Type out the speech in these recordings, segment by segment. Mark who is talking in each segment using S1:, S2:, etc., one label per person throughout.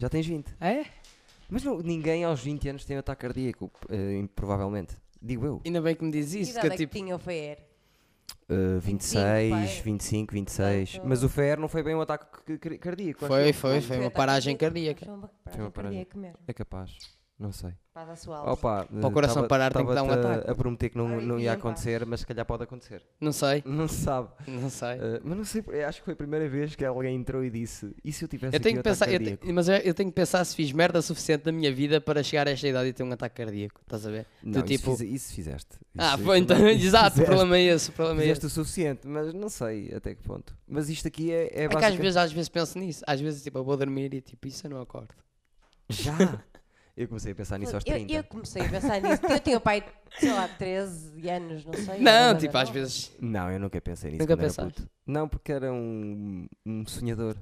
S1: Já tens 20.
S2: É?
S1: Mas não- ninguém aos 20 anos tem ataque cardíaco, eh, provavelmente. Digo eu.
S2: Ainda bem que me diz
S3: Que
S2: isso,
S3: idade
S2: que eu
S3: é que
S2: tipo.
S3: tinha o FER?
S1: Eh, 26,
S3: pai.
S1: 25, 26.
S3: Portanto-
S1: Mas o FER não foi bem um ataque c- c- cardíaco. acho
S2: Foi,
S1: eu.
S2: foi, foi uma paragem cardíaca.
S3: Foi uma
S1: Foi uma
S3: paragem
S1: paragem.
S3: cardíaca mesmo.
S1: É capaz. Não sei.
S3: Faz a sua alma.
S1: Opa, eh,
S2: Para o coração parar, tem que dar um ataque.
S1: A prometer que não,
S3: Ai,
S1: não ia
S3: ninguém faz.
S1: acontecer, mas se calhar pode acontecer.
S2: Não sei,
S1: Não se sabe.
S2: não sei.
S1: Eh, mas não sei, eu acho que foi a primeira vez que alguém entrou e disse: E se eu tivesse
S2: Eu tenho que
S1: aqui um ataque
S2: pensar, eu te-
S1: cardíaco?"
S2: mas eu, eu tenho que pensar se fiz merda suficiente na minha vida para chegar a esta idade e ter um ataque cardíaco, estás a ver?
S1: Não,
S2: do
S1: isso,
S2: tipo-
S1: fiz- isso fizeste.
S2: ah,
S1: Isso- é
S2: foi
S1: isso-
S2: então,
S1: isso
S2: exato, o
S1: fizeste.
S2: problema é esse, o problema é esse.
S1: Fizeste o suficiente, mas não sei até que ponto. Mas isto aqui é, é,
S2: É que às
S1: basicamente-
S2: vezes, às vezes penso nisso, às vezes tipo, eu vou dormir e tipo, isso eu não acordo.
S1: Já! Eu comecei a pensar nisso aos
S3: Eu-
S1: 30.
S3: Eu, comecei a pensar nisso. Eu tinha o pai, sei lá, 13 anos, não sei.
S2: Não,
S3: era
S2: tipo, às
S3: nova.
S2: vezes.
S1: Não, eu nunca pensei nisso.
S2: Nunca
S1: quando era
S2: pensaste?
S1: puto. Não, porque era um, um sonhador.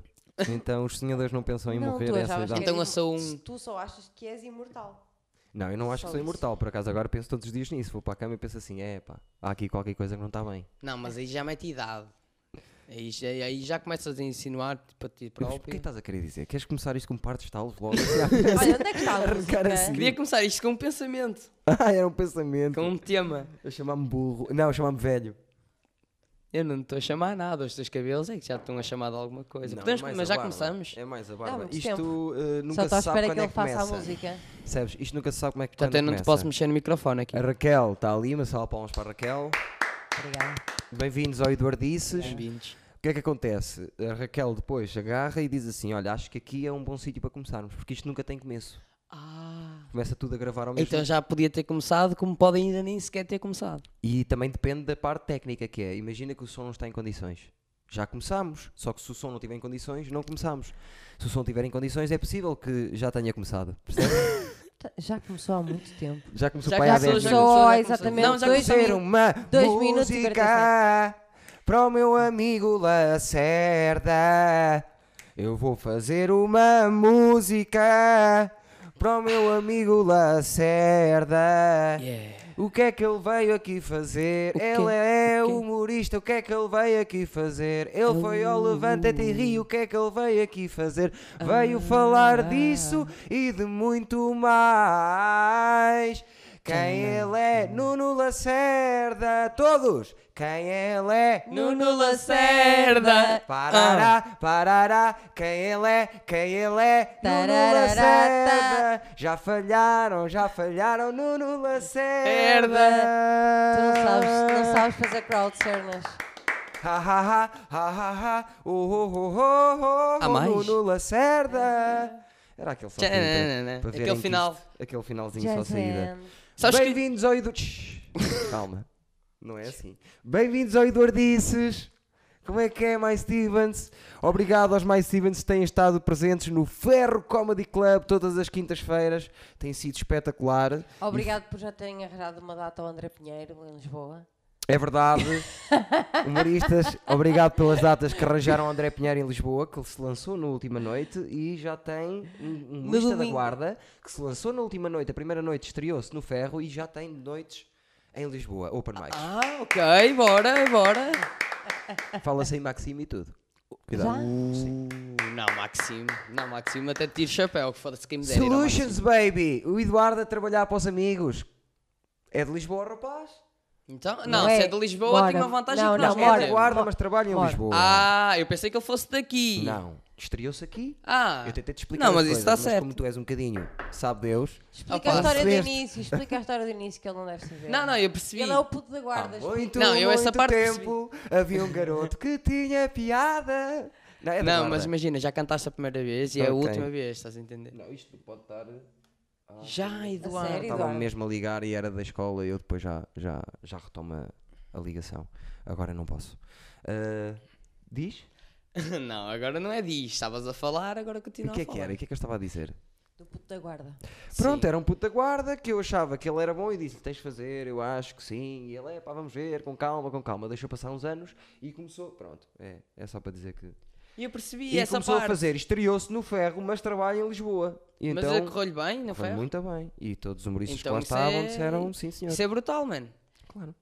S1: Então os sonhadores não pensam em
S3: Não,
S1: morrer é
S3: tu
S1: a essa
S3: achavas
S1: idade.
S3: que
S2: Então eu
S3: digo,
S2: sou
S3: se
S2: um.
S3: Tu só achas que és imortal.
S1: Não, eu não acho
S3: Só
S1: que sou
S3: isso.
S1: imortal. Por acaso agora penso todos os dias nisso. Vou para a cama e penso assim: é pá, há aqui qualquer coisa que não está bem.
S2: Não, mas aí já mete idade. Aí já, aí já começas a insinuar tipo, a ti
S1: Mas o que é que
S2: próprio.
S1: estás a querer dizer? Queres começar isto com partes de talos logo?
S3: Olha, onde é que está a
S1: Arrancar
S3: música?
S1: assim.
S2: Queria começar isto com um pensamento,
S1: ah, era um pensamento.
S2: com um tema.
S1: Eu chamava-me burro. Não, eu chamava-me velho.
S2: Eu não te estou a chamar nada, os teus cabelos é que já te estão a chamar de alguma coisa.
S1: Não,
S2: Podemos-
S1: é mais
S2: mas
S1: a
S2: já
S1: barba.
S2: começamos.
S1: É mais a barba.
S3: muito
S1: Isto eh,
S3: Só
S1: nunca
S3: estou à
S1: se sabe
S3: espera
S1: quando
S3: que
S1: é
S3: ele
S1: que
S3: faça assim. a
S1: começa.
S3: música.
S1: Sabes? Isto nunca se sabe como é que
S2: Já
S1: quando
S2: até não te
S1: começa.
S2: posso mexer no microfone aqui.
S1: A Raquel está ali, uma salva de palmas para a Raquel.
S3: Obrigada.
S1: Bem-vindos ao Eduardices.
S2: Bem-vindos.
S1: O que é que acontece? A Raquel depois agarra e diz assim: Olha, acho que aqui é um bom sítio para começarmos, porque isto nunca tem começo.
S2: Ah.
S1: Começa tudo a gravar ao mesmo
S2: Então
S1: tempo.
S2: já podia ter começado, como pode ainda nem sequer ter começado.
S1: E também depende da parte técnica que é. Imagina que o som não está em condições. Já começámos, só que se o som não estiver em condições, não começámos. Se o som estiver em condições, é possível que já tenha começado. percebe?
S3: Tá, Já começou há muito tempo.
S1: Já começou
S2: Já
S1: para aí há
S2: começou,
S1: 10
S2: já
S1: minutos.
S2: começou, já
S3: Só,
S2: começou.
S3: exatamente.
S2: Não, já
S3: dois
S2: começou. um
S3: minutos.
S1: uma
S3: Dois minutos e
S1: música para o meu amigo Lacerda. Eu vou fazer uma música para o meu amigo Lacerda.
S2: Yeah.
S1: O que é que ele veio aqui fazer?
S2: O quê?
S1: Ele é
S2: O quê?
S1: humorista, o que é que ele veio aqui fazer? Ele foi ao Levanta-te e Rio, o que é que ele veio aqui fazer? Veio falar disso e de muito mais. Quem ele é? Nuno Lacerda. Todos! Quem ele é?
S2: Nuno Lacerda.
S3: Ah.
S1: Parará, parará, quem ele é, quem ele é, Nuno
S3: Tararará,
S1: Lacerda. Já falharam, já falharam, Nuno Lacerda.
S3: Tu não sabes, não sabes fazer crowd cernas.
S1: Ha, ha, ha, ha, ha, ha, oh, oh, oh, oh, oh,
S2: Há mais?
S1: Nuno Lacerda. Era aquele só
S2: Tchananana.
S1: para verem
S2: Aquele
S1: que
S2: final.
S1: isto- aquele finalzinho só saída.
S2: Sabes que-
S1: Bem-vindos ao Edu... Shhh, Calma, não é assim. Bem-vindos ao Eduardices. Como é que é, My Stevens? Obrigado aos My Stevens que têm estado presentes no Ferro Comedy Club todas as quintas-feiras. Tem sido espetacular.
S3: Obrigado por já terem arranjado uma data ao André Pinheiro em Lisboa.
S1: É verdade. Humoristas, obrigado pelas datas que arranjaram ao André Pinheiro em Lisboa, que se lançou na última noite e já tem um um
S3: No
S1: humorista da
S3: domingo.
S1: guarda que se lançou na última noite. A primeira noite estreou-se no Ferro e já tem noites em Lisboa, open mics.
S2: Ah, ok, bora, bora. Ah.
S1: Fala-se em Maxime e tudo.
S3: Já?
S2: Uh, não, Maxime, não, Maxime, até te tiro o chapéu, que foda-se quem me é? der. ir ao Maxime.
S1: Solutions, baby! O Eduardo a trabalhar para os amigos. É de Lisboa, rapaz?
S2: Então, não,
S3: Não
S2: se
S3: é?
S2: é de Lisboa, tem
S3: Bora.
S2: uma vantagem
S3: Não,
S2: que nós
S3: não,
S2: não
S1: é
S3: bora.
S1: da
S2: temos.
S1: guarda, mas trabalha em
S3: Bora.
S1: Lisboa.
S2: Ah, eu pensei que ele fosse daqui.
S1: Não, estreou-se aqui.
S2: Ah,
S1: Eu tentei te explicar
S2: Não,
S1: as
S2: mas isso
S1: coisas,
S2: está certo.
S1: como tu és um bocadinho, sabe Deus...
S3: Explica
S2: Opa.
S3: a história do
S1: Recebeste.
S3: início, explica a história do início que ele não deve saber.
S2: Não, não, eu percebi.
S3: Ele é o puto da guarda.
S1: Há muito,
S2: Não, eu essa
S1: muito
S2: parte
S1: tempo havia um garoto que tinha piada. Não, é da
S2: Não,
S1: guarda.
S2: mas imagina, já cantaste a primeira vez e é a
S1: Ok.
S2: última vez, estás a entender?
S1: Não, isto pode estar.
S2: Já, Eduardo.
S3: sério?
S1: Estava
S3: Eduardo.
S1: mesmo a ligar e era da escola e eu depois já, já, já retomo a, a ligação. Agora não posso. Ah, diz?
S2: não, agora não é disto. Estavas a falar, agora continua
S1: o que é
S2: a falar.
S1: que era? O que é que eu estava a dizer?
S3: Do puto da guarda.
S1: Pronto, era um puta guarda que eu achava que ele era bom e disse-lhe: Tens de fazer, eu acho que sim. E ele é, pá, vamos ver, com calma, com calma. Deixou passar uns anos e começou. Pronto, é, é só para dizer que
S2: E eu percebi
S1: E,
S2: essa
S1: começou
S2: parte.
S1: a fazer, estreou-se no ferro, mas trabalha em Lisboa. E
S2: Mas é
S1: então,
S2: correu-lhe bem, não
S1: foi
S2: foi?
S1: muito bem. E todos os humoristas
S2: Então
S1: que lá
S2: isso
S1: estavam
S2: é-
S1: disseram sim, senhor.
S2: Isso é brutal, mano.
S1: Claro.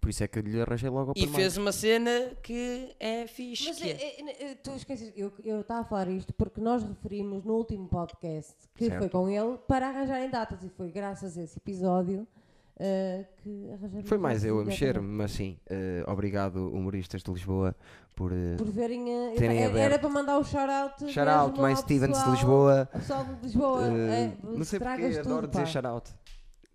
S1: Por isso é que eu lhe arranjei logo ao
S2: E fez uma cena que é fixe.
S3: Mas
S2: que é-
S3: eh, eh, eh, tu esqueces, eu eu estava a falar isto porque nós referimos no último podcast que
S1: Certo.
S3: foi com ele para arranjarem datas e foi graças a esse episódio eh, que arranjamos.
S1: Foi mais
S3: esse
S1: eu a
S3: dia
S1: mexer-me,
S3: também.
S1: mas sim. eh, obrigado, humoristas de Lisboa, por. eh,
S3: Por verem a.
S1: Terem
S3: era,
S1: aberto.
S3: era para mandar o shout-out.
S1: shout out,
S3: mesmo
S1: mais
S3: ao
S1: Stevens de
S3: pessoal-
S1: Lisboa.
S3: ao Pessoal de Lisboa.
S1: Eh,
S3: é,
S1: não sei porque
S3: estragas tudo,
S1: adoro
S3: pá.
S1: dizer shout out.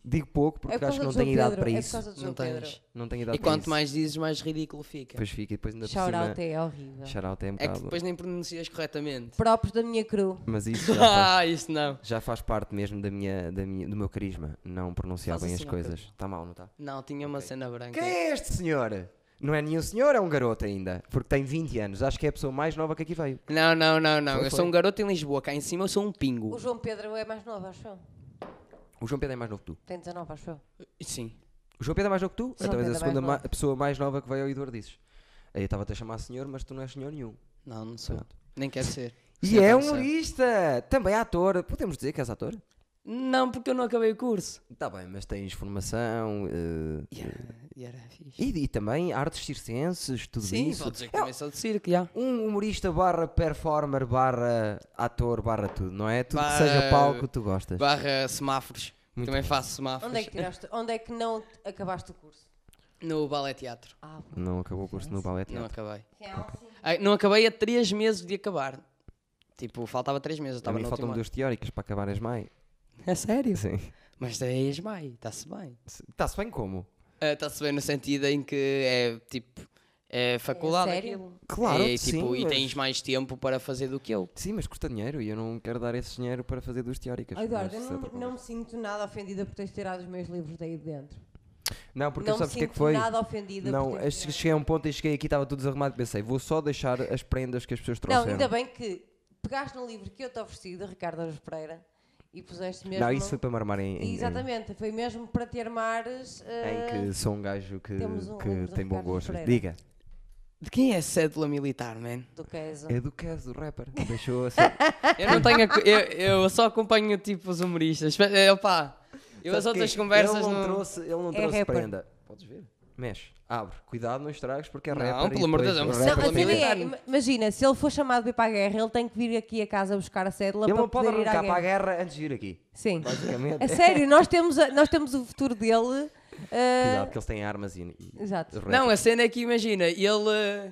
S1: Digo pouco
S3: É
S1: porque
S3: por
S1: acho
S3: causa
S1: que não
S3: do João
S1: tenho idade
S3: Pedro,
S1: para
S3: é por
S1: isso.
S3: causa do
S2: Não
S3: João Pedro.
S2: tens.
S1: Não tenho idade
S2: E
S1: para
S2: quanto
S1: isso.
S2: mais dizes, mais ridículo fica.
S1: Depois fica e depois ainda por
S3: Shout out
S1: cima.
S3: é horrível.
S1: Shout out é um
S2: É que
S1: bocado.
S2: depois nem pronuncias corretamente.
S3: Próprios da minha crew.
S1: Mas isso já faz,
S2: Ah, isso não.
S1: já faz parte mesmo da minha, da minha, do meu carisma. Não pronunciar
S2: Faz
S1: bem
S2: assim
S1: as
S2: ao Pedro.
S1: coisas. Está mal, não tá? está?
S2: Não, tinha uma cena branca.
S1: Quem é este senhor? Não é nenhum senhor, é um garoto ainda. Porque tem 20 anos. Acho que é a pessoa mais nova que aqui veio.
S2: Não, não, não, não.
S1: Foi,
S2: eu
S1: foi.
S2: sou um garoto em Lisboa, cá em cima eu sou um pingo.
S3: O João Pedro é mais novo, acho eu.
S1: O João Pedro é mais novo que tu.
S3: Tem 19, acho eu.
S2: Sim.
S1: O João Pedro é mais novo que tu?
S3: João
S1: Então és
S3: Pedro
S1: a
S3: é
S1: segunda
S3: mais
S1: ma-
S3: novo.
S1: pessoa mais nova que veio ao Eduardo dizes. Eu estava-te a chamar senhor, mas tu não és senhor nenhum.
S2: Não, não sou.
S1: Pronto.
S2: Nem quero ser.
S1: E
S2: Sempre
S1: é
S2: não sou.
S1: humorista! Também é ator. Podemos dizer que és ator?
S2: Não, porque eu não acabei o curso.
S1: Está Tá bem, mas tens formação. eh,
S2: E era, e era fixe.
S1: E, e também artes circenses, tudo
S2: Sim,
S1: isso.
S2: pode dizer que também sou de circo, já.
S1: Um humorista barra performer barra ator barra tudo, não é? Tudo
S2: Barra-
S1: que seja palco tu gostas.
S2: Barra semáforos.
S1: Muito
S2: também
S1: bem.
S2: faço semáforos.
S3: Onde é que tiraste? Onde é que não acabaste o curso?
S2: No balé teatro.
S3: Ah, bom.
S1: Não acabou o curso no balé
S2: Não
S1: teatro.
S2: acabei.
S3: real, sim.
S2: Ai, Não acabei há três meses de acabar. Tipo, faltava três meses. Eu
S1: A
S2: estava
S1: mim
S2: no último
S1: faltam
S2: ano.
S1: duas teóricas para acabar as maio.
S2: É sério?
S1: Sim.
S2: Mas daí és mai, está-se bem.
S1: Está-se bem como?
S2: Está-se Ah, bem no sentido em que é tipo. É faculdade.
S3: É
S2: aquilo.
S3: sério?
S1: Claro,
S2: É,
S1: que
S2: tipo,
S1: sim,
S2: e
S1: mas-
S2: tens mais tempo para fazer do que eu.
S1: Sim, mas custa dinheiro e eu não quero dar esse dinheiro para fazer duas teóricas.
S3: Oh, Eduardo,
S1: mas
S3: eu
S1: isso é
S3: não,
S1: outra
S3: não
S1: conversa.
S3: me sinto nada ofendida por teres tirado os meus livros daí de dentro.
S1: Não, porque
S3: não
S1: sabes o
S3: me
S1: que é
S3: sinto
S1: que foi?
S3: nada ofendida
S1: Não,
S3: por teres
S1: acho que
S3: tirado.
S1: cheguei a um ponto e cheguei aqui, estava tudo desarrumado e pensei, vou só deixar as prendas que as pessoas
S3: Não,
S1: trouxeram.
S3: ainda bem que pegaste no livro que eu te ofereci, de Ricardo Aros Pereira, e puseste mesmo...
S1: Não, isso foi para me armar em, em- em-
S3: Exatamente, foi mesmo para te armares...
S1: em
S3: eh,
S1: que sou um gajo que,
S3: temos um
S1: que
S3: livro do
S1: tem bom
S3: Ricardo
S1: gosto.
S3: Pereira.
S1: Diga.
S2: De quem é a cédula militar, man?
S3: Do queso.
S1: É do caso do rapper. Deixou a ser.
S2: Eu não tenho. ac- Eu, eu só acompanho tipo os humoristas. Mas, eh, Opá, eu as
S1: Sabe
S2: outras
S1: quê?
S2: conversas.
S1: Ele não,
S2: não-
S1: trouxe, ele não
S3: É
S1: trouxe
S3: rapper.
S1: prenda. Podes ver? Mexe. Abre. Cuidado, não estragues porque é
S2: Não,
S1: rapper. e
S2: pelo amor de
S1: depois
S2: Deus, é uma
S1: o
S3: Não,
S2: Era
S1: rapper
S2: cena
S3: a
S1: tem-
S3: cena é,
S2: militar.
S3: ima- imagina, se ele for chamado para ir para a guerra, ele tem que vir aqui a casa buscar a cédula
S1: Ele
S3: para
S1: não pode
S3: poder ir à
S1: arrancar para a
S3: guerra.
S1: guerra antes de ir aqui.
S3: Sim.
S1: Basicamente.
S3: É sério, nós temos, a- nós temos o futuro dele. eh,
S1: Cuidado que eles têm armas e. e-
S3: Exato.
S1: rapper.
S2: Não, a cena é que imagina, ele. eh,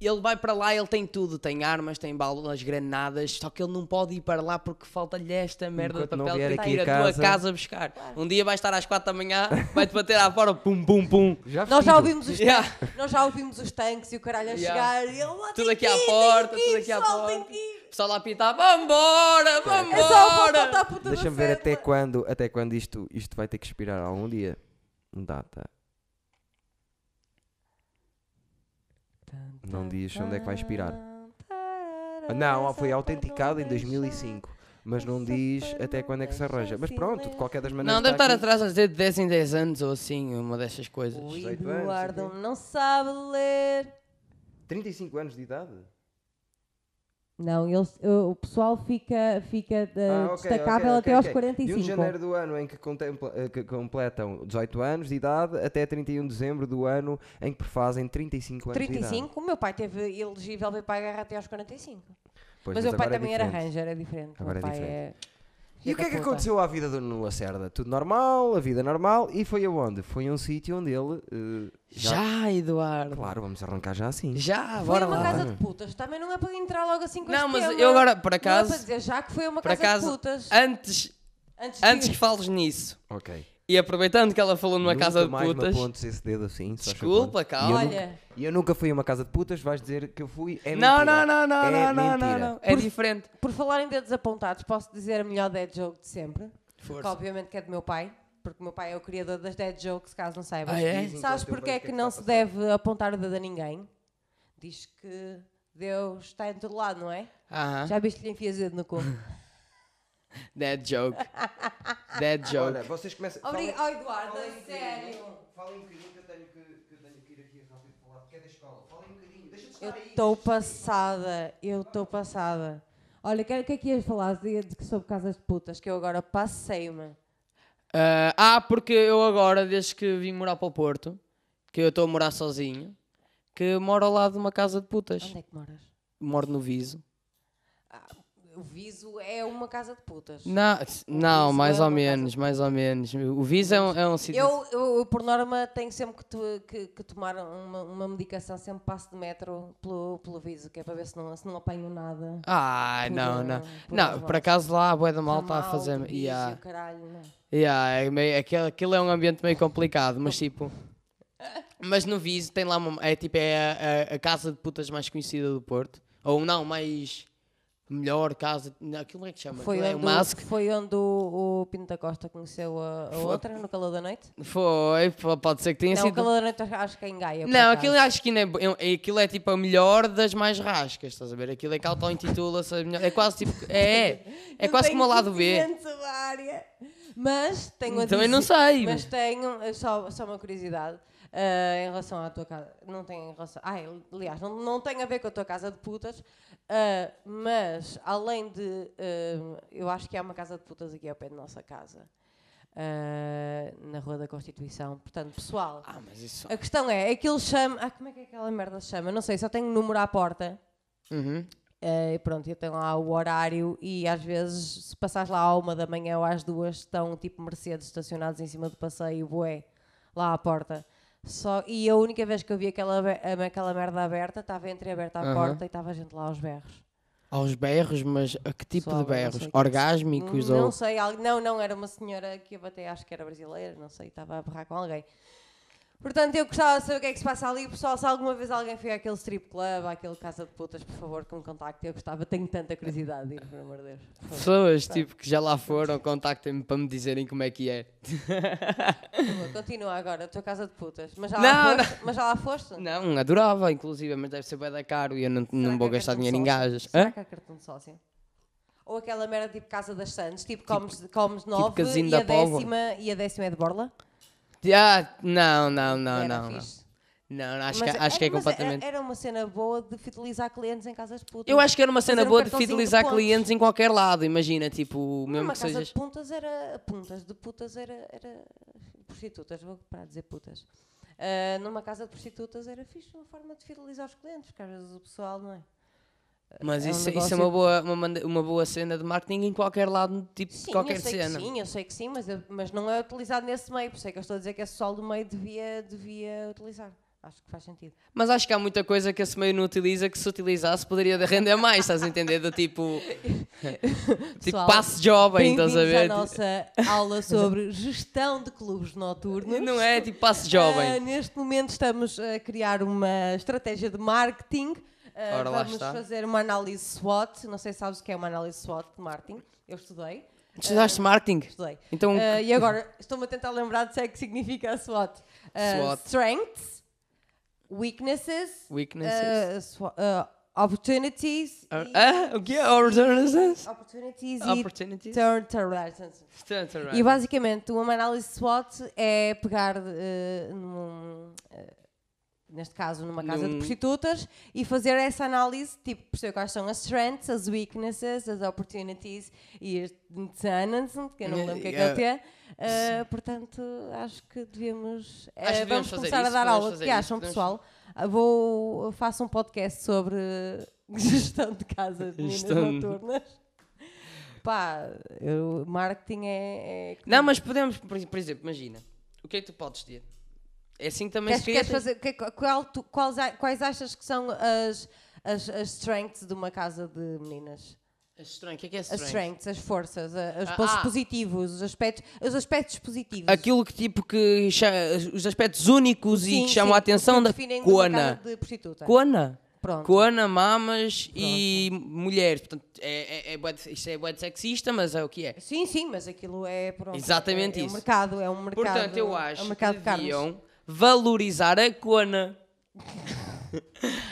S2: Ele vai para lá, ele tem tudo, tem armas, tem balas, granadas, só que ele não pode ir para lá porque falta-lhe esta merda
S1: Enquanto
S2: de
S1: não
S2: papel
S1: vier
S2: que tem
S1: aqui
S2: que ir
S1: a
S2: à tua
S1: casa.
S2: casa buscar. Um dia vai estar às quatro da manhã, vai-te bater à porta, pum, pum, pum.
S1: Já
S3: Nós já
S1: vestido.
S3: ouvimos os
S2: Yeah.
S3: tanques, nós já ouvimos os tanques e o caralho a
S2: Yeah.
S3: chegar. E ele, "Oh,
S2: Tudo
S3: tem
S2: aqui
S3: que
S2: à
S3: ir, tem
S2: porta,
S3: que ir,
S2: tudo aqui à
S3: pessoal, tem
S2: porta.
S3: que ir."
S2: O pessoal lá a pitar, vambora,
S3: É só
S2: vambora.
S3: falta a puta da
S1: Deixa-me ver até
S3: cédula.
S1: quando, até quando isto, isto vai ter que expirar algum dia. Data. Não diz onde é que vai expirar. Ah, Não, foi autenticado em 2005. Mas não diz até quando é que se arranja. Mas pronto, de qualquer das maneiras.
S2: Não, deve
S1: está
S2: estar
S1: aqui.
S2: atrás a dizer de 10 em 10 anos ou assim, uma dessas coisas.
S3: O
S1: 18 anos,
S3: Eduardo
S1: ok.
S3: não sabe ler.
S1: 35 anos de idade?
S3: Não, ele, o o pessoal fica, fica de-
S1: Ah, ok,
S3: destacável
S1: ok,
S3: até
S1: ok,
S3: aos
S1: ok.
S3: 45.
S1: 1 de janeiro do ano em que, contempla- eh, que completam 18 anos de idade até 31 de dezembro do ano em que prefazem 35 anos de idade.
S3: 35, o meu pai teve elegível veio para a guerra até aos 45.
S1: Pois,
S3: Mas, o meu pai
S1: agora é
S3: também era
S1: diferente.
S3: ranger, é diferente.
S1: Agora é
S3: o meu pai
S1: diferente.
S3: é...
S1: E o que é que
S3: Puta.
S1: aconteceu à vida do Nuno Lacerda? Tudo normal, a vida normal, e foi aonde? Foi a um sítio onde ele. eh, já-
S2: Já, Eduardo.
S1: Claro, vamos arrancar já assim.
S2: Já,
S3: Foi
S2: bora
S3: uma
S2: lá.
S3: casa de putas, também não é para entrar logo assim com
S2: Não,
S3: este
S2: mas
S3: tema.
S2: eu agora, por
S3: Não é para
S2: acaso,
S3: dizer já que foi uma
S2: por
S3: casa
S2: acaso,
S3: de putas.
S2: antes,
S3: Antes, de-
S2: antes que fales nisso,
S1: Ok.
S2: e aproveitando que ela falou numa
S1: Nunca
S2: casa de
S1: mais me
S2: putas,
S1: apontes esse dedo assim. se faz favor.
S2: Desculpa, calma.
S1: E eu
S3: Olha.
S1: nunca- E eu nunca fui a uma casa de putas, vais dizer que eu fui. É
S2: não,
S1: mentira.
S2: não, não, não,
S1: É
S2: não, não, não,
S1: mentira.
S2: não, é
S3: Por-
S2: diferente.
S3: Por falar em dedos apontados, posso dizer a melhor dead joke de sempre. Que
S2: Força.
S3: obviamente que é do meu pai, porque o meu pai é o criador das dead jokes, caso não saibas.
S2: Ah, é?
S1: Dizem
S3: Sabes
S1: enquanto eu
S3: porque é
S1: vejo o
S3: que
S1: que
S3: não
S1: é que
S3: se
S1: está a
S3: deve apontar o dedo a ninguém? Diz que Deus está em todo lado, não é?
S2: Aham.
S3: Já viste que lhe enfias o dedo no cu?
S2: Dead joke. Dead joke.
S1: Olha, vocês começam.
S3: Obrigado, oh, Eduardo, a sério.
S1: Falem um bocadinho que eu tenho que, que eu tenho que ir aqui rápido falar, porque é da escola. Falem um bocadinho, deixa de
S3: Eu
S1: estar aí.
S3: estou passada, eu estou passada. Olha, o que, que é que ias falar de, de que sobre casas de putas? Que eu agora passei-me.
S2: Ah, ah, porque eu agora, desde que vim morar para o Porto, que eu estou a morar sozinho, que moro ao lado de uma casa de putas.
S3: Onde é que moras?
S2: Moro no Viso.
S3: O Viso é uma casa de putas.
S2: Não, não
S3: Viso
S2: mais
S3: é
S2: ou
S3: uma casa
S2: menos, mais ou menos. O Viso é um, é um sítio.
S3: Eu, eu, eu, por norma, tenho sempre que, to- que- que tomar uma, uma medicação, sempre passo de metro pelo, pelo Viso, que é para ver se não, se não apanho nada.
S2: Ah,
S3: Por,
S2: não,
S3: eh,
S2: não.
S3: por
S2: Não,
S3: os
S2: por
S3: lados.
S2: acaso lá a boia da mal está a
S3: Ramal,
S2: fazer.
S3: do Viso,
S2: Yeah,
S3: caralho, não.
S2: yeah, é meio, aquilo, aquilo é um ambiente meio complicado, mas tipo. Mas no Viso tem lá uma. É tipo é a, a- a casa de putas mais conhecida do Porto. Ou não, mais. Melhor casa. não, Aquilo não é que chama.
S3: Foi
S2: aquilo
S3: onde,
S2: é o
S3: o-
S2: Mask.
S3: foi onde o, o Pinto da Costa conheceu a, a outra, no calor da noite?
S2: Foi, pô, pode ser que tenha
S3: não, o
S2: sido.
S3: calor da noite acho que é em Gaia. por
S2: Não,
S3: acaso.
S2: aquilo acho que não é, bo- é- aquilo é tipo a melhor das mais rascas, estás a ver? Aquilo é que auto-intitula-se a melhor. É quase tipo. É, é, é
S3: Não
S2: quase
S3: tenho
S2: como o lado B.
S3: conhecimento sobre a área, Mas tenho a
S2: Também não
S3: dizer-
S2: sei,
S3: Mas
S2: mas-
S3: tenho eh, só, só uma curiosidade eh, em relação à tua casa. Não tem em relação. Ai, aliás, não, não tem a ver com a tua casa de putas. eh, mas além de. eh, eu acho que há uma casa de putas aqui ao pé da nossa casa. eh, na Rua da Constituição. Portanto, pessoal.
S2: Ah, mas isso.
S3: A questão é, aquilo chama. Ah, como é que aquela merda se chama? Não sei, só tenho número à porta.
S2: Uhum.
S3: Eh, e pronto, eu tenho lá o horário e às vezes, se passares lá à uma da manhã ou às duas, estão tipo Mercedes estacionados em cima do passeio, bué, lá à porta. Só, e a única vez que eu vi aquela, abe- a- aquela merda aberta, estava entreaberta a
S2: Aham.
S3: porta e estava a gente lá aos berros.
S2: Aos berros, mas a que tipo
S3: Pessoal,
S2: de
S3: eu não sei
S2: berros?
S3: o que é isso.
S2: Orgásmicos
S3: não
S2: ou.
S3: sei, al- não, não, era uma senhora que eu até acho que era brasileira, não sei, estava a berrar com alguém. Portanto, eu gostava de saber o que é que se passa ali. Pessoal, se alguma vez alguém foi àquele strip club, àquele casa de putas, por favor, que me contacte. Eu gostava, tenho tanta curiosidade de ir, por amor de Deus. Por favor.
S2: Pessoas tipo que já lá foram, contactem-me para me dizerem como é que é.
S3: Boa, Continua agora, a tua casa de putas. Mas já
S2: Não,
S3: lá foste? Mas já lá foste?
S2: Não, adorava, inclusive, mas deve ser bem da caro e eu não,
S3: Será
S2: não
S3: que
S2: vou
S3: há
S2: gastar
S3: cartão
S2: dinheiro em
S3: de sócio?
S2: gajas.
S3: Será
S2: Hã?
S3: que há cartão de sócio? Ou aquela merda tipo Casa das Santos, tipo, comes, comes nove
S2: casino
S3: e,
S2: da
S3: a
S2: Póvoa.
S3: décima, e a décima é de Borla?
S2: Ah, não, não, não,
S3: Era
S2: não. Não,
S3: fixe.
S2: não acho,
S3: Mas
S2: que, acho que é
S3: era- mas era-
S2: completamente.
S3: Era uma cena boa de fidelizar clientes em casas de putas.
S2: Eu acho que era uma
S3: Fazer
S2: cena
S3: um
S2: boa de
S3: cartãozinho
S2: fidelizar
S3: pontos.
S2: clientes em qualquer lado, imagina, tipo, mesmo
S3: Uma
S2: que
S3: casa
S2: sejas.
S3: de puntas era. Puntas de putas era. era prostitutas, vou parar de dizer putas. Ah, numa casa de prostitutas era fixe uma forma de fidelizar os clientes, porque às vezes o pessoal, não é?
S2: Mas
S3: é um
S2: isso, isso é
S3: negócio-
S2: uma boa, uma, manda- uma boa cena de marketing em qualquer lado, tipo,
S3: Sim,
S2: qualquer
S3: eu sei
S2: cena.
S3: que sim, eu sei que sim, mas, eu- mas não é utilizado nesse meio, por isso é que eu estou a dizer que esse pessoal do meio devia, devia utilizar. Acho que faz sentido.
S2: Mas acho que há muita coisa que esse meio não utiliza que se utilizasse poderia render mais, estás a entender? Do tipo. tipo,
S3: Pessoal,
S2: passe jovem, estás
S3: Bem-vindos
S2: a ver? Tipo,
S3: à nossa aula sobre gestão de clubes noturnos.
S2: Não é? Tipo, passe
S3: Ah,
S2: jovem.
S3: neste momento estamos a criar uma estratégia de marketing. Ah,
S2: Ora, lá
S3: vamos
S2: está.
S3: fazer uma análise SWOT. Não sei se sabes o que é uma análise SWOT de marketing. Eu estudei.
S2: Estudaste marketing?
S3: Estudei.
S2: Então,
S3: Ah, e agora estou-me a tentar lembrar de se é que significa a SWOT. Ah,
S2: SWOT.
S3: Strengths, weaknesses,
S2: weaknesses.
S3: ah, swa- ah, opportunities,
S2: Or-
S3: e-
S2: ah, o que é? Opportunities?
S3: opportunities e
S2: Opportunities?
S3: turn turn-
S2: Portanto,
S3: e basicamente, uma análise SWOT é pegar, eh, num, eh, neste caso, numa casa de
S2: Num-
S3: prostitutas e fazer essa análise, tipo, perceber quais são as strengths, as weaknesses, as opportunities e as tenants, que eu não me lembro o que é que é o T. Eh, portanto, acho que devíamos. eh,
S2: Acho que devíamos
S3: vamos
S2: fazer
S3: começar
S2: isso,
S3: a dar
S2: podemos
S3: aula. O
S2: fazer
S3: que
S2: isso,
S3: acham,
S2: podemos-
S3: pessoal? Ah, Vou, faço um podcast sobre gestão de casas de meninas
S2: Gestão-
S3: noturnas. Pá, eu- marketing é. é
S2: Não, mas podemos, por por exemplo, imagina. O que é que tu podes dizer? É assim que também
S3: Queres,
S2: se
S3: queres
S2: quer-
S3: fazer, que- qual tu- quais, a- quais achas que são as, as, as strengths de uma casa de meninas?
S2: As strength, o que é que é
S3: As
S2: strength?
S3: strengths, as forças, a- os
S2: Ah,
S3: pontos
S2: ah.
S3: positivos, os aspectos, os aspectos positivos.
S2: Aquilo que tipo que cha- os aspectos únicos e
S3: Sim,
S2: que chamam é a
S3: sim, os
S2: atenção
S3: que
S2: da
S3: definem uma casa
S2: coana.
S3: de prostituta.
S2: Coana?
S3: Pronto.
S2: Coana, mamas e mulheres. Portanto, é, é, é bué de- isto é bué de sexista, mas é o que é.
S3: Sim, sim, mas aquilo é pronto,
S2: Exatamente
S3: é, é
S2: isso.
S3: Um mercado, é um mercado.
S2: Portanto, eu
S3: é um
S2: acho
S3: mercado
S2: que
S3: de carnes.
S2: deviam valorizar a cona.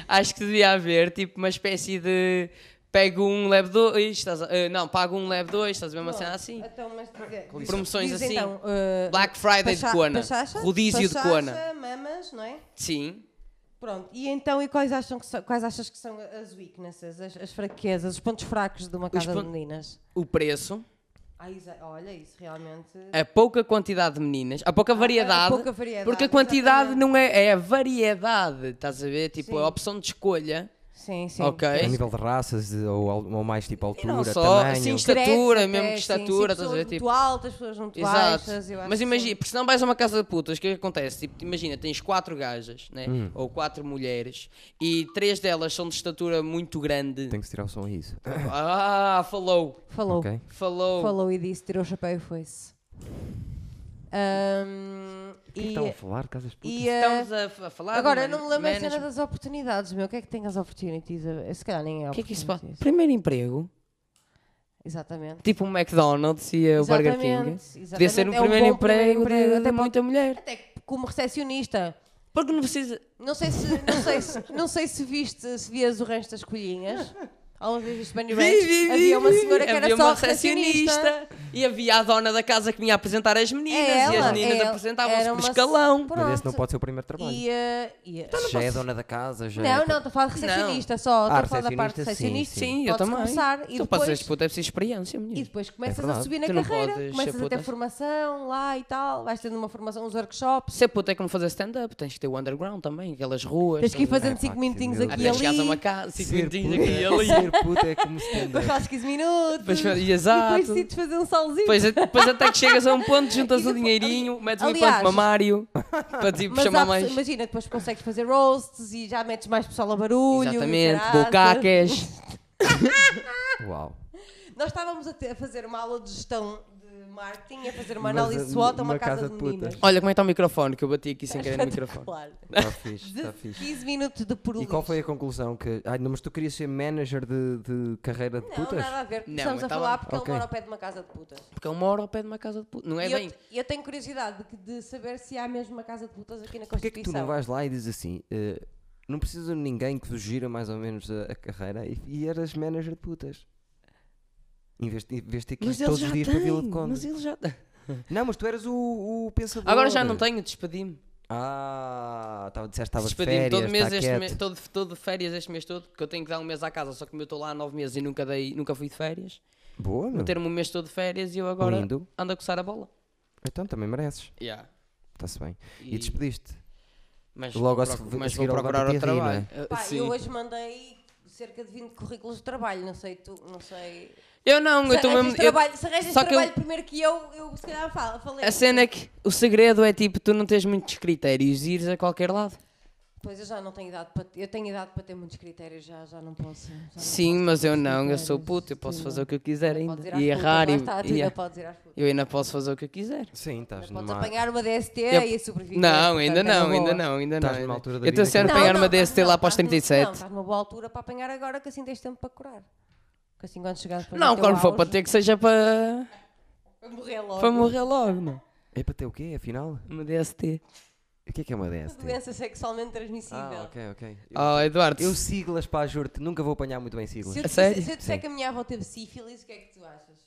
S2: acho que devia haver tipo uma espécie de pego um, leve dois, estás a- eh, não, pago um, leve dois, estás a ver uma cena assim?
S3: Então, mas dizer-
S2: licença. Promoções
S3: diz
S2: assim.
S3: então, eh,
S2: Black Friday de
S3: pacha-
S2: Coana,
S3: pachacha?
S2: rodízio de
S3: Pachacha,
S2: Coana.
S3: mamas, não é?
S2: Sim.
S3: Pronto, e então, e quais, acham que são- quais achas que são as weaknesses, as, as fraquezas, os pontos fracos de uma casa
S2: pon-
S3: de meninas?
S2: O preço.
S3: Ah, exa- olha, isso realmente.
S2: A É pouca quantidade de meninas, a pouca variedade.
S3: Ah, é pouca variedade,
S2: porque a quantidade
S3: exatamente.
S2: não é. É a variedade, estás a ver? Tipo,
S3: Sim.
S2: a opção de escolha.
S3: Sim, sim.
S1: A
S2: Ok.
S1: nível de raças de- ou, al- ou mais tipo
S2: E não
S1: altura,
S2: só,
S3: assim,
S1: tamanho.
S2: sim,
S3: Cresce
S2: estatura,
S3: até,
S2: mesmo que
S3: é, sim,
S2: estatura, estás
S3: sim,
S2: a ver?
S3: pessoas
S2: Tipo,
S3: muito altas, pessoas muito
S2: Exato.
S3: baixas. Eu acho
S2: Mas
S3: que
S2: imagina,
S3: sim.
S2: porque senão vais a uma casa de putas, o que é que acontece? Tipo, imagina, tens quatro gajas, né?
S1: Hum.
S2: Ou quatro mulheres, e três delas são de estatura muito grande.
S3: é
S1: Tem que se tirar o som a isso.
S2: Ah, falou.
S3: Falou.
S1: Ok?
S2: Falou.
S3: Falou e disse, tirou o chapéu e foi-se. Ahm,
S1: E
S3: e
S1: estão a falar, casas putas?
S3: e, ah,
S2: Estamos a f- a falar.
S3: agora, eu
S2: de
S3: não me lembro a
S2: man-
S3: cena das oportunidades, meu. O que é que tem as oportunidades? Eu, Se calhar nem é
S2: O que é que isso pode?
S3: oportunidades.
S2: Primeiro emprego,
S3: Exatamente.
S2: tipo um McDonald's e o Burger King.
S3: Exatamente,
S2: Podia ser um
S3: exatamente. É
S2: primeiro
S3: bom primeiro
S2: emprego de,
S3: até
S2: de
S3: pode-
S2: muita mulher.
S3: Até que como recepcionista.
S2: Porque não precisa.
S3: Não sei se, não sei se, não sei se viste, se vias o rancho das colhinhas. Algumas vezes viste Bunny Ranch.
S2: Vi, vi, vi,
S3: havia uma
S2: vi.
S3: senhora que era
S2: Havia
S3: só
S2: uma recepcionista e havia a dona da casa que vinha apresentar as meninas
S3: É
S2: e
S3: ela,
S2: as meninas
S3: é ela.
S2: apresentavam-se
S3: Era
S2: por
S3: uma-
S2: escalão.
S1: Mas esse não
S3: Pronto.
S1: pode ser o primeiro trabalho.
S3: E, eh, e-
S2: Tá
S1: já é dona da casa, já é-
S3: Não, não, estou a falar de recepcionista só. Estou
S1: Ah,
S3: a falar da parte de
S1: recepcionista, sim,
S3: recepcionista.
S2: Sim, eu
S3: Podes
S2: também.
S3: começar e
S2: tu
S3: depois-
S2: podes ser puta, é preciso experiência,
S3: E
S2: menino.
S3: depois começas a
S1: É verdade.
S3: subir na
S2: Tu não
S3: carreira,
S2: podes
S3: começas
S2: ser
S3: a ter
S2: puta.
S3: formação lá e tal, vais tendo uma formação, uns workshops,
S2: Ser puta é como fazer stand-up, tens que ter o underground também, aquelas ruas.
S3: tens que ir
S2: estás
S1: É,
S3: fazendo
S1: pá,
S3: 5
S1: que
S3: minutinhos
S1: medo.
S2: a ver?
S3: aqui e
S2: Até chegares a uma
S3: ali,
S2: casa, cinco
S1: Ser
S2: minutinhos
S1: puta,
S2: aqui e ali.
S1: ser puta é como
S3: depois
S1: stand-up.
S3: fazes 15 minutos,
S2: Depois
S3: e
S2: fazes
S3: depois
S2: exato.
S3: decides fazer um salzinho.
S2: Depois, depois até que chegas a um ponto, juntas
S3: E
S2: o
S3: depois-
S2: dinheirinho, metes um
S3: aliás-
S2: implante mamário para tipo
S3: Mas
S2: chamar
S3: há pessoas-
S2: mais.
S3: imagina, depois consegues fazer roasts e já metes mais pessoal a barulho. e o
S2: Exatamente,
S3: caraças.
S2: bocacas.
S1: Uau.
S3: Nós estávamos a, ter- a fazer uma aula de gestão de marketing, a fazer uma
S1: Mas,
S3: análise
S1: eh,
S3: SWOT a uma
S1: numa
S3: casa,
S1: casa
S3: de
S1: de putas.
S3: meninas.
S2: Olha como é que está o microfone, que eu bati aqui sem querer no microfone.
S3: Claro.
S1: Está tá fixe, está
S3: De
S1: fixe.
S3: 15 minutos de por
S1: E qual foi a conclusão? Que, ai, não, mas tu querias ser manager de, de carreira de
S3: Não,
S1: putas?
S3: nada a ver.
S2: Não, então
S3: Começamos
S2: eu
S3: a
S2: tava-
S3: falar porque
S1: Ok.
S3: ele mora ao pé de uma casa de putas.
S2: Porque é uma hora ao pé de uma casa de puta. Não é
S3: e eu,
S2: bem.
S3: te- eu tenho curiosidade de, de saber se há mesmo uma casa de putas aqui na
S1: Porquê é que tu
S3: Constituição.
S1: não vais lá e dizes assim? eh, não precisa de ninguém que vos gira mais ou menos a, a carreira e, e eras manager de putas. Em vez de em vez de ter que ir
S2: Mas ele
S1: todos
S2: já
S1: os dias
S2: tem,
S1: para Vila de Conde.
S2: Mas ele já tem.
S1: Não, mas tu eras o, o pensador.
S2: Agora já não tenho, despedi-me.
S1: Ah, tava, disseste que estava de
S2: Despedi-me
S1: férias,
S2: todo mês
S1: tá
S2: este
S1: quieto.
S2: mês, todo, todo férias este mês todo, que eu tenho que dar um mês à casa, só que como eu estou lá há nove meses e nunca dei, nunca fui de férias.
S1: Boa,
S2: Vou
S1: meu.
S2: ter um mês todo de férias e eu agora
S1: Hum. Lindo.
S2: ando a coçar a bola.
S1: Então também mereces.
S2: Yeah.
S1: Está-se bem. E,
S2: E-
S1: despediste.
S2: Mas
S1: Logo
S2: vou
S1: a se-
S2: procu-
S1: a
S2: mas vou
S1: seguir ao
S2: procurar
S1: Levanta-te
S2: outro
S1: e Ri, não é?
S2: trabalho. Uh,
S3: Pá,
S2: sim.
S3: eu
S2: eu,
S3: hoje mandei cerca de 20 currículos de trabalho, não sei tu, não sei.
S2: não, eu
S3: se
S2: estou
S3: arranjas
S2: mesmo. eu-
S3: trabalho, se arranjas
S2: só que eu-
S3: trabalho primeiro que eu, eu se calhar falo, falei.
S2: a cena é que o segredo é tipo, tu não tens muitos critérios e ires a qualquer lado.
S3: Pois eu já não tenho idade para eu tenho idade para ter muitos critérios, já, já não posso. já não
S2: Sim,
S3: posso
S2: mas
S3: ter
S2: eu
S3: muitos
S2: não, eu
S3: critérios.
S2: sou puto, eu posso
S3: Sim,
S2: fazer
S3: não.
S2: o que eu quiser
S3: Ainda
S2: ainda.
S3: podes ir
S2: E
S3: às putas,
S2: errar
S3: lá
S2: e.
S3: está, tu
S2: e- é-
S3: ainda podes ir às putas.
S2: Eu ainda posso fazer o que eu quiser.
S1: Sim, estás
S3: Podes
S1: numa...
S3: apanhar uma DST
S2: Eu-
S3: e sobreviver.
S2: é- Não, ainda
S3: portanto, é na
S2: não, ainda
S3: boa.
S2: não, ainda
S1: Estás
S2: não.
S1: numa altura da
S2: Eu estou
S1: vida
S2: sempre
S1: que
S2: a
S1: não-
S2: apanhar
S1: Não, tá
S2: uma DST lá para os
S3: estás numa- Não,
S2: 37.
S3: estás numa boa altura para apanhar agora, que assim tens tempo para curar. Que assim quando chegares para
S2: Não, quando for para ter que seja para,
S3: Para morrer logo.
S2: para morrer logo, não.
S1: É para ter o quê, afinal?
S2: Uma DST.
S1: O que é que é uma
S3: Uma
S1: DST?
S3: doença sexualmente transmissível.
S1: Ah, ok, ok.
S2: Oh, Eduardo,
S1: Eu siglas, pá, juro-te, nunca vou apanhar muito bem siglas.
S3: Se eu,
S2: A sério?
S3: se eu disser que a minha avó teve sífilis, o que é que tu achas?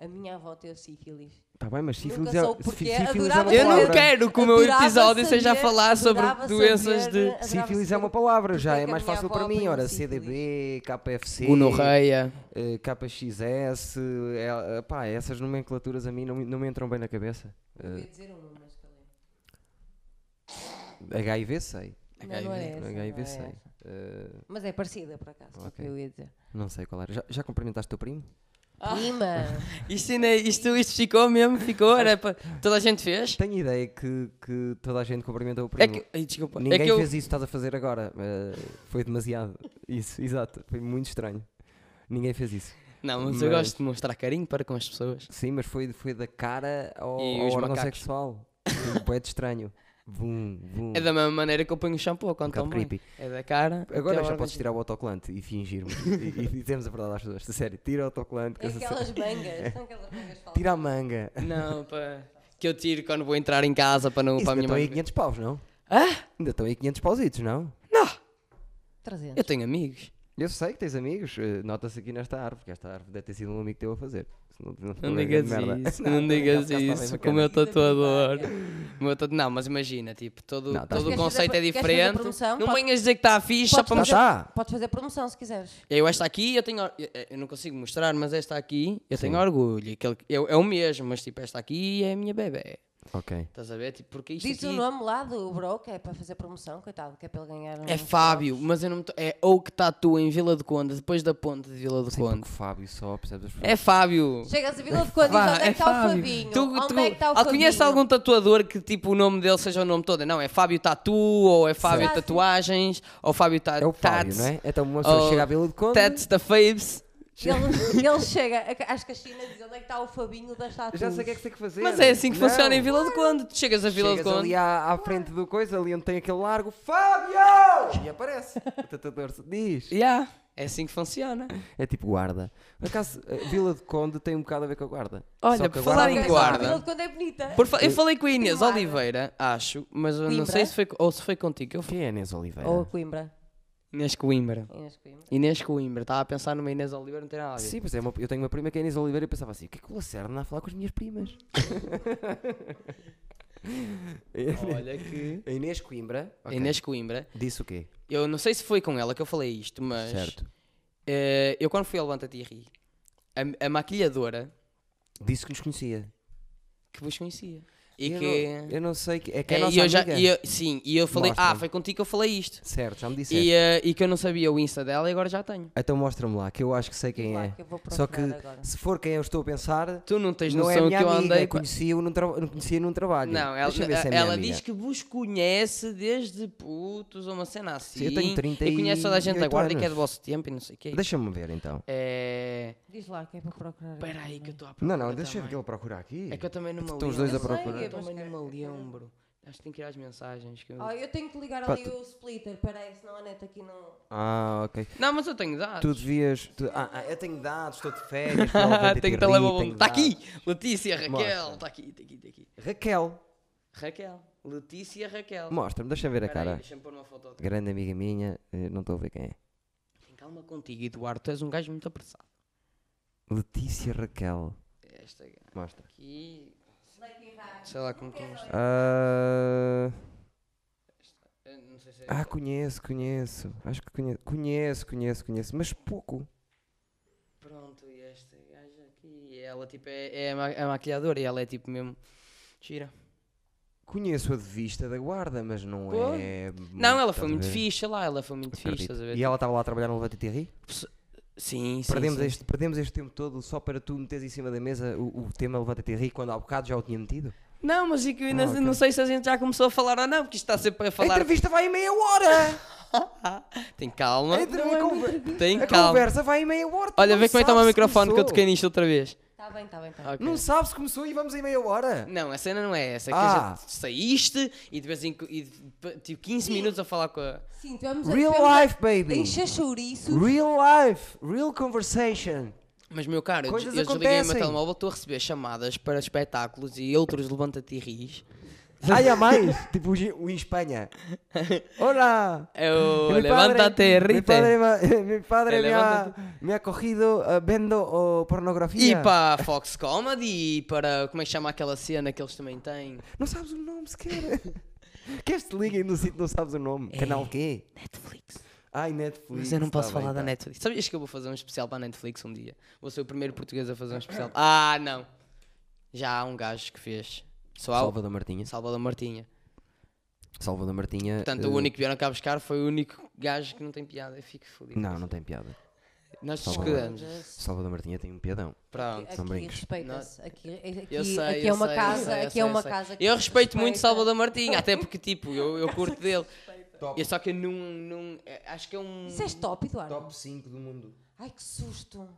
S3: A minha avó teve sífilis.
S1: Tá bem, mas sífilis
S3: Nunca
S1: é,
S3: sou porque
S1: sífilis é
S3: adorava
S1: uma
S2: eu não
S1: palavra.
S2: quero que o meu
S3: Adorava
S2: episódio seja a
S3: saber-
S2: falar sobre
S3: adorava
S2: doenças
S3: saber-
S2: de
S3: adorava
S1: Sífilis é
S3: saber
S1: uma palavra, já
S3: porque
S1: é
S3: que a
S1: mais
S3: minha
S1: fácil
S3: avó
S1: para mim.
S3: apanhou
S1: Ora,
S3: sífilis.
S1: CDB, KFC,
S2: gonorreia.
S1: eh, KXS, eh, eh, pá, essas nomenclaturas a mim não, me- não me entram bem na cabeça.
S3: Eu
S1: Eh,
S3: ia dizer uma, mas calei.
S1: HIV sei,
S3: Não, não é essa, não é
S1: HIV sei.
S3: essa.
S1: Eh,
S3: Mas é parecida, por acaso, o que
S1: Ok.
S3: eu ia dizer.
S1: não sei qual era. Já, já cumprimentaste o teu primo?
S2: Ah.
S3: Prima! é
S2: Isto, ainda- isto, isto ficou mesmo, ficou, era para, toda a gente fez.
S1: Tenho ideia que, que toda a gente cumprimenta o
S2: É
S1: primo.
S2: que, ai, desculpa, é
S1: Ninguém
S2: que eu,
S1: fez isso que estás a fazer agora. eh, foi demasiado. Isso, exato. Foi muito estranho. Ninguém fez isso.
S2: não, mas eu
S1: mas-
S2: gosto de mostrar carinho para com as pessoas.
S1: Sim, mas foi, foi da cara ao,
S2: E
S1: ao
S2: os
S1: órgão
S2: macacos.
S1: sexual. Foi de estranho. Bum, bum.
S2: É da mesma maneira que eu ponho o shampoo quando
S1: Hum. Um bocado
S2: tomo banho.
S1: creepy.
S2: É da cara. até
S1: Agora
S2: ao
S1: já
S2: órgão
S1: podes tirar o autocolante e fingirmos. e, e dizemos a verdade às pessoas. De Sério, tira o autocolante. que
S3: É
S1: essa se-
S3: aquelas mangas, são aquelas mangas falsas.
S2: Tipo,
S1: Tira a manga.
S2: Não, pá. Que eu tiro quando vou entrar em casa para, não,
S1: Isso
S2: para a
S1: ainda estão
S2: minha
S1: aí
S2: mãe.
S1: 500 paus, não?
S2: Ah,
S1: Ainda estão aí 500 pausitos, não?
S2: não!
S3: 300.
S2: Eu tenho amigos.
S1: Eu sei que tens amigos, eh, nota-se aqui nesta árvore, que esta árvore deve ter sido um amigo teu a fazer. Senão- senão
S2: Não
S1: era
S2: digas
S1: grande merda.
S2: isso, não, digas
S1: por acaso está é bem
S2: isso,
S1: bacana.
S2: como eu estou
S3: Vida primária.
S2: tatuador. Como eu tô- Não, mas imagina, tipo, todo,
S1: Não, tá
S2: todo
S1: bem.
S2: o
S1: Queres
S2: conceito
S3: fazer-
S2: é
S3: queres fazer
S2: diferente.
S3: promoção?
S2: Não
S3: Pode-
S2: venhas dizer que está fixe só
S3: podes
S2: para
S1: Tá,
S2: mostrar.
S1: tá.
S3: Podes fazer promoção se quiseres.
S2: Eu esta aqui, eu tenho. or- eu- Eu não consigo mostrar, mas esta aqui, eu tenho orgulho. e Aquele, eu, é o mesmo, mas tipo, esta aqui é a minha bebê.
S1: Ok.
S2: Estás a ver? Tipo, porque isto
S3: Diz
S2: aqui
S3: o nome lá do bro, que é para fazer promoção, coitado, que é para ele ganhar
S2: é
S3: uns
S2: Fábio, mas eu não me tô, É ou que tatua em Vila do Conde, depois da ponte de Vila do
S1: Sei porque
S2: Conde.
S1: o Fábio só percebe as
S2: É Fábio.
S3: dólares. Chegas a Vila de Conde e diz
S2: Vá,
S3: onde é que está o Fabinho?
S2: Tu,
S3: onde
S2: tu-
S3: é que está o
S2: ah,
S3: Fabinho?
S2: conheces algum tatuador que tipo o nome dele seja o nome todo? Não, é Fábio Tatu, ou é Fábio
S3: Sim.
S2: Tatuagens, ou Fábio Ta
S1: É o Fábio,
S2: Tats,
S1: não é? Então uma pessoa
S2: ou
S1: chega à Vila de Conde.
S2: Tats da Fabes.
S3: Ele, ele chega, a- acho que a China diz onde é que está o Fabinho das
S1: Eu
S3: tatuas.
S1: Já sei o que é que tem que fazer.
S2: Mas é assim que
S1: Não.
S2: funciona em Vila do Conde. Tu chegas a Vila
S1: Chegas
S2: do Conde.
S1: ali à, à frente do coisa, ali onde tem aquele largo. Fábio! E aparece. O tatuador diz.
S2: Yeah, é assim que funciona.
S1: É tipo guarda. Por acaso, a Vila de Conde tem um bocado a ver com a guarda.
S2: Olha,
S1: Só que
S2: por
S1: a
S2: falar
S3: Ok,
S2: em
S3: só
S2: guarda.
S3: A Vila de Conde é bonita.
S2: Por fa- eu falei com a Inês
S3: Coimbra.
S2: Oliveira, acho, mas eu não
S3: Coimbra?
S2: sei se foi, co- ou se foi contigo. Eu fui.
S1: Quem é a Inês Oliveira?
S2: Oh.
S3: Ou a Coimbra.
S2: Inês Coimbra.
S3: Inês Coimbra.
S2: Inês Coimbra. Estava a pensar numa Inês Oliveira, não tem nada a ver.
S1: Sim, pois é, uma- eu tenho uma prima que é a Inês Oliveira e eu pensava assim: o que é que o Lacerda anda a falar com as minhas primas?
S2: Olha que.
S1: A Inês Coimbra ok,
S2: Inês Coimbra.
S1: disse o quê?
S2: Eu não sei se foi com ela que eu falei isto, mas.
S1: Certo.
S2: eh, eu quando fui ao Levanta-te e Ri, a, a maquilhadora
S1: Disse que nos conhecia.
S2: que vos conhecia. E
S1: eu,
S2: que.
S1: não, eu não sei. Que, é que é a
S2: Eh,
S1: nossa
S2: e eu já,
S1: amiga.
S2: e eu- sim, e eu falei. Ah,
S1: Mostra-me.
S2: foi contigo que eu falei isto.
S1: Certo, já me disseste.
S2: E, eh, e que eu não sabia o Insta dela e agora já tenho.
S1: Então mostra-me lá, que eu acho que sei quem
S3: Claro
S1: é.
S3: que eu vou
S1: Só que
S3: procurar agora.
S1: se for quem eu estou a pensar,
S2: Tu não tens
S1: não é
S2: noção
S1: a
S2: que
S1: minha
S2: eu
S1: amiga.
S2: andei.
S1: Conhecia-o num, tra... conhecia num trabalho.
S2: Não, ela,
S1: Deixa eu ver se é
S2: ela
S1: minha
S2: diz
S1: amiga.
S2: que vos conhece desde putos ou uma cena assim.
S1: Sim, eu tenho 30
S2: e conhece toda a gente
S1: e
S2: da
S1: oito
S2: guarda e que é do
S1: anos.
S2: vosso tempo e não sei o quê.
S1: Deixa-me ver então.
S2: É.
S3: Diz lá que é para procurar.
S2: Espera aí que eu estou a procurar.
S1: Não, não, deixa eu ver que ele procura aqui.
S2: É que eu também não me
S1: Estão os dois
S2: lembro.
S1: a
S3: Eu sei,
S1: procurar.
S2: Eu
S3: mas
S2: também
S3: quero-
S2: não me
S3: quero-
S2: lembro. Acho que tenho que ir às mensagens. que eu-
S3: Ah, eu tenho que ligar
S1: Pá,
S3: ali
S1: tu-
S3: o splitter, peraí, senão a neta aqui não.
S1: Ah, ok.
S2: Não, mas eu tenho dados.
S1: Tu devias. tu- Ah, ah, eu tenho dados, estou de férias. fui ao
S2: Ah,
S1: Levanta-te
S2: tenho
S1: e
S2: que te levar
S1: Ri, tenho
S2: Está
S1: dados.
S2: aqui! Letícia, Raquel!
S1: Mostra.
S2: Está aqui, está aqui, está aqui.
S1: Raquel,
S2: Raquel. Letícia, Raquel.
S1: mostra-me, deixa-me ver a
S2: Espera aí,
S1: cara.
S2: Deixa-me pôr uma foto.
S1: Grande amiga minha, eh, não estou a ver quem é.
S2: Tem calma contigo, Eduardo. Tu és um gajo muito apressado.
S1: Letícia Raquel.
S2: Esta
S1: Mostra.
S2: aqui. Sei lá como que mostra.
S1: Ah,
S2: Eu Não sei se é.
S1: ah, conheço, conheço. Acho que conheço. Conheço, conheço, conheço. Mas pouco.
S2: Pronto, e esta gaja aqui, ela tipo é, é a ma- a maquilhadora e ela é tipo mesmo. Gira.
S1: Conheço a de vista da guarda, mas não
S2: Pô.
S1: é.
S2: Não, ela
S1: estás
S2: foi
S1: a
S2: muito
S1: ver?
S2: fixe, sei lá, ela foi muito fixe,
S1: Acredito.
S2: estás a ver? tipo
S1: E ela estava lá a trabalhar no Levante
S2: Sim, sim.
S1: Perdemos
S2: sim,
S1: este, perdemos este tempo todo só para tu meteres em cima da mesa o, o tema Levanta Terri quando há bocado já o tinha metido?
S2: sim. Não, mas e que eu ainda
S1: Ah, ok.
S2: não sei se a gente já começou a falar ou não, porque isto está sempre a
S1: A
S2: falar.
S1: entrevista vai em meia hora!
S2: Tem calma.
S1: A, entrevi- a conver-
S2: é Tem
S1: a
S2: calma.
S1: conversa vai em meia hora! tu
S2: Olha,
S1: não
S2: vê como é que está o meu
S1: sabes se
S2: microfone que eu
S1: começou.
S2: toquei nisto outra vez. Ah,
S3: Está Tá bem, está bem, está bem.
S2: Ok.
S1: Não sabes se começou e vamos em meia hora!
S2: Não, a cena não é essa. É que
S1: Ah.
S2: a gente saíste e de vez em quando. Tive 15 minutos a falar com a.
S3: Sim, tivemos
S1: Real
S3: tivemos
S1: life, baby!
S3: Encher chouriços.
S1: Real life! Real conversation!
S2: Mas, meu caro, eu, des-
S1: Coisas
S2: eu desliguei o meu
S1: acontecem.
S2: telemóvel, estou a receber chamadas para espetáculos e outros levanta-te e ris.
S1: Ai, há mais! tipo o Gi- o em Espanha. Olá!
S2: Eu,
S1: Mi padre-
S2: levanta-te,
S1: Mi padre, é
S2: Rita.
S1: ma- mi padre
S2: Eh,
S1: me, ha, me ha cogido eh, vendo oh,
S2: E
S1: pornografia.
S2: para a Fox Comedy e para. Como é que chama aquela cena que eles também têm?
S1: Não sabes o nome sequer. Queres te liguem no sítio não sabes o nome? Canal quê?
S2: Eh, Netflix.
S1: Ai, Netflix.
S2: Mas eu não
S1: tá
S2: posso
S1: bem,
S2: falar da
S1: tá.
S2: Netflix. Sabias que eu vou fazer um especial para a Netflix um dia? Vou ser o primeiro português a fazer um especial. Ah, não. Já há um gajo que fez. Só há o
S1: Salvador Martinha.
S2: Salvador Martinha.
S1: Salvador Martinha.
S2: Portanto,
S1: eh,
S2: o único que vieram cá buscar foi o único gajo que não tem piada. Eu fico fodido.
S1: Não, não tem piada.
S2: Nós
S1: Salvador.
S2: discordamos.
S1: Salvador Martinha tem um piadão.
S2: Pronto.
S1: São
S3: Tá Aqui
S1: brincos.
S3: respeita-se. Aqui, é, aqui,
S2: Eu sei,
S3: aqui
S2: eu
S3: é uma
S2: sei, eu
S3: casa,
S2: sei, eu
S3: aqui
S2: sei,
S3: é
S2: eu
S3: uma
S2: sei.
S3: casa. que
S2: Eu
S3: se
S2: respeito muito
S3: respeita.
S2: Salvador Martinha, até porque tipo, eu, eu curto dele. Eu só que eu não, não é, acho que é um
S3: Isso é top, Eduardo.
S1: 5 do mundo.
S3: Ai que susto!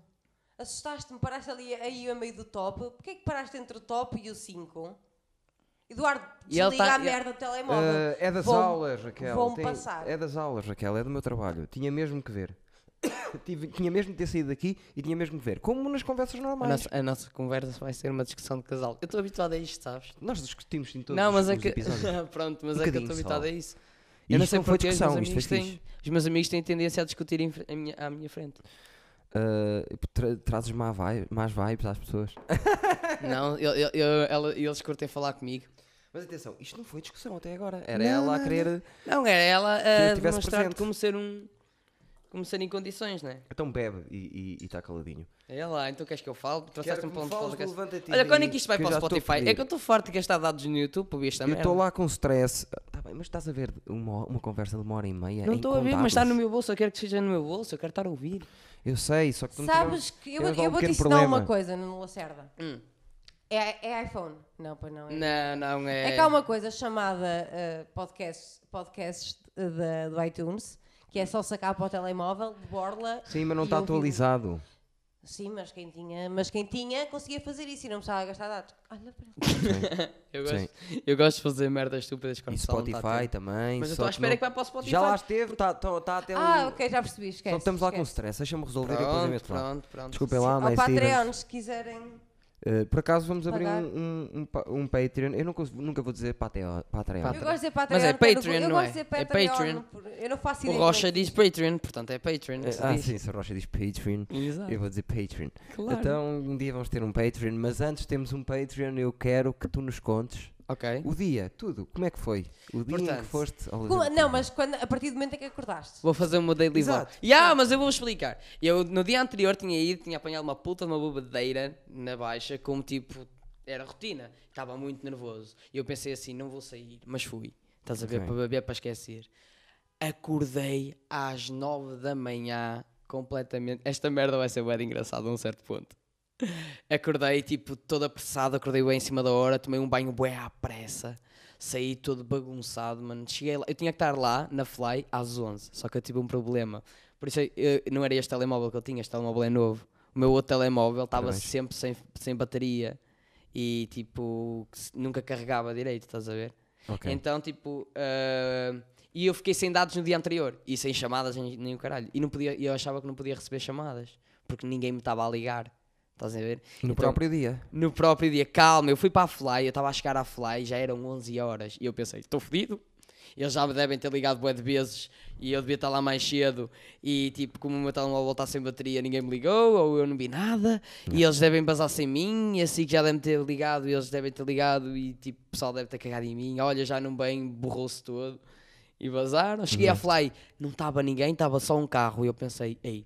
S3: Assustaste-me, paraste ali aí a meio do top. Porquê é que paraste entre o top e o 5? Eduardo,
S2: E ele
S3: desliga
S2: tá- Eh,
S3: a
S2: ele-
S3: merda do telemóvel.
S1: é das
S3: Vou-
S1: aulas, Raquel.
S3: vou-me
S1: Tem-
S3: passar.
S1: É das aulas, Raquel. É do meu trabalho. Tinha mesmo que ver. Tive- tinha mesmo de ter saído daqui e tinha mesmo que ver. Como nas conversas
S2: a
S1: normais.
S2: nossa, a nossa conversa vai ser uma discussão de casal. Eu estou habituado a isto, sabes?
S1: Nós discutimos em todos
S2: não, mas
S1: os,
S2: é
S1: os
S2: que
S1: episódios. Um
S2: pronto, mas é que eu
S1: bocadinho
S2: estou
S1: só.
S2: habituado a isso. Eu não
S1: Isto
S2: sei
S1: não foi
S2: porquê, os
S1: discussão,
S2: meus
S1: isto foi
S2: amigos
S1: fixe.
S2: têm, Os meus amigos têm tendência a discutir em fre- em minha- à minha frente.
S1: Ah, tra- trazes má vibe, más vibes às pessoas.
S2: não, eu- eu- eu- ela- eles curtem falar comigo.
S1: Mas atenção, isto não foi discussão até agora. Era
S2: Não,
S1: ela a
S2: não,
S1: querer.
S2: Não, era ela
S1: eu
S2: a
S1: tivesse
S2: demonstrar-te
S1: presente.
S2: como ser um... Como ser em condições, né?
S1: Então bebe e está caladinho.
S2: É lá, então queres que eu fale? Trouxeste um plano de podcast.
S1: Levanta-te
S2: Olha,
S1: e
S2: quando é que isto vai
S1: que eu
S2: para o
S1: já estou a
S2: Spotify?
S1: pedir.
S2: É que eu estou farto de gastar dados no YouTube para ouvir esta
S1: Eu
S2: merda.
S1: estou lá com stress. Tá bem, mas estás a ver uma, uma conversa de uma hora e meia?
S2: Não
S1: em
S2: estou a ver, mas está no
S1: contábulos?
S2: meu bolso. Eu quero que seja no meu bolso, eu quero estar a ouvir.
S1: Eu sei, só que tu não
S3: Sabes que
S1: tens
S3: eu, vou-
S1: Então, tipo, algum
S3: eu vou te
S1: pequeno
S3: ensinar uma
S1: problema?
S3: coisa, Nuno Lacerda.
S2: Hum.
S3: É, é iPhone. Não, pois não. É,
S2: Não, não é.
S3: É que há uma coisa chamada uh, podcasts, podcasts de- de- do iTunes, que é só sacar para o telemóvel, de borla.
S1: Sim, mas não
S3: e
S1: está
S3: ouvir.
S1: atualizado.
S3: Sim, mas quem tinha, mas quem tinha conseguia fazer isso e não precisava gastar dados. Olha para
S2: Eu gosto, eu gosto de fazer merdas estúpidas quando
S1: E
S2: o pessoal não tá
S1: Spotify
S2: atento.
S1: também.
S2: Mas
S1: só
S2: eu estou à
S1: que
S2: espera é
S1: não-
S2: que vá para o Spotify.
S1: Já lá esteve, está tá, tá
S2: Então,
S1: até
S3: Ah,
S1: ali.
S3: ok, já percebi, esquece.
S1: Só que estamos lá com
S3: esquece.
S1: stress. Deixa-me resolver e depois eu
S2: Pronto,
S1: meto lá.
S2: pronto, pronto.
S1: Desculpem lá,
S3: Ao
S2: é,
S1: mas eh,
S3: Patreon, se quiserem.
S1: Por acaso vamos abrir
S3: Pagar.
S1: um, um, um, pa- um Patreon. Eu nunca, nunca vou dizer Patreon. Patreon.
S3: Eu gosto de dizer Patreon.
S2: Mas é
S3: porque eu
S2: Patreon,
S3: eu
S2: não
S3: gosto
S2: é?
S3: de dizer
S2: É
S3: Patreon,
S2: Patreon.
S3: por- Eu não faço
S2: O
S3: ideia.
S2: Rocha
S3: como é que
S2: diz Patreon, portanto é Patreon. não se
S1: Ah,
S2: diz.
S1: sim, se a Rocha diz Patreon.
S2: Exato.
S1: Eu vou dizer Patreon.
S2: Claro.
S1: Então um dia vamos ter um Patreon, mas antes temos um Patreon, eu quero que tu nos contes
S2: Ok.
S1: o dia, tudo, como é que foi? O dia em
S2: Portanto,
S1: que foste ao
S3: Como-
S1: Lisboa.
S2: assim.
S3: Não, mas quando, a partir do momento em que acordaste.
S2: Vou fazer uma daily vlog.
S1: Exato.
S2: E ah, mas eu vou explicar. Eu no dia anterior tinha ido, tinha apanhado uma puta de uma bobadeira na baixa, como tipo, era rotina. Estava muito nervoso. E eu pensei assim, não vou sair, mas fui. Estás a ver,
S1: Ok.
S2: para beber, para esquecer. Acordei às 9 da manhã, completamente. Esta merda vai ser bem engraçada a um certo ponto. Acordei, tipo, todo apressado, acordei bem em cima da hora, tomei um banho bué à pressa, saí todo bagunçado, mano. Cheguei lá, eu tinha que estar lá, na Fly, às 11, só que eu tive um problema. Por isso, eu- não era este telemóvel que eu tinha, este telemóvel é novo. O meu outro telemóvel estava
S1: Parabéns.
S2: sempre sem, sem bateria e, tipo, se- nunca carregava direito, estás a ver?
S1: Ok.
S2: Então, tipo, ah, e eu fiquei sem dados no dia anterior e sem chamadas nem, nem o caralho. E não podia, eu achava que não podia receber chamadas porque ninguém me estava a ligar. Estás a ver?
S1: No
S2: Então,
S1: próprio dia.
S2: no próprio dia, calma, eu fui para a Fly, eu estava a chegar à Fly, já eram 11 horas e eu pensei, estou fodido. Eles já me devem ter ligado bué de vezes e eu devia estar lá mais cedo e tipo, como o meu telemóvel está sem bateria, ninguém me ligou ou eu não vi nada e eles devem basar sem mim e assim que já devem ter ligado, eles devem ter ligado e tipo, o pessoal deve ter cagado em mim, olha, já não bem, borrou-se todo e vazaram. Cheguei à Fly, não estava ninguém, estava só um carro e eu pensei, ei,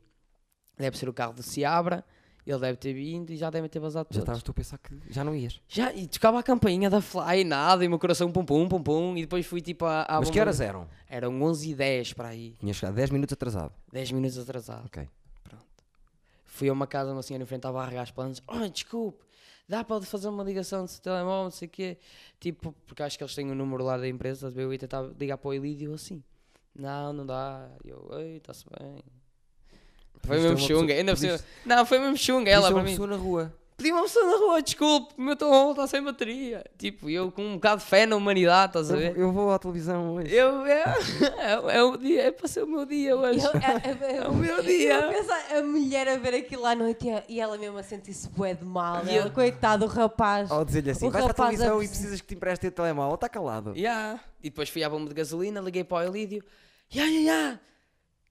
S2: deve ser o carro do Seabra, ele deve ter vindo e já devem ter vazado
S1: Já
S2: todos.
S1: estavas tu a pensar que já não ias.
S2: Já, e tocava a campainha da Fly, nada, e o meu coração pum pum pum pum, e depois fui tipo à, à
S1: mas
S2: bomba-
S1: que horas é? eram?
S2: Eram 11 e 10 para aí,
S1: Tinhas chegado 10 minutos atrasado.
S2: 10 minutos atrasado.
S1: Ok.
S2: Fui a uma casa de uma senhora em frente estava a regar as plantas, oh desculpe, dá para fazer uma ligação de telemóvel, não sei o quê, tipo, porque acho que eles têm o número lá da empresa, estás a ver? eu ia tentar ligar para o Elidio assim, não, não dá, E eu, ei, está-se bem. Foi
S1: Pediste a
S2: mesmo
S1: é uma pessoa-
S2: chunga, ainda por cima-
S1: pediste-
S2: Não, foi mesmo chunga
S1: Isso
S2: ela
S1: é
S2: para
S1: uma
S2: mim.
S1: pessoa na rua.
S2: Pedi uma pessoa na rua, desculpe, o meu tom está sem bateria. Tipo, eu com um bocado de fé na humanidade, estás a
S1: Eu,
S2: ver?
S1: eu vou à televisão hoje.
S2: Eu, é, é, é o dia, é para ser o meu dia hoje.
S3: Eu- é- é-
S2: É o meu dia.
S3: eu penso, a mulher a ver aquilo à noite e a- e ela mesmo a sentir-se bué de mal.
S2: E
S3: Ela,
S2: eu-
S3: coitado, o rapaz. é
S1: Ao dizer-lhe assim,
S3: o
S1: vais à
S3: rapaz
S1: televisão
S3: a-
S1: e precisas que te emprestem o telemóvel, está calado.
S2: Ya. E depois fui à bomba de gasolina, liguei para o Elídio. Ya, ya, ya.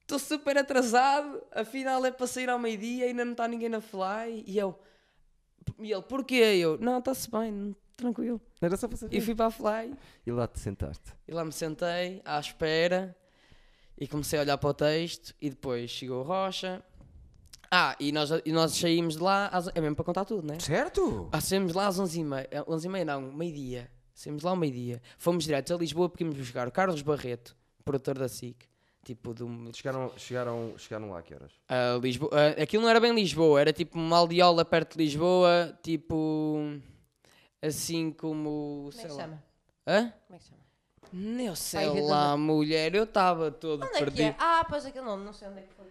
S2: Estou super atrasado. Afinal é para sair ao meio-dia, ainda não está ninguém na fly. E eu... E ele, porquê? Eu, não, está-se bem, tranquilo.
S1: Era só para
S2: E
S1: saber.
S2: fui para a fly.
S1: E lá te sentaste.
S2: E lá me sentei, à espera, e comecei a olhar para o texto, e depois chegou o Rocha. Ah, e nós, e nós saímos de lá, às, é mesmo para contar tudo, né?
S1: Certo?
S2: Ah, saímos lá às 11h30, 11h30 não, meio-dia. Saímos lá ao meio-dia. Fomos direto a Lisboa porque íamos buscar o Carlos Barreto, produtor da SIC. Tipo, de um,
S1: Chegaram, chegaram, chegaram lá a que horas?
S2: a Lisboa, a- aquilo não era bem Lisboa, era tipo uma aldeola perto de Lisboa, tipo. Assim como.
S3: Como é
S2: Sei
S3: que
S2: lá.
S3: chama?
S2: Hã?
S3: Como é que chama?
S2: Eu sei
S3: Ai, Rita,
S2: lá, mulher, eu estava todo
S3: Onde é
S2: perdido.
S3: que é? Ah, pois aquele nome, não sei onde é que foi.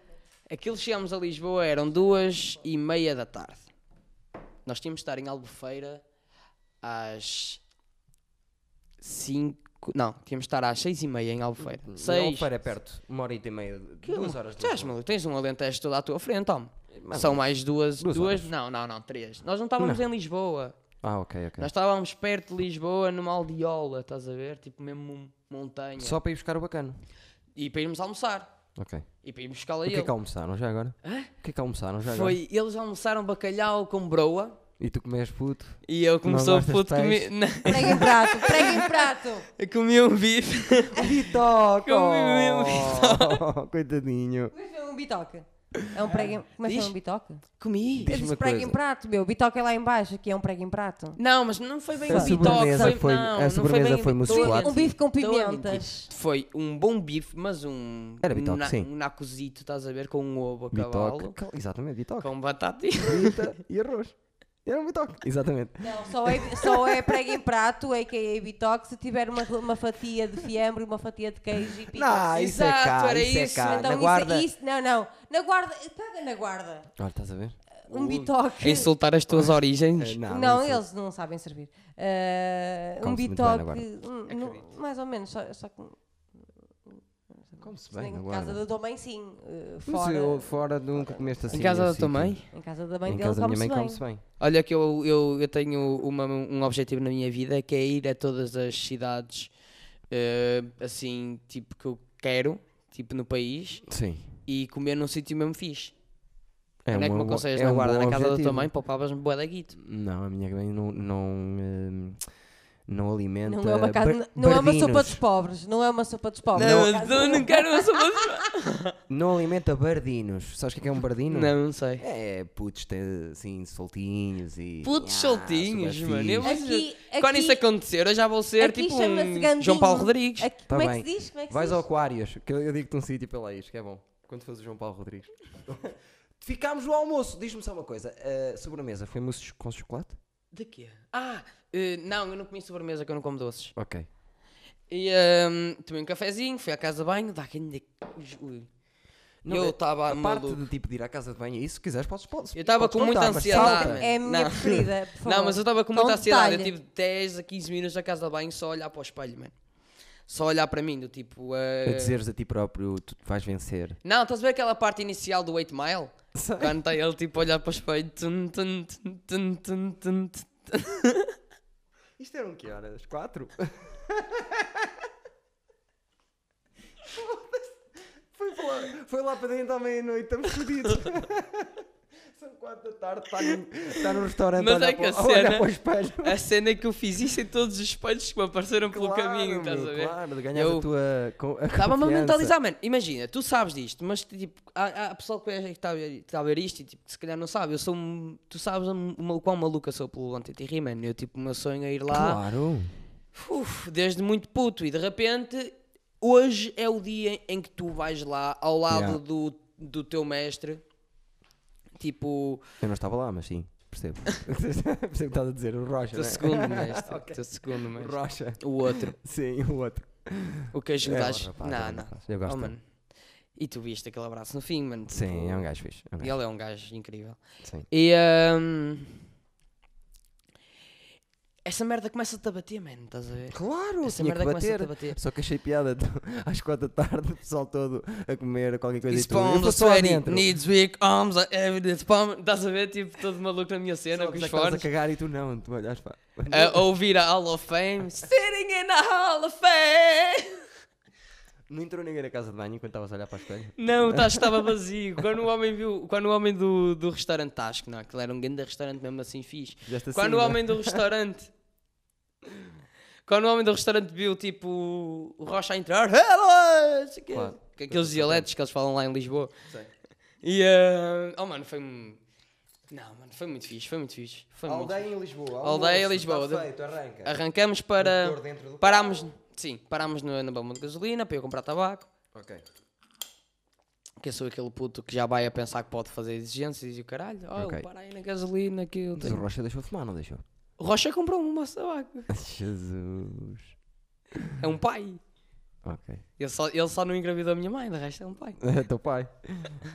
S2: Aquilo chegámos a Lisboa, eram duas e meia da tarde. Nós tínhamos de estar em Albufeira às cinco... Não, tínhamos de estar às seis e meia em Albufeira.
S1: Não,
S2: Seis...
S1: para é perto. Uma hora e meia, duas horas. de
S2: Tu és
S1: Lisboa. É,
S2: maluco, tens um Alentejo todo à tua frente, homem. São mais duas...
S1: Duas
S2: Duas, não, não, não, três. Nós não estávamos em Lisboa.
S1: Ah, ok, ok.
S2: Nós estávamos perto de Lisboa, numa aldeola, estás a ver? Tipo, mesmo um- montanha.
S1: Só para ir buscar o bacano.
S2: E para irmos almoçar.
S1: Ok.
S2: E para irmos escalar
S1: O que é
S2: ele.
S1: que almoçaram já agora? O que é que almoçaram já agora?
S2: Foi, eles almoçaram bacalhau com broa
S1: E tu comes puto?
S2: e eu começou a
S1: gostas de
S2: puto comi,
S1: peixe?
S3: Prega em prato, prega em prato.
S2: comi um bife.
S1: Bitoco!
S2: Comi
S1: é Coitadinho.
S3: Mas foi um bitoque. É um prego em... Mas
S2: Diz?
S3: foi um bitoque?
S2: Comi?
S3: Eu
S1: Diz-me
S3: disse
S1: uma
S3: prego
S1: coisa.
S3: em prato, meu. Bitoque é lá em baixo, aqui é um prego em prato.
S2: Não, mas não foi bem um
S1: A
S2: bitoque.
S1: sobremesa
S2: foi,
S1: foi- a
S2: não, não
S1: sobremesa
S2: bem
S1: foi
S2: bitoque.
S1: musculada.
S3: Um bife com
S2: Estou a
S3: pimentas.
S2: mentir. Foi um bom bife, mas um.
S1: Era bitoque,
S2: um na-
S1: sim.
S2: Um nacozito, estás a ver? Com um ovo a
S1: Bitoque.
S2: cavalo.
S1: Cal- Exatamente, bitoque.
S2: Com batata e.
S1: Frita e arroz. Era um bitoque. Exatamente.
S3: Não, só é, só é prego em prato, a.k.a. bitoque, se tiver uma, uma fatia de fiambre, uma fatia de queijo e pico.
S1: Não, isso é
S2: Exato,
S1: cá,
S2: era
S1: isso é
S2: isso.
S1: cá.
S3: então
S1: Na
S3: isso,
S1: guarda.
S3: é isso, não, não. Na guarda, paga na guarda.
S1: Olha, estás a ver? Eh,
S3: Um bitoque.
S2: Insultar as tuas origens.
S1: é Não,
S3: não,
S1: isso-
S3: eles não sabem servir. Eh, um
S1: Come-se muito bem
S3: bitoque,
S1: na guarda.
S3: um- um-
S2: Acredito.
S3: mais ou menos, só, só que
S1: é- Come-se
S3: em
S1: bem
S3: casa
S1: agora.
S3: da tua mãe sim, eh,
S1: Fora,
S3: fora,
S1: eu, é fora nunca comeste assim.
S2: Em casa da
S1: nesse sítio.
S2: tua mãe?
S3: em casa da mãe
S1: Em
S3: dele
S1: casa da minha mãe
S3: come-se bem.
S1: come-se bem.
S2: Olha, que eu, eu, eu tenho uma- um objetivo na minha vida que é ir a todas as cidades eh, assim, tipo, que eu quero, tipo, no país
S1: Sim.
S2: e comer num sítio mesmo fixe.
S1: É
S2: Onde é que me
S1: uma-
S2: aconselhas?
S1: é
S2: na
S1: um
S2: guarda,
S1: bom
S2: na casa da tua
S1: objetivo.
S2: mãe, poupavas-me boa da guito.
S1: Não, a minha mãe não. Não, ehm, não alimenta.
S3: Não é, uma casa-
S1: bar-
S3: não é uma sopa
S1: bardinos.
S3: dos pobres, não é uma sopa dos pobres.
S2: Não,
S3: É uma
S2: mas
S3: casa-
S2: eu não quero uma sopa
S1: Não alimenta bardinos. Sabes o que é que é um
S2: de...
S1: bardino?
S2: Não, não sei.
S1: É, putos tem, assim, soltinhos e.
S2: Putos
S1: Ah,
S2: soltinhos,
S1: super
S2: mano.
S1: fixe.
S2: Eu vou-
S3: Aqui-
S2: Quando
S3: aqui-
S2: isso acontecer, eu já vou ser
S3: Aqui
S2: tipo
S3: chama-se
S2: um
S3: Gandinho.
S2: João Paulo Rodrigues.
S3: Aqui-
S1: Tá
S3: como é
S1: bem.
S3: que se diz? Como é que se
S1: Vais
S3: diz?
S1: ao Aquários, que eu, eu digo-te um sítio pela isso, que é bom. Quando fazes o João Paulo Rodrigues. Ficámos no almoço. Diz-me só uma coisa. eh, a sobremesa foi mousse com chocolate?
S2: De quê? Ah, eh, não, eu não comi sobremesa, que eu não como doces.
S1: Ok.
S2: E ehm, tomei um cafezinho, fui à casa de banho, dá quem de... Ui.
S1: Não,
S2: eu
S1: a-
S2: estava
S1: A parte
S2: maluco.
S1: de tipo de ir à casa de banho, e isso se quiseres, podes. podes
S2: Eu estava
S1: podes
S2: com muita
S1: contar, mas
S2: ansiedade.
S1: salta.
S3: É a minha
S2: Não.
S3: preferida, por favor.
S2: Não, mas eu estava com
S3: Com
S2: muita ansiedade. Eu
S3: detalhe.
S2: tive 10 a 15 minutos na casa de banho só a olhar para o espelho, mano. Só a olhar para mim, do tipo. eh,
S1: A É dizeres a ti próprio, tu vais vencer.
S2: Não, estás a ver aquela parte inicial do 8 Mile? Quando está ele tipo a olhar para o espelho. tum, tum, tum, tum, tum, tum, tum.
S1: Isto eram que horas? Quatro? foi, lá, foi lá para dentro à meia-noite, estamos fodidos. São quatro da tarde, tá está no, está no restaurante
S2: Mas
S1: a olhar
S2: é que a
S1: para, olhar
S2: cena-
S1: para o espelho.
S2: A cena é que eu fiz isso em todos os espelhos que me apareceram pelo
S1: Claro, meu,
S2: caminho, estás a ver?
S1: Claro, de ganhar
S2: Eu-
S1: a tua co- a
S2: Estava-me a
S1: confiança.
S2: mentalizar, mano. Imagina, tu sabes disto, mas tipo, há, há pessoal que é- que está a, ver- está a ver isto e tipo, que se calhar não sabe. Eu sou um- Tu sabes um- uma- o quão maluca sou pelo Antitirri, mano. Eu, tipo, o meu sonho é ir lá
S1: Claro.
S2: uf, desde muito puto e de repente hoje é o dia em que tu vais lá ao lado
S1: Yeah.
S2: do, do teu mestre. Tipo,
S1: Eu não estava lá, mas sim, percebo. percebo o que estás a dizer, o Rocha.
S2: teu
S1: né?
S2: segundo mestre. Teu segundo
S1: O
S2: mestre.
S1: Rocha.
S2: O outro.
S1: Sim, o outro.
S2: O que
S1: É,
S2: ajudas.
S1: o rapaz, é
S2: não,
S1: o
S2: não.
S1: rapaz. Eu gosto
S2: Oh,
S1: dele.
S2: mano. E tu viste aquele abraço no fim, mano.
S1: Sim,
S2: tipo,
S1: é um gajo fixe. é um gajo,
S2: Ele é um gajo incrível.
S1: sim.
S2: E hum, essa merda começa-te a bater, mano, estás a ver?
S1: Claro,
S2: Essa
S1: tinha que
S2: merda começa-te a
S1: bater.
S2: bater.
S1: Só que achei piada tu- às quatro da tarde, o pessoal todo a comer qualquer coisa e tudo. Eu
S2: Responde
S1: vou só lá
S2: sweaty,
S1: dentro.
S2: needs weak arms, like evidence, palm. Estás a ver, tipo, todo maluco na minha cena,
S1: Só
S2: com
S1: que
S2: os
S1: já estás a
S2: fones.
S1: cagar e tu não, tu olhas pá.
S2: A ouvir a Hall of Fame. Sitting in a Hall of Fame.
S1: Não entrou ninguém na casa de banho enquanto estavas a olhar para a espelho?
S2: Não, tá, estava vazio. Quando o homem viu, quando o homem do, do restaurante, acho que não, aquilo era um grande restaurante mesmo assim fixe.
S1: Fizeste assim,
S2: Quando o
S1: né?
S2: homem do restaurante. Quando o homem do restaurante viu tipo o Rocha a entrar, hello! não sei o quê.
S1: Claro.
S2: Com Aqueles dialetos que eles falam lá em Lisboa.
S1: Sei.
S2: E ah, oh mano, foi um- Não, mano, foi muito fixe, foi muito fixe. Foi muito
S1: Aldeia em Lisboa.
S2: Aldeia em Lisboa,
S1: Está
S2: de-
S1: feito, arranca.
S2: fixe. Arrancamos para.
S1: Motor dentro do
S2: Parámos. Sim, parámos no- na bomba de gasolina para eu comprar tabaco.
S1: Ok.
S2: Que eu sou aquele puto que já vai a pensar que pode fazer exigências e o caralho. Oh,
S1: Ok.
S2: para aí na gasolina que eu
S1: Mas o
S2: tenho.
S1: Rocha deixou de fumar, não deixou?
S2: O Rocha comprou um maço de tabaco.
S1: Jesus.
S2: É um pai.
S1: Ok.
S2: Ele só, ele só não engravidou a minha mãe, de resto é um pai.
S1: É teu pai.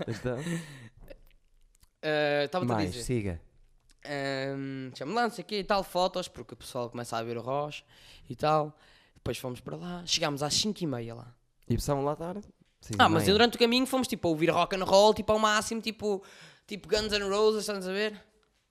S1: Então,
S2: Ah, Estava-te a
S1: mais,
S2: dizer.
S1: siga.
S2: Ahm, Chama-me lá, não sei o quê e tal, fotos, porque o pessoal começa a ver o Rocha e tal. Depois fomos para lá, chegámos às 5h30 lá.
S1: E passavam lá à tarde? Sim,
S2: Ah, mas
S1: mãe.
S2: durante o caminho fomos tipo a ouvir rock and roll, tipo ao máximo, tipo, tipo Guns N' Roses, estás a ver?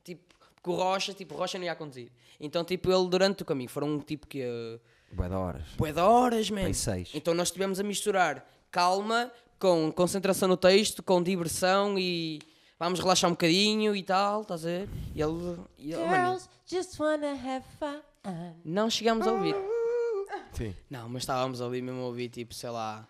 S2: Tipo, porque o Rocha, tipo, o Rocha não ia conduzir. Então, tipo, ele durante o caminho, foram tipo que eh,
S1: Bué da horas.
S2: Bué de horas, man.
S1: Tem seis.
S2: Então nós estivemos a misturar calma com concentração no texto, com diversão e vamos relaxar um bocadinho e tal, estás a ver? E ele... e ele- mano,
S3: Girls just wanna have fun.
S2: não chegámos a ouvir.
S4: Sim.
S2: Não, mas estávamos ali mesmo a ouvir, tipo, sei lá...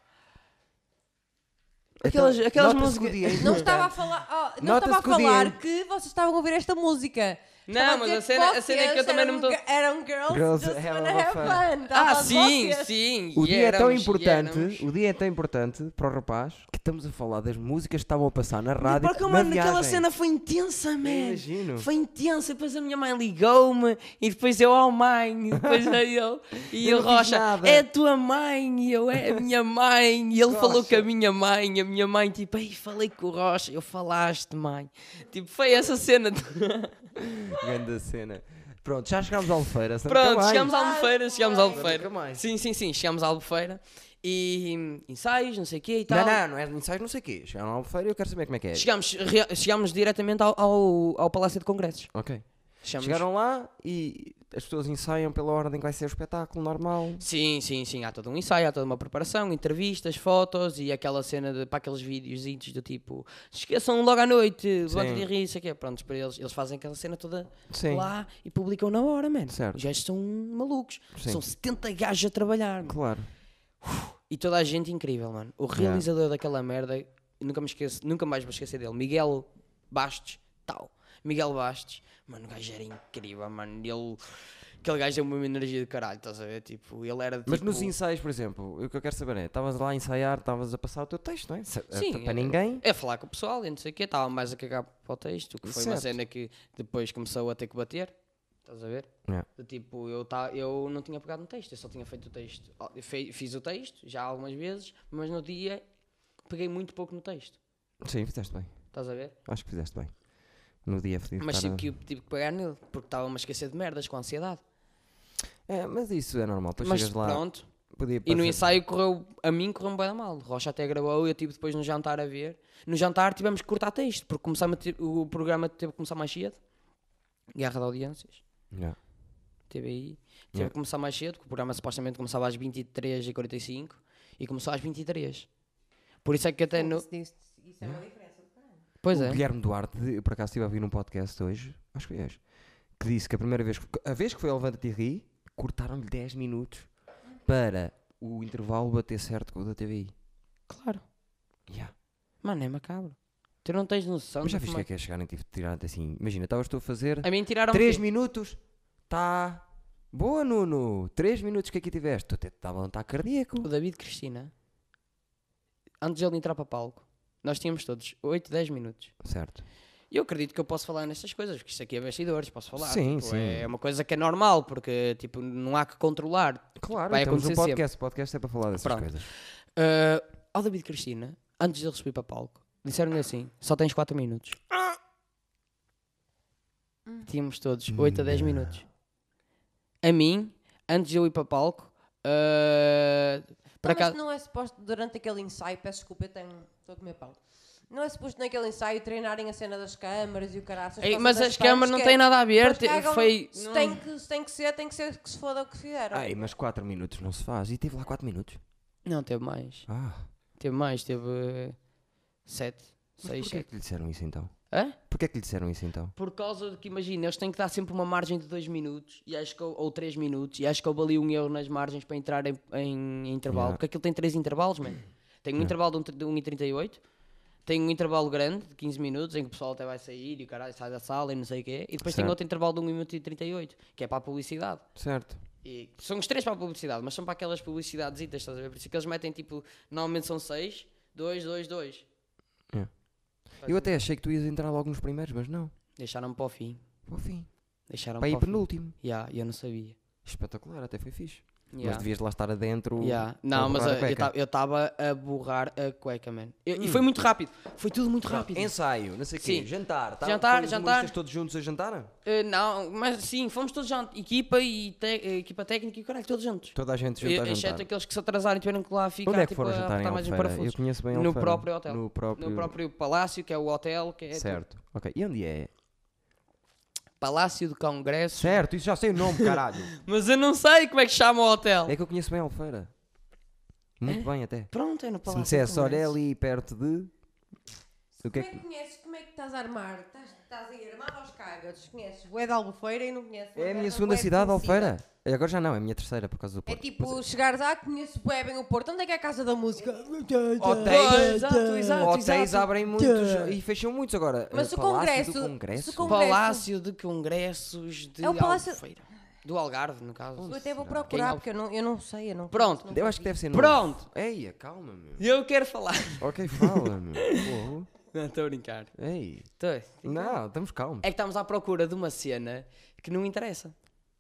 S1: Então,
S2: Aquelas, aquelas
S1: nota-se que o
S2: músicas...
S1: dia é
S3: Não estava a falar, oh, não
S1: Nota-se
S3: estava a
S1: que o
S3: falar
S1: dia-
S3: que vocês estavam a ouvir esta música.
S2: é Não,
S3: Estava
S2: mas
S3: dizer
S2: a cena- a cena é que eu
S3: vocês
S2: também não me
S3: eram
S2: tô-
S3: gi- Eram girls,
S1: Girls
S3: just
S1: have
S3: wanna
S1: a
S3: have
S1: fun.
S3: fun. Estava
S2: Ah,
S3: a falar de
S2: sim,
S3: vocês.
S2: sim.
S1: O
S2: e
S1: dia é tão
S2: éramos, e
S1: importante,
S2: éramos.
S1: o dia é tão importante para o rapaz que estamos a falar das músicas que estavam a passar na rádio.
S2: Porque,
S1: na
S2: mano, aquela
S1: viagem.
S2: cena foi intensa, man.
S1: imagino.
S2: Foi intensa. Depois a minha mãe ligou-me e depois eu, oh mãe, e depois aí eu, e
S1: Eu
S2: eu
S1: não fiz
S2: Rocha,
S1: nada.
S2: é a tua mãe, e eu, é a minha mãe. E ele falou com a minha mãe, a minha mãe, tipo, ei, falei com o Rocha, eu falaste, mãe. Tipo, foi essa cena.
S1: Grande cena. Pronto, já chegámos à Albufeira.
S2: Pronto, chegámos à Albufeira, chegámos à
S1: Ah, Nunca
S2: Albufeira.
S1: mais.
S2: Sim, sim, sim, chegámos à Albufeira. E hum, ensaios, não sei o quê e tal.
S1: Não, não, não é ensaios, não sei o quê. Chegaram à Albufeira e eu quero saber como é que é.
S2: Chegámos, rea- chegámos diretamente ao, ao, ao Palácio de Congressos.
S1: Ok.
S2: Chegámos-
S1: Chegaram lá e as pessoas ensaiam pela ordem que vai ser o espetáculo normal.
S2: Sim, sim, sim. Há todo um ensaio, há toda uma preparação, entrevistas, fotos e aquela cena de, para aqueles videozinhos do tipo esqueçam logo à noite, levanta de rir, isso aqui. Pronto, para eles, eles fazem aquela cena toda
S1: Sim.
S2: lá e publicam na hora, mano.
S1: Certo.
S2: Os gajos são malucos.
S1: Sim.
S2: São 70 gajos a trabalhar. mano.
S1: Claro.
S2: E toda a gente incrível, mano. O
S1: Yeah.
S2: realizador daquela merda, nunca me esqueço, nunca mais me esquecer dele, Miguel Bastos, tal. Miguel Bastos, mano, o gajo era incrível, mano. Ele, aquele gajo deu-me uma energia de caralho, estás a ver? Tipo, ele era tipo.
S1: Mas nos ensaios, por exemplo, o que eu quero saber é: estavas lá a ensaiar, estavas a passar o teu texto, não é? Se-
S2: Sim,
S1: Para
S2: é-
S1: ninguém.
S2: É falar com o pessoal e não sei o quê, estava mais a cagar para o texto, que foi uma
S1: Certo.
S2: cena que depois começou a ter que bater, estás a ver?
S1: Yeah.
S2: Do Tipo, eu, tá, eu não tinha pegado no texto, eu só tinha feito o texto. Ó, eu fe- Fiz o texto já algumas vezes, mas no dia peguei muito pouco no texto,
S1: Sim, fizeste bem.
S2: estás a ver?
S1: Acho que fizeste bem. No dia feliz.
S2: Mas
S1: estar a-
S2: tive que, tive que pegar nele, porque estava-me a esquecer de merdas com a ansiedade.
S1: É, mas isso é normal. Depois
S2: mas
S1: chegas lá.
S2: pronto,
S1: Podia
S2: e no
S1: parecer-
S2: ensaio correu, a mim correu-me bem mal. Rocha até gravou e eu tive depois no jantar a ver. No jantar tivemos que cortar texto, porque começámos a ter- o programa teve que começar mais cedo. Guerra de audiências,
S1: Yeah.
S2: TBI. Teve
S1: Yeah.
S2: que começar mais cedo, porque o programa supostamente começava às 23h45 e começou às 23 Por isso é que até no...
S3: Isso, diz- isso é uma diferença.
S2: Pois
S1: o
S2: é.
S1: Guilherme Duarte, eu por acaso estive a ouvir num podcast hoje, acho que foi hoje, que disse que a primeira vez, que- a vez que foi ao Levanta-te e Ri, cortaram-lhe 10 minutos para o intervalo bater certo com o da TVI.
S2: Claro.
S1: Yeah.
S2: Mano, é macabro. Tu não tens noção
S1: Mas já
S2: de
S1: viste o
S2: como
S1: que é que é chegar e tive de tirar assim, imagina, estavas tu a fazer
S2: é- Então, A mim tiraram
S1: 3 minutos, tá... Boa, Nuno! 3 minutos que aqui tiveste. Tu até te dava um ataque cardíaco.
S2: tipo O David Cristina, antes de ele entrar para palco, nós tínhamos todos 8, 10 minutos.
S1: Certo.
S2: E eu acredito que eu posso falar nestas coisas, porque isto aqui é bastidores, posso falar.
S1: Sim,
S2: tipo,
S1: sim.
S2: É uma coisa que é normal, porque tipo, não há que controlar.
S1: Claro,
S2: Vai
S1: temos um
S2: acontecer
S1: podcast. O podcast é para falar dessas
S2: Pronto.
S1: coisas.
S2: Ah, ao David Cristina, antes de ele subir para palco, disseram-lhe assim: só tens 4 minutos.
S3: Hum.
S2: Tínhamos todos
S1: Hum,
S2: 8 a 10 minutos. A mim, antes de eu ir para palco, ah, para
S3: Para
S2: cá.
S3: Mas não é suposto durante aquele ensaio, peço desculpa, eu tenho. Estou a comer pão. Não é suposto naquele ensaio treinarem a cena das câmaras e o caraças.
S2: Ei,
S3: por
S2: mas
S3: causa
S2: as
S3: das partes
S2: câmaras não
S3: que é
S2: têm nada a ver.
S3: depois
S2: te-
S3: cagam,
S2: Foi.
S3: Se,
S2: não-
S3: tem que, se tem que ser, tem que ser que se foda o que fizeram.
S1: Ai, mas 4 minutos não se faz. E teve lá 4 minutos.
S2: Não, teve mais.
S1: Ah,
S2: Teve mais, teve. eh, Sete.
S1: mas
S2: Seis,
S1: porquê é
S2: sete.
S1: que lhe disseram isso então?
S2: Hã?
S1: Porquê é que lhe disseram isso então?
S2: Por causa de que, imagina, eles têm que dar sempre uma margem de dois minutos e acho que, hou- ou três minutos e acho que houve ali um erro nas margens para entrar em, em intervalo.
S1: Yeah.
S2: Porque aquilo tem três intervalos, mano. Tem um intervalo de um tr- de 1,38. Tem um intervalo grande de 15 minutos em que o pessoal até vai sair e o caralho sai da sala e não sei o quê. E depois tem
S1: Certo.
S2: outro intervalo de 1 minuto e 38, que é para a publicidade.
S1: Certo.
S2: E são os três para a publicidade, mas são para aquelas publicidades, estás a ver? Por isso que eles metem tipo, normalmente são seis, dois, dois, dois.
S1: Eu até achei que tu ias entrar logo nos primeiros, mas não.
S2: Deixaram-me para o fim.
S1: Ao fim.
S2: Deixaram
S1: Para ir
S2: para o fim.
S1: penúltimo.
S2: Yeah, eu não sabia.
S1: Espetacular, até foi fixe. Mas
S2: Yeah.
S1: devias lá estar adentro.
S2: Yeah.
S1: a
S2: Não, mas
S1: borrar a
S2: uh, eu
S1: cueca. Hum.
S2: ta- eu estava a borrar a cueca, man. Eu- E foi muito rápido. Foi tudo muito rápido.
S1: Ensaio, não sei o
S2: Sim.
S1: quê. Jantar. Tá,
S2: Jantar,
S1: foram os
S2: jantar.
S1: humoristas todos juntos a jantar?
S2: Uh, não, mas sim, fomos todos juntos. Equipa e te- eh, equipa técnica e o caralho, todos juntos.
S1: Toda a gente
S2: E-
S1: junto a jantar.
S2: Exceto aqueles que se atrasaram e tiveram que lá ficar
S1: Onde é que
S2: tipo,
S1: foram
S2: a
S1: jantar em
S2: apertar mais uns
S1: Albufeira?
S2: parafusos.
S1: Eu conheço bem
S2: No
S1: Albufeira.
S2: próprio hotel.
S1: No próprio...
S2: é, No próprio palácio, que é o hotel, que é tipo,
S1: Certo. Ok. E onde é?
S2: Palácio do Congresso.
S1: Certo, isso já sei o nome, caralho.
S2: Mas eu não sei como é que chama o hotel.
S1: É que eu conheço bem a Albufeira. Muito bem, até.
S2: Pronto, é no
S1: Se me
S2: Palácio
S1: dissesse,
S2: do
S1: olha é
S2: Congresso.
S1: ali perto de. O que é
S3: Como é que
S1: que.
S3: conheces? Como é que estás a armar? Estás, estás aí armado aos cagados. Conheces Bué de Albufeira e não conheces
S1: É
S3: uma
S1: a minha
S3: merda
S1: segunda
S3: bué
S1: cidade,
S3: conhecida.
S1: Albufeira. É, Agora já não, é a minha terceira por causa do
S3: É
S1: Porto. Pois
S3: tipo, chegares lá, conheço bué bem o Porto. Onde é que é a Casa da Música?
S2: Então, Pois,
S1: Hotéis,
S2: exato, exato,
S1: hotéis
S2: exato.
S1: abrem muitos e fecham muitos agora.
S3: Mas
S1: Eh,
S3: o
S1: Palácio do
S3: Congresso-
S1: Congresso?
S3: se o Congresso-
S2: Palácio de Congressos de
S3: Um É o Palácio-
S2: Albufeira. Do Algarve, no caso.
S3: Eu até vou
S2: Quem é
S3: procurar,
S2: o-
S3: porque eu não, eu não sei. Eu não
S2: Pronto.
S3: não
S1: Eu acho que deve ser novo.
S2: Pronto.
S1: Eia, calma, meu.
S2: Eu quero falar.
S1: Ok, fala, meu. Porra.
S2: Não, estou a brincar.
S1: Ei.
S2: Tô.
S1: Não, estamos calmos.
S2: É que estamos à procura de uma cena que não interessa.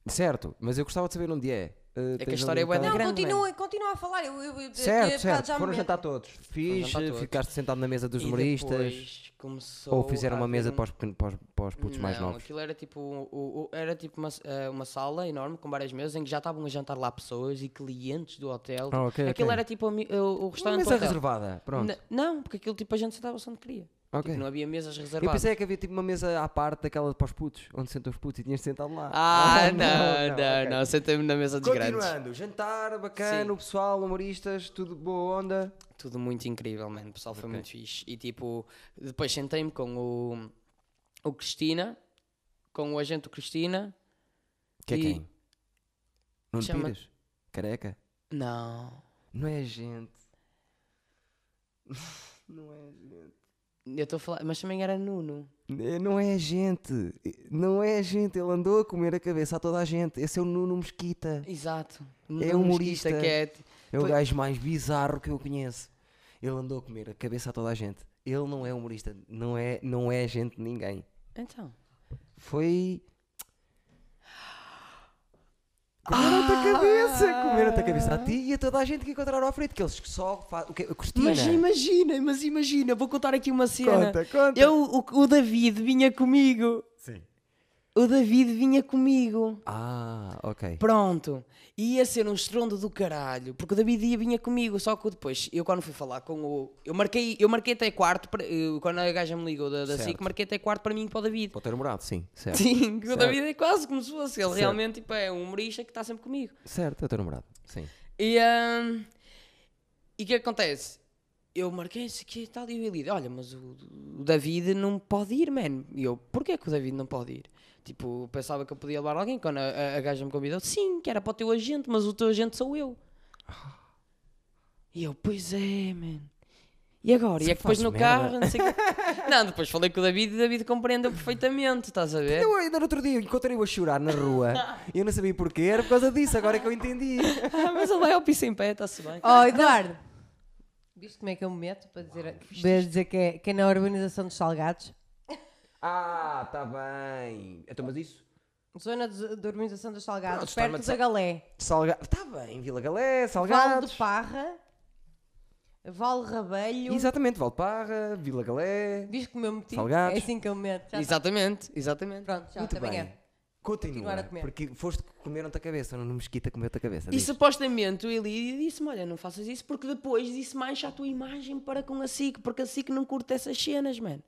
S1: Certo, mas eu gostava de saber onde é. Eh,
S2: que a
S1: tens
S2: história é
S1: ali um
S2: bué da
S1: bocado-
S3: Não,
S2: grande,
S3: continua, continua a falar. Eu, eu, eu- eu-
S1: Certo,
S3: eu-
S1: certo.
S3: já me-
S1: Foram jantar todos. Fiz,
S2: jantar todos.
S1: ficaste sentado na mesa dos
S2: E
S1: humoristas.
S2: depois começou
S1: Ou fizeram
S2: a
S1: uma
S2: haver
S1: mesa
S2: um-
S1: para os, pequen- para os, para os putos mais
S2: não,
S1: novos.
S2: aquilo era tipo, um- o- o- era tipo uma, eh, uma sala enorme com várias mesas em que já estavam a jantar lá pessoas e clientes do hotel.
S1: Ah, ok,
S2: aquilo
S1: ok.
S2: era tipo a mi- o, o
S1: Uma
S2: restaurante do
S1: mesa
S2: hotel.
S1: reservada, pronto.
S2: N- Não, porque aquilo tipo a gente sentava-se onde queria.
S1: Ok.
S2: Tipo, não havia mesas
S1: É.
S2: reservadas.
S1: Eu pensei que havia tipo uma mesa à parte daquela para os putos, onde sentam os putos e tinhas sentado lá.
S2: Ah,
S1: Oh,
S2: não, não, não,
S1: ok.
S2: sentei-me na mesa dos grandes.
S1: Continuando, jantar bacana,
S2: Sim.
S1: o pessoal, humoristas, tudo boa onda.
S2: Tudo muito incrível, mano. O pessoal foi muito fixe. E tipo, depois sentei-me com o, o Cristina, com o agente do Cristina.
S1: Que é
S2: E-
S1: quem? Nuno
S2: Chama-
S1: Pires? Careca?
S2: Não,
S1: Não é gente. Não é gente.
S2: eu estou a falar, mas também era Nuno.
S1: Eh, Não é gente. Eh, Não é gente. Ele andou a comer a cabeça a toda a gente. Esse é o Nuno Mesquita.
S2: Exato.
S1: É
S2: Um
S1: humorista.
S2: mosquito que é-
S1: É o
S2: Pois-
S1: gajo mais bizarro que eu conheço. Ele andou a comer a cabeça a toda a gente. Ele não é humorista. Não é, não é gente de ninguém.
S2: Então.
S1: Foi. Comeram-te a cabeça! Comeram-te a cabeça a ti e a toda a gente que encontraram à frente. Que eles só fazem. O que Cristina!
S2: Mas imagina, mas imagina, vou contar aqui uma cena.
S1: Conta, conta.
S2: Eu, o, o David vinha comigo.
S1: Sim.
S2: O David vinha comigo.
S1: Ah, ok.
S2: Pronto. Ia ser um estrondo do caralho, porque o David ia vinha comigo, só que depois, eu quando fui falar com o... Eu marquei, eu marquei até quarto, para- eu- quando a gaja me ligou da, da
S1: Certo.
S2: SIC, marquei até quarto para mim e para o David.
S1: Pode ter morado, sim. Certo.
S2: Sim, que o
S1: Certo.
S2: David é quase como se fosse, ele
S1: Certo.
S2: realmente tipo, é um humorista que está sempre comigo.
S1: Certo, eu ter namorado. Sim.
S2: E hum, e o que acontece? Eu marquei isso aqui e tal, e o Eli, olha, mas o, o David não pode ir, man. E eu, porquê que o David não pode ir? Tipo, pensava que eu podia levar alguém, quando a, a, a gaja me convidou, sim, que era para o teu agente, mas o teu agente sou eu. E eu, pois é, man. E agora?
S1: Só
S2: e é que depois
S1: fazes
S2: no
S1: merda.
S2: carro, não sei o quê. Não, depois falei com o David e o David compreendeu perfeitamente, estás a ver?
S1: Eu ainda no outro dia encontrei-o a chorar na rua. e eu não sabia porquê, era por causa disso, agora é que eu entendi.
S2: Ah, mas ele vai ao piso em pé, está-se bem.
S3: Oh, Eduardo! Viste como é que eu me meto para dizer, para dizer que, é, que é na urbanização dos Salgados?
S1: ah, tá bem. Então, mas isso?
S3: Zona de, de urbanização dos
S1: Pronto,
S3: Salgados,
S1: está,
S3: perto
S1: mas
S3: da
S1: sal-
S3: Galé.
S1: Salgado. Tá bem, Vila Galé,
S3: Vale
S1: Salgados.
S3: de Parra, Vale Rabelho.
S1: Exatamente, Valdeparra, Vila Galé.
S3: Viste como eu me meti?
S1: Salgados.
S3: É assim que eu me meto. Já está.
S2: Exatamente, exatamente.
S3: Pronto, já
S1: Muito
S3: também
S1: bem.
S3: é.
S1: Continua,
S3: Continuar a comer.
S1: porque foste que comeram-te a cabeça, não mesquita comeu-te a cabeça.
S2: E
S1: diz.
S2: supostamente o Eli disse-me: Olha, não faças isso, porque depois disse mancha a tua imagem para com a SIC, porque a SIC não curte essas cenas, mano.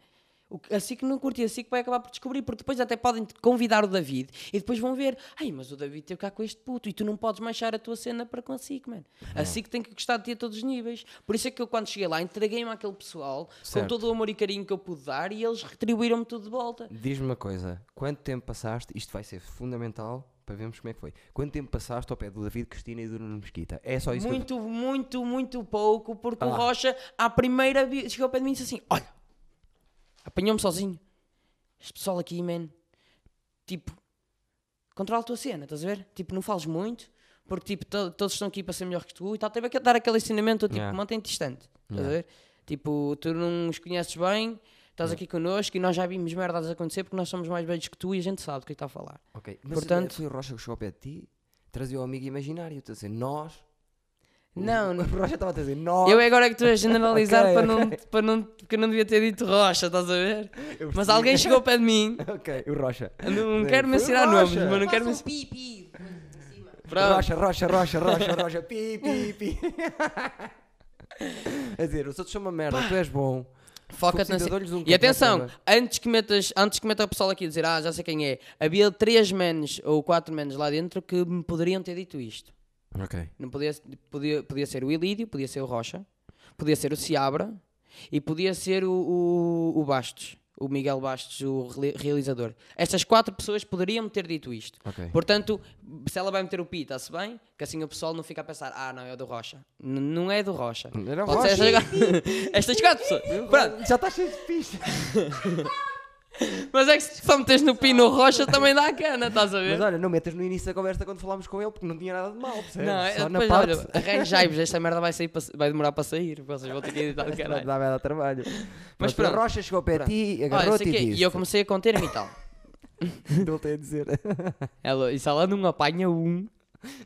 S2: O que- A SIC não curte e a SIC vai acabar por descobrir, porque depois até podem te convidar o David e depois vão ver: Ai, mas o David teve cá com este puto e tu não podes manchar a tua cena para com a SIC, mano. A SIC tem que gostar de ti a todos os níveis. Por isso é que eu, quando cheguei lá, entreguei-me àquele pessoal
S1: Certo.
S2: com todo o amor e carinho que eu pude dar e eles retribuíram-me tudo de volta.
S1: Diz-me uma coisa, quanto tempo passaste, isto vai ser fundamental para vermos como é que foi, quanto tempo passaste ao pé do David Cristina e do Nuno Mesquita? É só isso
S2: Muito, muito, muito pouco, porque
S1: Ah.
S2: o Rocha, à primeira vez, chegou ao pé de mim e disse assim: Olha, apanhou-me sozinho. Este pessoal aqui, man, tipo, controla a tua cena, estás a ver? Tipo, não fales muito, porque tipo, to- todos estão aqui para ser melhor que tu e tal. Teve que dar aquele ensinamento, tipo,
S1: Yeah.
S2: mantém-te distante, estás a ver? Tipo, tu não os conheces bem, estás aqui connosco e nós já vimos merdas a acontecer porque nós somos mais velhos que tu e a gente sabe do que é que está a falar.
S1: que... Ok, mas
S2: Portanto-
S1: foi o Rocha que chegou ao pé de ti, trazia o amigo imaginário, estou a dizer, nós...
S2: Não,
S1: O Rocha estava a dizer, nós...
S2: Eu é agora que estou a generalizar
S1: Ok,
S2: para não, para não, porque eu não devia ter dito rocha, estás a ver? Mas alguém chegou ao pé de mim,
S1: Ok, o Rocha.
S2: não
S1: Sim, foi o
S2: quero mencionar nomes,
S1: Rocha.
S2: mas não quero
S3: Faz um
S2: mencionar.
S3: pipi em cima.
S2: Pronto,
S1: Rocha, Rocha, Rocha, Rocha, Rocha, pi, pi, pi. a dizer, os outros são uma merda, tu és bom.
S2: Foca-te na
S1: Publicita,
S2: ci-
S1: dou-lhes um
S2: E
S1: copo,
S2: atenção,
S1: vai para
S2: antes que, metas, antes que meta o pessoal aqui a dizer, ah, já sei quem é, havia três menos ou quatro menos lá dentro que me poderiam ter dito isto.
S1: Ok.
S2: Não podia, podia, podia ser o Ilídio, podia ser o Rocha, podia ser o Seabra e podia ser o, o, o Bastos, o Miguel Bastos, o rele- realizador. Estas quatro pessoas poderiam me ter dito isto.
S1: Ok.
S2: Portanto, se ela vai meter o pi, está-se bem, que assim o pessoal não fica a pensar, ah, não, é o do Rocha. N- não é do Rocha.
S1: Era
S2: Pode ser
S1: Rocha.
S2: estas- estas quatro pessoas. Pronto,
S1: Já está cheio de pistas.
S2: mas é que se só metes no pi no Rocha também dá a cana, estás a ver?
S1: Mas olha, não metas no início da conversa quando falámos com ele, porque não tinha nada de mal, percebes?
S2: Não,
S1: Só
S2: eu
S1: na
S2: depois,
S1: parte...
S2: olha, arranjai-vos, esta merda vai, sair, para- vai demorar para sair, vocês vão ter que editar de
S1: Dá,
S2: oh, caralho.
S1: dá, dá trabalho.
S2: Mas
S1: Mas
S2: pronto.
S1: pronto. Rocha chegou ao pé de ti,
S2: Olha,
S1: agarrou-te
S2: sei
S1: e
S2: quê,
S1: disse.
S2: e eu comecei a conter-me e tal.
S1: Não tem a dizer.
S2: Ela, e se ela não apanha um.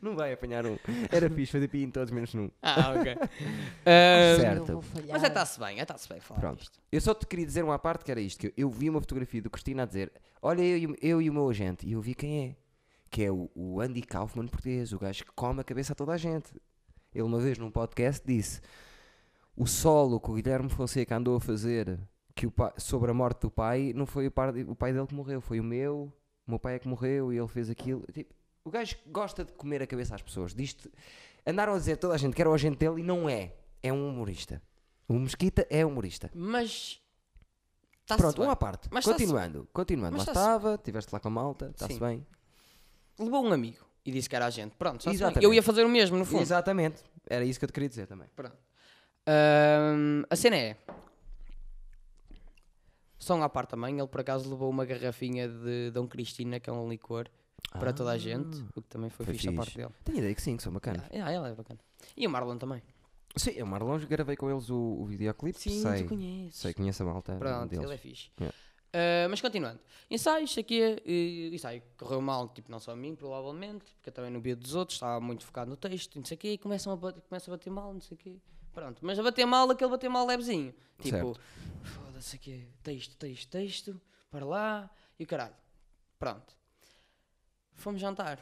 S1: Não vai apanhar um. Era fixe fazer pi em todos menos num.
S2: Ah, ok. Ah,
S1: Certo.
S3: Eu vou falhar.
S2: mas é está-se bem, é está-se bem falar
S1: Pronto.
S2: disto.
S1: Eu só te queria dizer uma parte que era isto: que eu- eu vi uma fotografia do Cristina a dizer, olha eu, e o- eu e o meu agente, e eu vi quem é. Que é o, o Andy Kaufman português, o gajo que come a cabeça a toda a gente. Ele uma vez num podcast disse: o solo que o Guilherme Fonseca andou a fazer que o pa- sobre a morte do pai não foi o, par- o pai dele que morreu, foi o meu, o meu pai é que morreu e ele fez aquilo. Tipo, o gajo gosta de comer a cabeça às pessoas. Diz-te, andaram a dizer toda a gente que era o agente dele e não é. É um humorista. O Mesquita é humorista.
S2: Mas. Está-se
S1: Pronto,
S2: bem.
S1: uma à parte.
S2: Mas está-se-
S1: continuando, continuando.
S2: mas
S1: lá
S2: está-se-
S1: estava, estiveste lá com a malta, está-se
S2: Sim.
S1: bem.
S2: Levou um amigo e disse que era a gente. Pronto, está-se bem.
S1: Exatamente.
S2: Eu ia fazer o mesmo, no fundo.
S1: Exatamente. Era isso que eu te queria dizer também.
S2: Pronto. Ahm, a cena é. Só um à parte também, ele por acaso levou uma garrafinha de Dom Cristina, que é um licor, para toda a gente, o que também foi,
S1: Foi
S2: Ah. fixe da
S1: fixe.
S2: parte dele.
S1: Tenho ideia que sim, que são bacanas.
S2: Ah, yeah, ela é bacana. E o Marlon também. Ah.
S1: Sim, eu, Marlon, gravei com eles o, o videoclipe. sei,
S2: conheces.
S1: sei, conheço a malta
S2: Pronto,
S1: um deles.
S2: ele é fixe.
S1: Yeah.
S2: Ah, mas continuando, ensaios, isso aqui é. eh, ensaio correu mal, tipo, não só a mim, provavelmente, porque eu também não via dos outros, estava muito focado no texto, não sei o quê, e começam a bater, começa a bater mal, não sei o quê. Pronto, mas a bater mal, aquele bater mal levezinho. Tipo,
S1: Certo.
S2: foda-se aqui, texto, texto, texto, para lá, e o caralho. Pronto. Fomos jantar.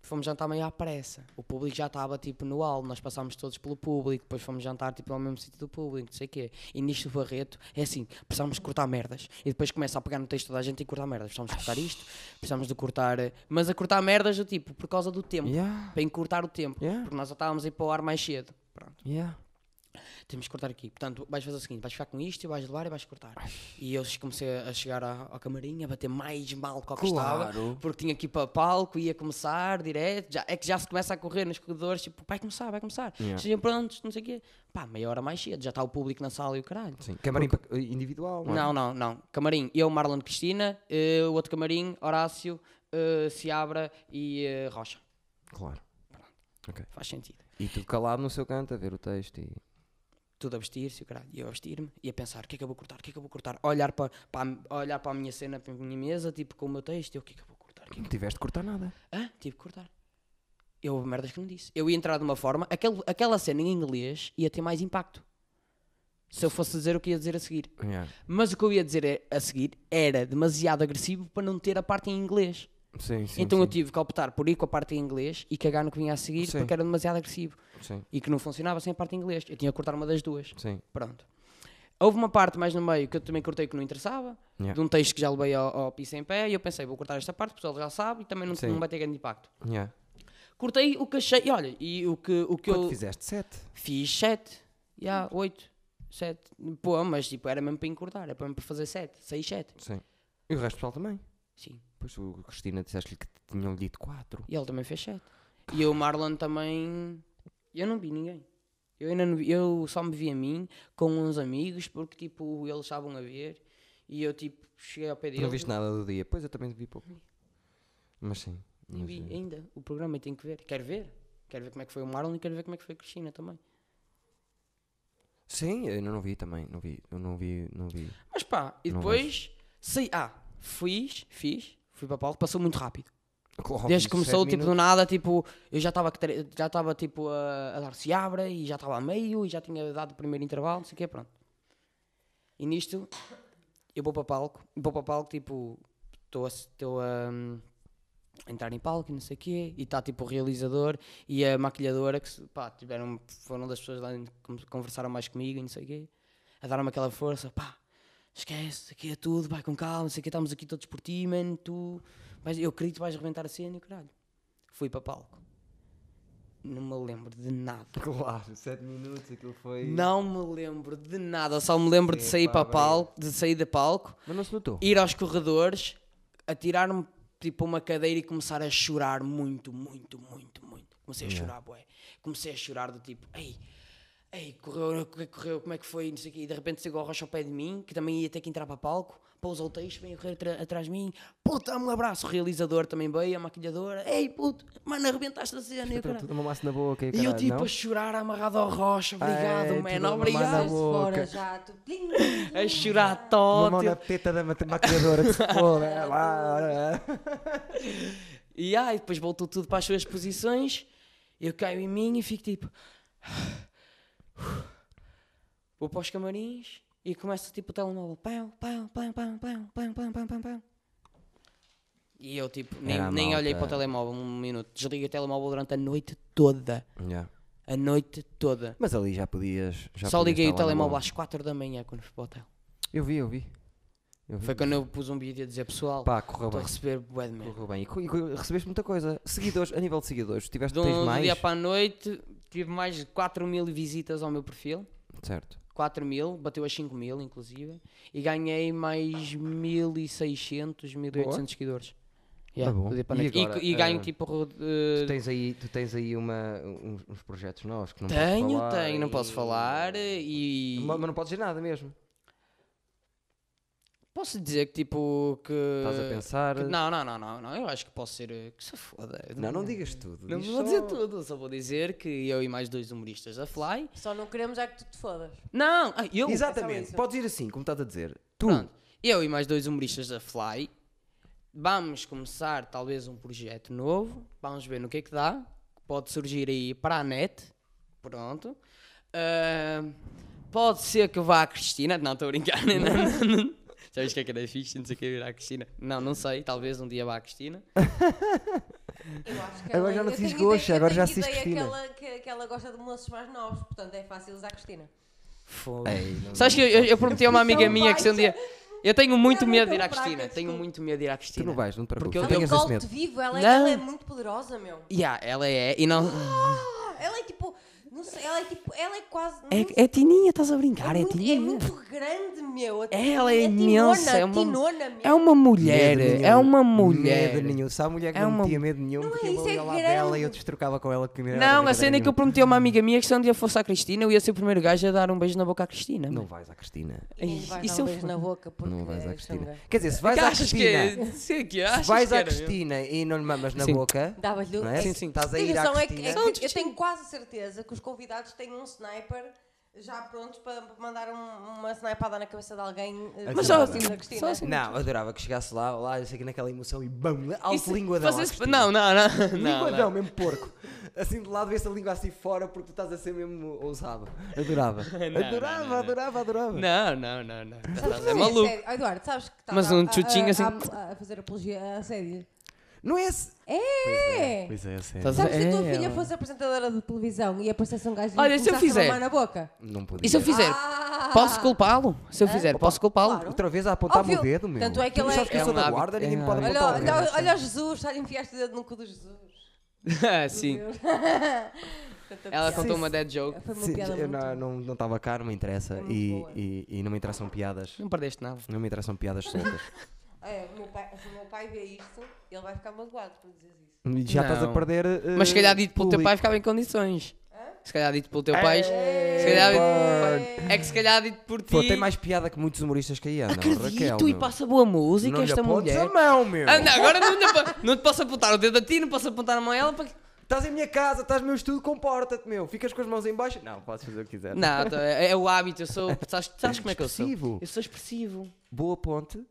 S2: Fomos jantar meio à pressa. O público já estava tipo no alvo, nós passámos todos pelo público, depois fomos jantar tipo ao mesmo sítio do público, não sei o quê. E nisto o Barreto é assim: precisámos de cortar merdas. E depois começa a pegar no texto da gente e cortar merdas. Precisámos de cortar isto, precisámos de cortar. eh, Mas a cortar merdas do tipo, por causa do tempo.
S1: Yeah,
S2: Para encurtar o tempo.
S1: Yeah.
S2: Porque nós já estávamos a ir para o ar mais cedo. Pronto,
S1: yeah.
S2: temos de cortar aqui. Portanto, vais fazer o seguinte: vais ficar com isto e vais levar e vais cortar. E eu comecei a chegar à- ao camarim, a bater mais mal com o que estava
S1: Claro.
S2: porque tinha que ir para palco, ia começar direto, já, é que já se começa a correr nos corredores, tipo, vai começar, vai começar,
S1: Yeah.
S2: sejam prontos, não sei o quê. Pá, meia hora mais cedo, já está o público na sala e o caralho.
S1: Sim, camarim pa- individual. é?
S2: Não, não, não. Camarim, eu, Marlon Cristina, eh, o outro camarim, Horácio, eh, Seabra e eh, Rocha.
S1: Claro.
S2: Faz sentido.
S1: E tu calado no seu canto a ver o texto e.
S2: Tudo a vestir-se, o caralho. E eu a vestir-me e a pensar, o que é que eu vou cortar, o que é que eu vou cortar? A Olhar para, para, a- a olhar para a minha cena, para a minha mesa, tipo, com o meu texto, eu, o que é que eu vou cortar? O que é que
S1: Não tiveste de cortar nada.
S2: Ah, tive que cortar. Eu houve merdas que não disse. Eu ia entrar de uma forma, aquele, aquela cena em inglês ia ter mais impacto. Se eu fosse dizer o que ia dizer a seguir.
S1: Yeah.
S2: Mas o que eu ia dizer é- a seguir era demasiado agressivo para não ter a parte em inglês.
S1: Sim, sim.
S2: então eu
S1: sim.
S2: tive que optar por ir com a parte em inglês e cagar no que vinha a seguir
S1: Sim.
S2: porque era demasiado agressivo
S1: Sim,
S2: e que não funcionava sem a parte em inglês. Eu tinha que cortar uma das duas.
S1: sim.
S2: Pronto. Houve uma parte mais no meio que eu também cortei que não interessava,
S1: Yeah.
S2: de um texto que já levei ao, ao piso em pé, e eu pensei, vou cortar esta parte, o pessoal já sabe e também não,
S1: Sim.
S2: não vai ter grande impacto.
S1: Yeah.
S2: Cortei o que achei. E olha, e o que, o que
S1: Quanto
S2: eu
S1: fizeste? Sete.
S2: fiz 7. Já, 8, 7. Pô, mas tipo, era mesmo para encurtar, era mesmo para fazer 7, 6, 7.
S1: Sim. E o resto do pessoal também.
S2: Sim.
S1: Pois o Cristina disseste-lhe que tinham dito quatro.
S2: E ele também fez 7. E o Marlon também. Eu não vi ninguém. Eu ainda não vi- eu só me vi a mim com uns amigos porque tipo, eles estavam a ver e eu tipo, cheguei ao pé
S1: Tu
S2: deles.
S1: não viste nada do dia. Pois eu também vi pouco. Mas sim.
S2: Nem
S1: mas,
S2: vi
S1: eh,
S2: ainda o programa e tenho que ver. Quero ver. Quero ver como é que foi o Marlon e quero ver como é que foi a Cristina também.
S1: Sim, eu não vi também. Não vi. Eu não vi. Não vi.
S2: Mas pá, e
S1: Não
S2: depois sei. Ah, fiz, fiz, fui para palco, passou muito rápido.
S1: Claro,
S2: Desde que
S1: fiz
S2: começou,
S1: sete
S2: tipo, do
S1: minutos.
S2: nada, tipo, eu já estava que- já estava tipo a, a dar se abra e já estava a meio e já tinha dado o primeiro intervalo, não sei o quê, pronto. E nisto eu vou para palco, vou para palco, tipo, estou a, estou a, hum, entrar em palco e não sei o quê, e está tipo o realizador e a maquilhadora que se- pá, tiveram, foram das pessoas lá dentro que con- conversaram mais comigo e não sei o quê. A a dar-me aquela força, pá, esquece, aqui é tudo, vai com calma, não sei o que, estamos aqui todos por ti, mano, tu, mas eu acredito que vais arrebentar a cena e o caralho. Fui para palco. Não me lembro de nada.
S1: Claro, 7 minutos, aquilo foi.
S2: Não me lembro de nada, só me lembro de sair
S1: Epá,
S2: para palco, de sair de palco,
S1: Mas não se notou.
S2: ir aos corredores, atirar-me tipo a uma cadeira e começar a chorar muito, muito, muito, muito. Comecei a chorar, bué. Comecei a chorar do tipo, ei, ei, correu, correu, correu, como é que foi, não sei o quê. E de repente chegou o Rocha ao pé de mim, que também ia ter que entrar para palco, pousa o texto, veio correr atra- atrás de mim, puta, dá-me um abraço. O realizador também veio, a maquilhadora, ei, puto, mano, arrebentaste a cena. E, o caralho.
S1: Tudo uma massa na boca e
S2: E eu
S1: caralho,
S2: tipo
S1: não? Ah, é, tipo,
S2: a chorar amarrado ao Rocha, obrigado,
S1: Ei, tudo
S2: mano,
S1: mamado
S2: obrigado.
S1: na boca.
S3: fora já, tu...
S2: A chorar
S1: Uma
S2: todo.
S1: mão na teta da mate- maquilhadora que se foda. é lá, ora.
S2: E ai, depois voltou tudo para as suas posições. Eu caio em mim e fico tipo. Vou para os camarins e começa tipo o telemóvel. Pão, pão, pão, pão, pão, pão, pão, pão, pão, pão. E eu tipo, nem,
S1: Era a
S2: nem olhei para o
S1: malta.
S2: telemóvel um minuto. Desliguei o telemóvel durante a noite toda.
S1: Yeah.
S2: A noite toda.
S1: Mas ali já podias. Já
S2: Só
S1: podias
S2: liguei o
S1: estar lá na
S2: telemóvel
S1: boa.
S2: às 4 da manhã quando fui para o hotel.
S1: Eu vi, eu vi. Eu vi.
S2: Foi quando eu pus um vídeo a dizer pessoal,
S1: Pá, correu
S2: estou a
S1: bem.
S2: receber bué de merda.
S1: Correu bem. E, co- e co- recebeste muita coisa. Seguidores, a nível de seguidores, tiveste
S2: De um,
S1: tens
S2: do
S1: mais.
S2: dia para a noite tive mais de 4 mil visitas ao meu perfil.
S1: Certo.
S2: 4 mil, bateu a 5 mil inclusive. E ganhei mais 1600, 1800 seguidores. Yeah,
S1: Tá bom.
S2: do dia para
S1: E
S2: a noite. E,
S1: agora,
S2: e ganho
S1: eh,
S2: tipo. ro-
S1: Tu
S2: eh,
S1: tens um aí, tu tens aí uma, uns, uns projetos novos que não podes
S2: tenho,
S1: falar.
S2: tenho, não
S1: e-
S2: posso falar. eh, E.
S1: Ma- Mas, não podes dizer nada mesmo.
S2: Posso dizer que tipo. Que,
S1: Estás a pensar.
S2: que- não, não, não, não, não, eu acho que posso ser. eh, Que se foda.
S1: Não, não digas tudo.
S2: Não
S1: diz
S2: vou dizer
S1: só-
S2: tudo, só vou dizer que eu e mais dois humoristas da Fly.
S3: Só não queremos é que tu te fodas.
S2: Não! ah, eu,
S1: Exatamente.
S3: isso.
S1: Podes ir assim, como estás a dizer. Tu.
S2: Pronto, eu e mais dois humoristas da Fly vamos começar talvez um projeto novo. Vamos ver no que é que dá. que Pode surgir aí para a net. Pronto. Ah, pode ser que vá a Cristina. Não, estou a brincar. Não, não, não. Sabes o que é que era fixe? Não sei o que virá a Cristina. Não, não sei. Talvez um dia vá a Cristina.
S3: Eu acho que
S1: Agora
S3: ela-
S1: já não
S3: eu
S1: se diz
S3: tenho ideia-
S1: goxa,
S3: eu
S1: agora já se
S3: tenho
S1: diz
S3: ideia que
S1: Cristina.
S3: ela- Que, que ela gosta de moços mais novos, portanto é fácil usar Cristina.
S2: Foda.
S1: Ei, não-
S2: Sabes que eu, eu- eu prometi a uma amiga
S3: Tão
S2: minha que se um dia. Eu tenho muito
S3: Ela é
S2: medo de
S3: tão
S2: ir à
S3: fraca,
S2: Cristina. Tenho
S3: desculpa.
S2: muito medo de ir à
S1: Tu
S2: Cristina.
S1: não vais, não te
S2: Porque
S1: preocupes.
S2: eu
S1: não
S2: tenho
S1: tenhas assim, esse
S3: Ela te
S1: medo.
S3: vivo, ela é,
S2: Não.
S3: ela é muito poderosa, meu.
S2: Yeah, ela é. E não.
S3: Ela é tipo, não sei, ela é tipo, ela é quase. não sei,
S2: É, é Tininha, estás a brincar? É,
S3: muito,
S2: Tininha.
S3: é muito grande, meu. A-
S2: Ela é
S3: a tinona,
S2: imensa,
S3: a
S2: é uma-
S3: tinona,
S1: um-
S3: meu.
S2: É uma mulher,
S1: Medo
S2: é
S1: nenhum,
S2: uma mulher.
S1: Medo nenhum. Se há mulher que
S2: É
S1: não
S2: uma-
S1: me tinha medo nenhum, porque eu
S3: isso,
S1: ia
S3: é
S1: lá
S3: grande.
S1: dela e eu destrocava com ela que não era
S2: Não, a
S1: brincadeira
S2: cena é que eu
S1: nenhuma.
S2: prometi a uma amiga minha que se um dia fosse à Cristina, eu ia ser o primeiro gajo a dar um beijo na boca à Cristina.
S1: Não
S2: mano.
S1: vais à Cristina.
S3: E nem lhe vais
S2: Isso
S3: dar um
S2: eu
S3: beijo na boca porque
S1: é Não vais
S3: é
S1: à Cristina.
S3: chunga.
S1: Quer dizer, se
S2: Que
S1: vais à
S2: um achas que é?
S1: Cristina.
S2: Sei que
S1: Se
S2: achas
S1: vais
S2: que
S1: à
S2: era, meu?
S1: Cristina e não lhe mamas na
S2: Sim.
S1: boca.
S3: Dava-lhe
S1: Não é?
S2: Sim, sim.
S1: Estás a
S3: A
S1: ir à
S3: questão é que,
S1: Cristina.
S3: é que eu tenho quase certeza que os convidados têm um sniper já prontos para para mandar um- uma snipada na cabeça de alguém. eh,
S1: Mas
S3: só
S1: só
S3: assim
S1: assim,
S3: da Cristina.
S2: só assim.
S1: Não, adorava que chegasse lá, lá, eu sei que naquela emoção e bam, né, alto
S2: Isso-
S1: linguadão. à
S2: fazes-
S1: Cristina.
S2: Não, não, não. não,
S1: Linguadão,
S2: não.
S1: tipo, mesmo porco. Assim de lado, vê-se a língua assim fora porque tu estás a ser mesmo ousado. Adorava. adorava, adorava, adorava.
S2: Não, não, não, não. Estás
S3: Sim,
S2: é
S3: sim,
S2: maluco.
S3: sério. Ah, Eduardo, sabes que estás
S2: Mas
S3: a-
S2: um
S3: a-
S2: chutinho
S3: a-
S2: assim.
S3: a- a fazer apologia a assédio.
S1: Não é esse.
S3: É!
S1: Pois é, assim.
S2: Estás a-
S3: Sabes se a tua
S2: É,
S3: filha
S2: ela-
S3: fosse apresentadora de televisão e aparecesse um gajo e
S2: Olha, se eu
S3: começasse
S2: fizer-
S3: a mamar na boca?
S1: Não podia.
S2: E se eu fizer?
S3: Ah!
S2: Posso culpá-lo? Se eu fizer, posso culpá-lo?
S3: claro.
S1: Outra vez a apontar-me o
S3: Óbvio.
S1: dedo, meu.
S3: Tanto é
S1: Tu
S3: que ele
S1: sabes
S3: é-
S1: que eu
S2: É
S1: sou
S2: um
S1: da
S2: hábito,
S1: guarda,
S2: é
S1: ninguém
S2: um
S1: me pode
S3: Olha,
S1: apontar o
S3: olha,
S1: dedo.
S3: olha o Jesus, já lhe enfiaste o dedo no cu do Jesus.
S2: Ah, Sim. Ela
S1: Sim,
S2: contou
S1: sim.
S2: uma dead joke.
S3: Foi uma
S1: Sim,
S3: piada
S1: eu
S3: muito...
S1: não- não não estava cá, não me interessa.
S3: muito
S1: E,
S3: boa.
S1: e, e não me interessam piadas.
S2: Não perdeste nada.
S1: Não me interessam piadas soltas.
S3: É, o meu pai, se o meu pai vê isto, ele vai ficar magoado por dizer isso.
S1: E Já estás a
S2: Não.
S1: perder. eh,
S2: Mas se calhar dito pelo teu
S1: público.
S2: pai ficava em condições. Se calhar dito pelo teu pai. Se calhar dito, é que se calhar dito por ti.
S1: É. Pô, tem mais piada que muitos humoristas que aí andam. Raquel,
S2: Acredito e
S1: meu.
S2: passa boa música
S1: não lhe
S2: esta
S1: apontes
S2: mulher.
S1: a mão, meu.
S2: Ah, não, agora não, te apo- não te posso apontar o dedo a ti, não posso apontar a mão a ela. Porque...
S1: Estás em minha casa, estás no meu estudo, comporta-te, meu. Ficas com as mãos em baixo. Não, podes fazer o que quiser.
S2: Não, tá- é, é o hábito. Eu sou. Sabes, sabes como é que eu sou?
S1: Expressivo.
S2: Eu sou expressivo.
S1: Boa ponte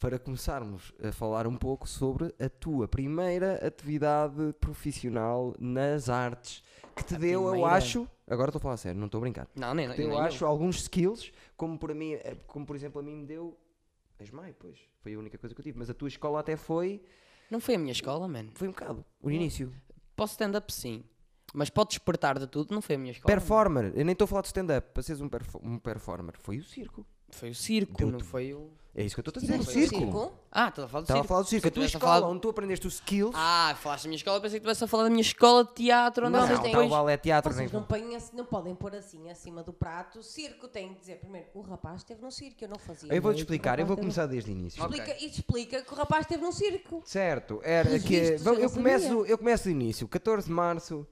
S1: para começarmos a falar um pouco sobre a tua primeira atividade profissional nas artes. Que te deu, eu
S2: primeira.
S1: acho. Agora estou a falar sério, não estou a brincar.
S2: Não, nem,
S1: Que
S2: nem
S1: te deu, eu
S2: nem
S1: acho, alguns skills, como, para mim, eh, como por exemplo a mim me deu. A SMAI, pois. Foi a única coisa que eu tive. Mas a tua escola até foi.
S2: Não foi a minha escola, mano.
S1: Foi um bocado. O início.
S2: Posso stand-up sim. Mas pode despertar de tudo, não foi a minha escola.
S1: Performer, eu nem estou a falar de stand-up, para seres um, perfo- um performer. Foi o circo.
S2: Foi o circo,
S1: Tudo.
S2: não foi o.
S1: É isso que eu estou a dizer. O
S3: Foi o
S1: circo.
S2: Ah, estás a falar
S1: Estava a
S2: do circo.
S1: falar do circo.
S2: Se
S1: A
S2: eu
S1: tua
S2: tivesse a falar
S1: escola,
S2: do-
S1: onde tu aprendeste os skills.
S2: Ah, falaste da minha escola, pensei que estivesse a falar da minha escola de teatro, onde
S1: não,
S3: mas
S2: vocês
S1: não,
S2: têm.
S1: está o balé teatro. Nem...
S3: Vocês não, põem assim- não podem pôr assim acima do prato. O circo tem de dizer primeiro, o rapaz esteve num circo, eu não fazia.
S1: Eu vou-te
S3: ideia que o
S1: explicar, eu
S3: rapaz
S1: vou
S3: esteve num-
S1: começar desde o início.
S2: Ok.
S3: Explica, Isso explica que o rapaz esteve num circo.
S1: Certo, era
S3: Pelos
S1: que.
S3: vistos,
S1: vamos-
S3: eu
S1: eu,
S3: não
S1: começo,
S3: sabia.
S1: eu começo do início, 14 de março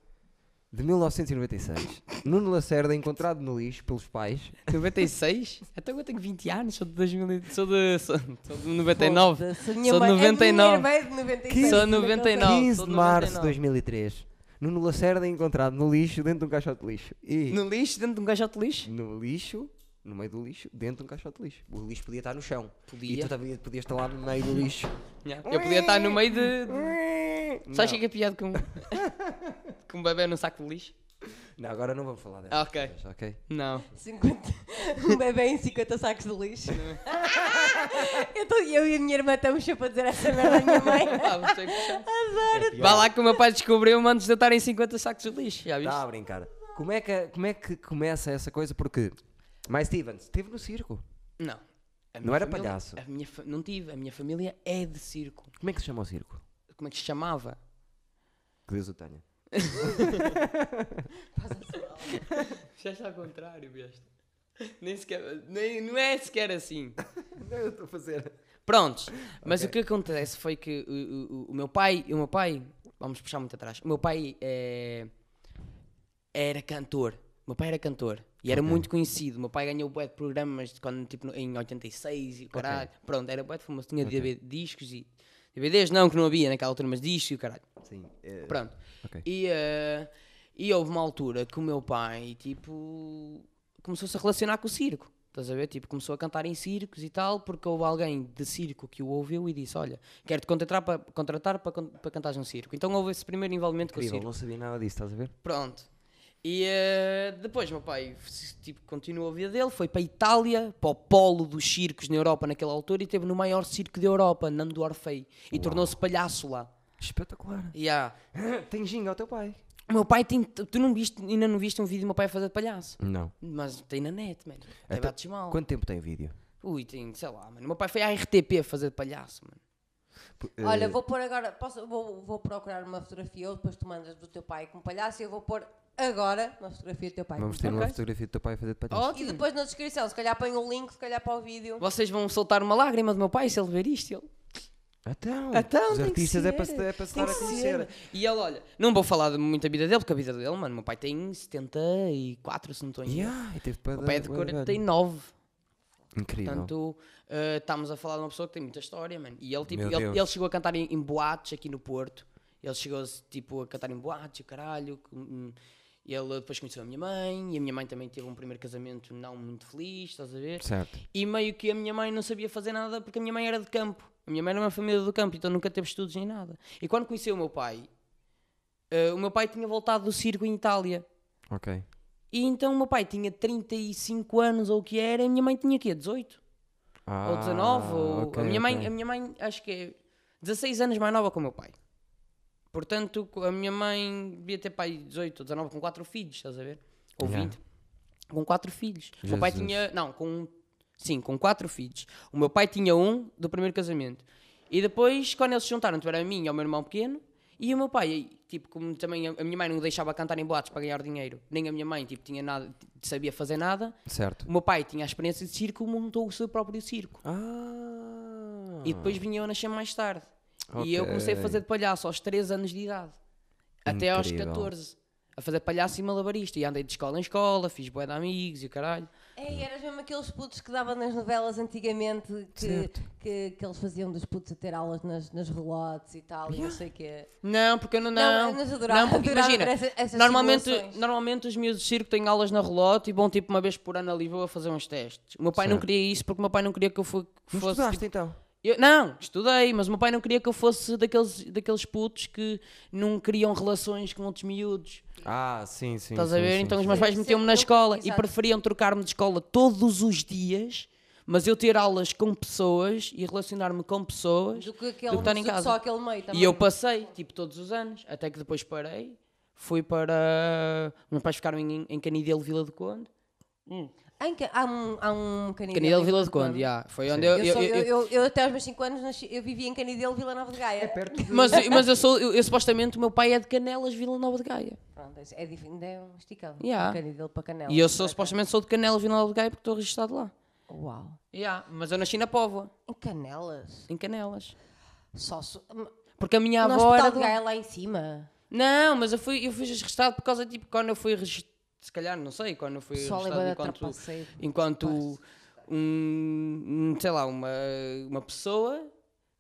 S1: de 1996. Nuno Lacerda, é encontrado no lixo pelos pais,
S2: 96? Até Então eu tenho 20 anos, sou de 2000, e- sou de, sou, sou de 99.
S3: Foda-se, a minha
S2: Sou de
S3: mãe- a minha
S2: 99.
S3: irmã é de 96.
S2: Sou de 99.
S1: 15
S2: sou
S1: de
S2: de
S1: março de
S2: 99.
S1: 2003. Nuno Lacerda, é encontrado no lixo, dentro de um caixote de lixo. E
S2: No lixo, dentro de um caixote de lixo?
S1: no lixo, no meio do lixo, dentro de um caixote de lixo. O lixo podia estar no chão.
S2: Podia.
S1: E tu também podias estar lá no meio do lixo.
S2: Eu podia estar no meio de. de- Sabes o que
S1: não.
S2: é que é piado com. com um bebê num saco de lixo?
S1: não, agora não vamos falar dessas
S2: Ah, ok.
S1: coisas, ok?
S2: Não.
S3: 50 um bebê em 50 sacos de lixo. eu, tô- eu e a minha irmã estamos sempre a dizer essa merda à minha mãe.
S2: Ah, você é puxado.
S3: Adoro.
S2: É Vá lá que o meu pai descobriu-me antes de eu estar em 50 sacos de lixo, já viste?
S1: Está Tá a brincar. Como é, que, como é que começa essa coisa? Porque mais Stevens esteve no circo.
S2: Não. A
S1: Não
S2: minha
S1: era
S2: família-
S1: palhaço.
S2: a minha fa- Não tive, a minha família é de circo.
S1: Como é que se chama o circo?
S2: Como é que se chamava?
S1: Que Deus o tenha.
S2: Já está ao contrário, besta. Nem sequer. Nem, não é sequer assim.
S1: Não, eu estou a fazer.
S2: Prontos. Mas o que acontece foi que o, o- o meu pai. O meu pai. Vamos puxar muito atrás. O meu pai é, era cantor. O meu pai era cantor. E era muito conhecido. O meu pai ganhou bué de programas de quando, tipo, no- em 86 e o caralho. Pronto, era bué de famoso. Tinha DVD discos e... DVDs não, que não havia naquela altura, mas discos e o caralho.
S1: Sim. é-
S2: Pronto.
S1: Ok.
S2: E, eh, e houve uma altura que o meu pai, tipo, começou-se a relacionar com o circo. Estás a ver? Tipo, começou a cantar em circos e tal, porque houve alguém de circo que o ouviu e disse: Olha, quero-te contratar para contratar para, can- para cantares num circo. Então houve esse primeiro envolvimento com o
S1: Incrível,
S2: circo.
S1: não sabia nada disso, estás a ver?
S2: Pronto. E eh, depois, meu pai, f- tipo, continuou a vida dele, foi para a Itália, para o polo dos circos na Europa naquela altura, e teve no maior circo da Europa, Nando Orfei, e tornou-se palhaço lá.
S1: Espetacular.
S2: Yeah.
S1: Tem ginga ao teu pai?
S2: O meu pai tem. Tu não viste, ainda não viste um vídeo do meu pai a fazer de palhaço.
S1: Não.
S2: Mas tem na net, mano. Até
S1: Então,
S2: bates mal.
S1: Quanto tempo tem o vídeo?
S2: Ui, tem, sei lá, mano. O meu pai foi à RTP fazer de palhaço, mano.
S1: P- eh,
S3: Olha, vou pôr agora, posso, vou, vou procurar uma fotografia ou depois tu mandas do teu pai como palhaço e eu vou pôr agora uma fotografia do teu pai.
S1: Vamos ter
S2: Ok.
S1: uma fotografia do teu pai a fazer de palhaço.
S2: Ótimo.
S3: E depois na descrição, se calhar põe o link, se calhar para o vídeo.
S2: Vocês vão soltar uma lágrima do meu pai se ele ver isto. Ele.
S1: Então,
S2: Então,
S1: os
S2: tem que
S1: artistas é
S2: ser.
S1: para se, é para se
S2: Tem
S1: dar a
S2: que
S1: conhecer.
S2: ser. E ele, olha, não vou falar de muito da vida dele, porque a vida dele, mano, meu pai tem 74, se não estou em erro.
S1: Yeah, e teve para
S2: Meu pai é
S1: dar-
S2: de
S1: bué de velho.
S2: 49.
S1: Incrível.
S2: Portanto, eh, estamos a falar de uma pessoa que tem muita história, mano. E ele, tipo,
S1: Meu
S2: ele,
S1: Deus.
S2: ele chegou a cantar em, em boates aqui no Porto. Ele chegou tipo, a cantar em boates, e o caralho. que, hum, Ele depois conheceu a minha mãe e a minha mãe também teve um primeiro casamento não muito feliz, estás a ver?
S1: Certo.
S2: E meio que a minha mãe não sabia fazer nada porque a minha mãe era de campo. A minha mãe era uma família do campo, então nunca teve estudos nem nada. E quando conheceu o meu pai, eh, o meu pai tinha voltado do circo em Itália.
S1: Ok.
S2: E então o meu pai tinha 35 anos ou o que era, e a minha mãe tinha quê? 18? ou 19,
S1: Ah,
S2: ou
S1: ok,
S2: a, minha mãe,
S1: ok.
S2: a minha mãe acho que é 16 anos mais nova que o meu pai. Portanto, co- a minha mãe devia ter pai 18 ou 19 com quatro filhos, estás a ver? Ou
S1: Yeah.
S2: 20. Com quatro filhos. O meu pai
S1: Jesus.
S2: tinha, não, com sim, com quatro filhos. O meu pai tinha um do primeiro casamento. E depois, quando eles se juntaram, tiveram a mim e ao meu irmão pequeno, e o meu pai, e, tipo, como também a a minha mãe não deixava cantar em boates para ganhar dinheiro, nem a minha mãe, tipo, tinha nada, sabia fazer nada.
S1: Certo.
S2: O meu pai tinha a experiência de circo, montou o seu próprio circo.
S1: Ah.
S2: E depois vinha eu nascer mais tarde. E eu comecei a
S1: Ok.
S2: fazer de palhaço aos 3 anos de idade. Até aos
S1: Incrível.
S2: 14. A fazer palhaço e malabarista. E andei de escola em escola, fiz bué de amigos e o caralho.
S3: Ei, eras mesmo aqueles putos que davam nas novelas antigamente que,
S1: Certo.
S3: que, que eles faziam dos putos a ter aulas nas, nas relotes e tal, e não sei o quê.
S2: Não, porque eu não...
S3: Não,
S2: Não,
S3: mas adorava-
S2: porque
S3: adorava
S2: imagina,
S3: essa- essas
S2: normalmente,
S3: simulações.
S2: normalmente os miúdos de circo têm aulas na relote e vão tipo uma vez por ano a Lisboa fazer uns testes. O meu pai não
S1: Certo.
S2: queria isso porque o meu pai não queria que eu fo- que
S1: Não
S2: fosse... tipo
S1: estudaste então?
S2: Eu- não, estudei, mas o meu pai não queria que eu fosse daqueles, daqueles putos que não criam relações com outros miúdos.
S1: Ah, sim, sim.
S2: Estás a
S1: sim,
S2: ver?
S1: sim,
S2: então os
S1: sim.
S2: meus pais
S3: Sim,
S2: metiam-me
S3: sim,
S2: na
S3: nunca-
S2: escola e
S3: exato.
S2: preferiam trocar-me de escola todos os dias, mas eu ter aulas com pessoas e relacionar-me com pessoas
S3: Do que tá aquele
S2: estar em
S3: do que
S2: casa.
S3: só aquele meio também.
S2: E eu passei, tipo, todos os anos, até que depois parei. fui para. Os meus pais ficaram em, em Canidelo, Vila do Conde.
S3: Em que- há um, há um Canidelo.
S2: Canidelo, Vila do Conde, já. Foi onde eu.
S3: Eu,
S2: eu-
S3: sou-
S2: eu-
S3: eu- eu- eu até aos meus 5 anos nasci- eu vivia em Canidelo, Vila Nova de Gaia. É perto.
S2: Mas, mas eu sou. Eu, eu, supostamente o meu pai é de Canelas, Vila Nova de Gaia.
S3: Pronto, é- é, dif- ainda é um esticão.
S2: Yeah.
S3: Canidelo para Canela.
S2: E eu sou, supostamente sou de Canelas, Vila Nova de Gaia porque estou registado lá.
S3: Uau.
S2: Yeah, mas eu nasci na Póvoa,
S3: Em Canelas?
S2: em Canelas.
S3: Só so...
S2: Porque a minha
S3: no
S2: avó era.
S3: Hospital de
S2: de lá.
S3: Gaia lá em cima.
S2: Não, mas eu fui, eu fui registrado por causa, tipo, quando eu fui registrado, se calhar, não sei, quando eu fui
S3: Pessoal é
S2: registrado
S3: bué
S2: enquanto,
S3: trapaceiro.
S2: enquanto um, um, sei lá, uma, uma pessoa,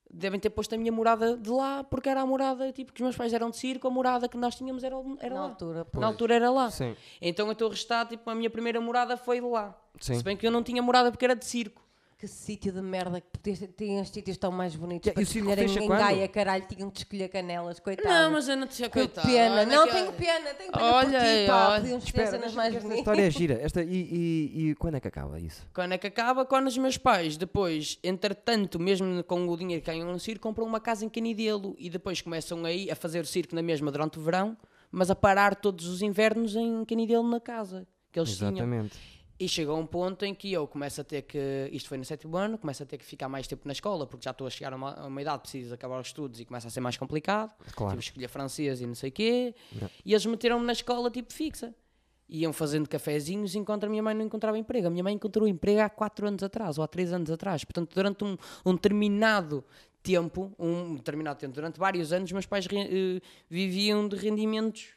S2: devem ter posto a minha morada de lá, porque era a morada, tipo, que os meus pais eram de circo, a morada que nós tínhamos era, era
S3: Na
S2: lá.
S3: altura,
S2: Na
S3: pois.
S2: altura era lá.
S1: Sim.
S2: Então eu estou registrado, tipo, a minha primeira morada foi lá.
S1: Sim.
S2: Se bem que eu não tinha morada porque era de circo.
S3: Que sítio de merda que podias ter- tinhas sítios tão mais bonitos
S1: Já,
S3: para
S1: e o circo
S3: escolher em,
S1: fecha
S3: em
S1: quando?
S3: Gaia, caralho, tinham de escolher canelas, coitado.
S2: Não, mas eu não tinha
S3: que
S2: coitado.
S3: Tá. pena.
S2: Olha
S3: Não,
S2: que- é.
S3: tenho pena, tenho pena
S2: Olha,
S3: por ti, pá.
S2: olha.
S3: Podíamos ter
S1: Espera,
S3: cenas
S1: deixa-me
S3: mais
S1: que esta
S3: bonitas.
S1: história é gira. Esta, e, e- e quando é que acaba isso?
S2: Quando é que acaba? Quando os meus pais, depois, entretanto, mesmo com o dinheiro que ganham no circo, compram uma casa em Canidelo e depois começam aí a fazer o circo na mesma durante o verão, mas a parar todos os invernos em Canidelo na casa que eles tinham.
S1: Exatamente.
S2: E chegou um ponto em que eu começo a ter que, isto foi no sétimo ano, começo a ter que ficar mais tempo na escola, porque já estou a chegar a uma, a uma idade, preciso acabar os estudos e começa a ser mais complicado.
S1: Claro.
S2: Tive que escolher francês e não sei o quê. E eles meteram-me na escola tipo fixa. Iam fazendo cafezinhos enquanto a minha mãe não encontrava emprego. A minha mãe encontrou emprego há 4 anos atrás ou há 3 anos atrás. Portanto, durante um, um determinado tempo, um determinado tempo, durante vários anos, meus pais re- eh, viviam de rendimentos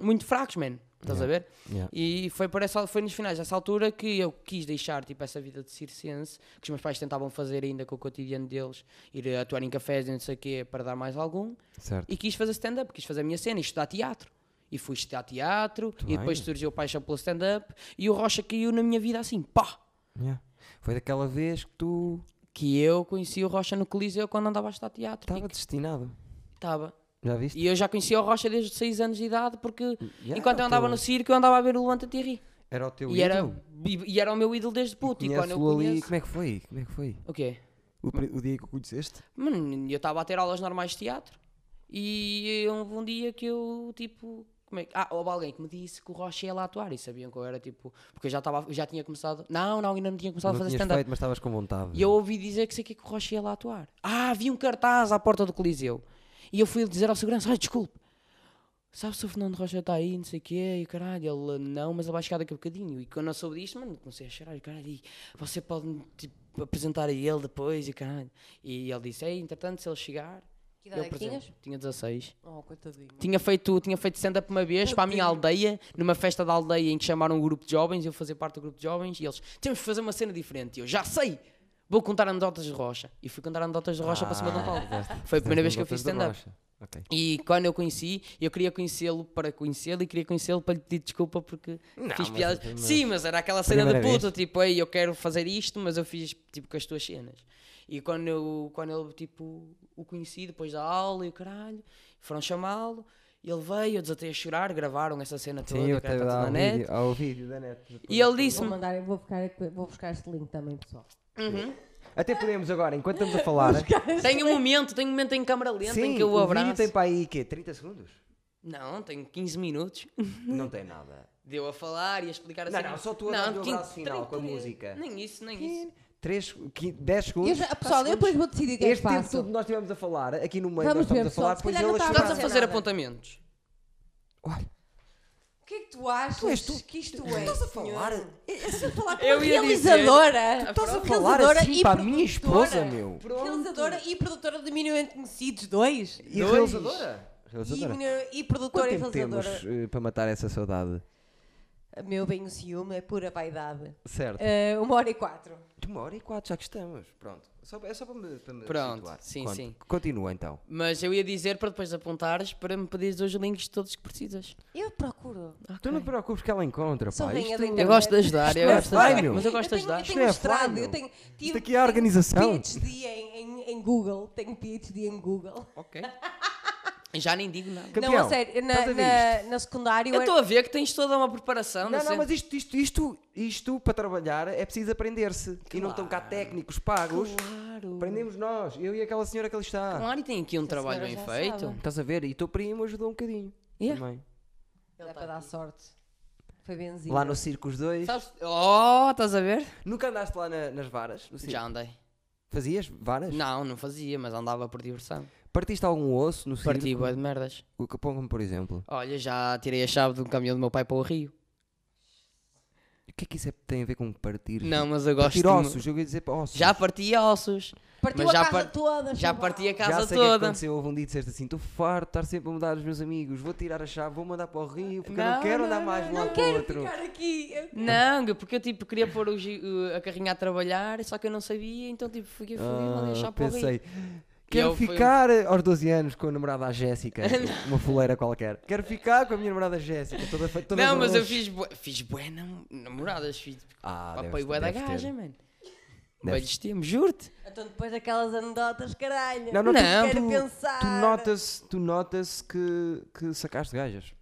S2: muito fracos, man. Estás a ver?
S1: Yeah.
S2: E foi, por essa, foi nos finais dessa altura que eu quis deixar tipo, essa vida de circense, que os meus pais tentavam fazer ainda com o cotidiano deles, ir atuar em cafés e não sei o quê, para dar mais algum.
S1: Certo.
S2: E quis fazer stand-up, quis fazer a minha cena e estudar teatro. E fui estudar teatro, e
S1: bem.
S2: depois surgiu a paixão pelo stand-up, e o Rocha caiu na minha vida assim, pá!
S1: Yeah. Foi daquela vez que tu
S2: Que eu conheci o Rocha no Coliseu quando andava a estudar teatro.
S1: estava destinado.
S2: Estava.
S1: Já viste?
S2: E eu já conhecia o Rocha desde os 6 anos de idade, porque
S1: yeah,
S2: enquanto eu andava
S1: teu-
S2: no circo, eu andava a ver o Levanta Thierry.
S1: Era o teu
S2: E era,
S1: ídolo.
S2: e, e era o meu ídolo desde puto. E quando eu
S1: Conheces-lo ali.
S2: conheço...
S1: Como é que foi? Como é que foi?
S2: O quê?
S1: O, pri- o dia que o conheceste?
S2: Mano, eu estava a ter aulas normais de teatro e houve um dia que eu, tipo, como é que... Ah, houve alguém que me disse que o Rocha ia lá atuar e sabiam que eu era, tipo... Porque eu já, tava, eu já tinha começado... Não, não, ainda não tinha começado
S1: Não
S2: a fazer
S1: tinhas
S2: stand-up.
S1: feito, mas estavas com vontade.
S2: E eu ouvi dizer que sei que, é que o Rocha ia lá atuar. Ah, havia um cartaz à porta do Coliseu. E eu fui dizer ao segurança, olha, desculpe, sabe se o Fernando Rocha está aí, não sei o quê, e caralho, ele, não, mas ele vai chegar daqui a bocadinho. E quando eu soube disto, mano, comecei a chorar, e caralho, e você pode, tipo, apresentar a ele depois, e caralho. E ele disse, ei, entretanto, se ele chegar...
S3: Que idade
S2: eu
S3: é que tinhas?
S2: apresento." Tinha 16.
S3: Oh, coitadinho.
S2: Tinha feito, tinha feito stand-up uma vez para a minha aldeia, numa festa da aldeia em que chamaram um grupo de jovens, eu fazia parte do grupo de jovens, e eles temos que fazer uma cena diferente. E eu já sei! Vou contar anedotas de rocha. E fui contar anedotas de rocha para cima
S1: Ah.
S2: de um palco. Foi a primeira vez que eu fiz stand-up.
S1: Ok.
S2: E quando eu conheci, eu queria conhecê-lo para conhecê-lo e queria conhecê-lo para lhe pedir desculpa porque
S1: mas-
S2: fiz piadas.
S1: mas-
S2: Sim, mas era aquela cena de
S1: Primeira vez.
S2: puto, tipo, ei, eu quero fazer isto, mas eu fiz tipo com as tuas cenas. E quando eu, quando eu tipo, o conheci depois da aula e o caralho, foram chamá-lo, ele veio, eu desatei a chorar, gravaram essa cena toda,
S1: Sim, eu
S2: e caralho,
S1: estava
S2: está tudo
S1: ao,
S2: na net.
S1: vídeo- ao vídeo da net.
S2: E ele
S3: Vou
S2: disse-me,
S3: mandar, vou, ficar, vou buscar este link também, pessoal.
S1: Até podemos agora, enquanto estamos a falar.
S2: tem "Uhum, um momento, tem um momento em câmara lenta
S1: Sim,
S2: em que eu o
S1: o vídeo
S2: abraço.
S1: tem para aí quê? 30 segundos?
S2: Não, tem 15 minutos.
S1: Não tem nada.
S2: Deu a falar e a explicar a
S1: Não,
S2: cena.
S1: não, só tu a dar-lhe o
S2: quin-
S1: abraço final com a
S2: trinta-
S1: música.
S2: Nem isso, nem isso.
S1: 3, 10
S3: Eu
S1: segundos.
S3: já- pessoal, eu depois vou decidir o que é que
S1: Este tempo
S3: faço.
S1: todo que nós estivemos a falar, aqui no meio
S3: Vamos
S1: nós estamos
S3: ver,
S1: a falar,
S3: pessoal,
S1: depois
S3: se
S1: ele a
S3: calhar não
S2: Estás
S1: chorar.
S2: a
S3: Não
S2: fazer
S3: nada.
S2: apontamentos.
S1: Olha,
S3: O que é que tu achas
S1: és tu.
S3: que isto é?
S1: estás a falar? É, assim,
S3: falar
S2: Eu
S3: uma
S2: ia dizer-
S3: realizadora.
S1: Estás a
S3: Pronto.
S1: falar
S3: Realizadora
S1: assim
S3: e
S1: para a minha
S3: produtora.
S1: esposa, meu.
S3: Realizadora e produtora de Minimamente Conhecidos 2.
S1: E
S2: Dois.
S1: realizadora?
S3: E,
S1: Realizadora.
S3: minor- e
S1: Quanto
S3: produtora e
S1: tempo
S3: realizadora.
S1: temos eh, para matar essa saudade?
S3: Meu bem, o ciúme é pura vaidade.
S1: Certo.
S3: Eh, uma hora e quatro.
S1: De É, uma hora e quatro, já que estamos. Pronto. Só- é só para me, para me
S2: Pronto,
S1: situar.
S2: sim,
S1: Conte.
S2: sim.
S1: Continua então.
S2: Mas eu ia dizer para depois apontares para me pedires os links todos que precisas.
S3: Eu procuro.
S1: Tu não te preocupes que ela encontra,
S3: Sou
S1: pá.
S3: rainha
S1: Isto,
S3: da
S2: Eu
S3: internet.
S2: gosto de ajudar, eu
S1: Isto é
S2: gosto de
S1: fly,
S2: ajudar.
S1: meu.
S2: Mas eu gosto de
S3: tenho,
S2: ajudar.
S3: Eu tenho
S1: é
S3: mestrado,
S1: fly,
S3: eu
S1: meu.
S3: tenho. Tive,
S1: aqui é a
S3: tenho
S1: organização.
S3: PhD em, em, em Google. Tenho PhD em Google.
S2: Ok. Já nem digo nada.
S1: Campeão,
S3: não, a sério, na,
S1: estás a ver
S3: na, na secundária
S2: Eu
S3: eu
S2: estou
S3: era.
S2: a ver que tens toda uma preparação.
S1: é- Não, não,
S2: sei.
S1: mas isto, isto, isto, isto para trabalhar é preciso aprender-se. E não estão cá técnicos pagos.
S2: Claro.
S1: Aprendemos nós, eu e aquela senhora que ali está.
S2: Claro, e tem aqui um trabalho
S3: senhora
S2: bem
S3: já
S2: feito.
S3: sabe.
S1: Estás a ver? E o teu primo ajudou um bocadinho.
S2: Yeah.
S1: Também.
S2: Ele
S3: é
S2: tá
S3: para dar
S2: aqui.
S3: sorte. Foi benzido.
S1: Lá no Circo os dois.
S2: Sabes? Oh, estás a ver?
S1: Nunca andaste lá na- nas varas? No circo?
S2: Já andei.
S1: Fazias varas?
S2: Não, não fazia, mas andava por diversão.
S1: Partiste algum osso no circo?
S2: Parti bué de merdas.
S1: O que Pongo-me, por exemplo.
S2: Olha, já tirei a chave de um caminhão do meu pai para o Rio.
S1: O que é que isso é- tem a ver com partir?
S2: Não, mas eu gosto
S1: Partir
S2: de-
S1: ossos, eu ia dizer ossos.
S2: Já parti ossos.
S3: Partiu
S2: Mas
S3: a
S2: já
S3: casa
S2: par-
S3: toda.
S2: Já
S3: chaval.
S2: parti a
S1: Já
S2: casa
S1: sei o que é que
S2: toda.
S1: aconteceu. Houve um dia que disseste assim: estou farto de estar sempre a mudar os meus amigos, vou tirar a chave, vou mandar para o Rio, porque eu não
S2: Não,
S1: quero
S2: não,
S1: andar
S2: não,
S1: mais de um
S3: Não
S1: lado para o
S3: quero
S1: outro.
S3: ficar aqui. Eu-
S2: Não, porque eu tipo queria pôr o gi- o- a carrinha a trabalhar, só que eu não sabia, então tipo fui a fui mandei a
S1: Ah,
S2: chave para o Rio.
S1: pensei, quero
S2: eu fui um-
S1: ficar aos 12 anos com a namorada a Jéssica, uma fuleira qualquer. Quero ficar com a minha namorada Jéssica, toda, fa- toda
S2: Não, mas eu
S1: roxa.
S2: fiz bué, fiz bué nam- namoradas, fiz
S1: Ah,
S2: ah, apoio
S1: deves-
S2: bué da
S1: deves ter.
S2: gaja, mano.
S1: Deves-
S2: Velhos temos, juro-te.
S3: Então depois daquelas anedotas, caralho.
S1: Não, não, tu-
S2: Não,
S3: quero
S1: tu,
S3: pensar.
S1: tu notas, tu notas que, que sacaste gajas.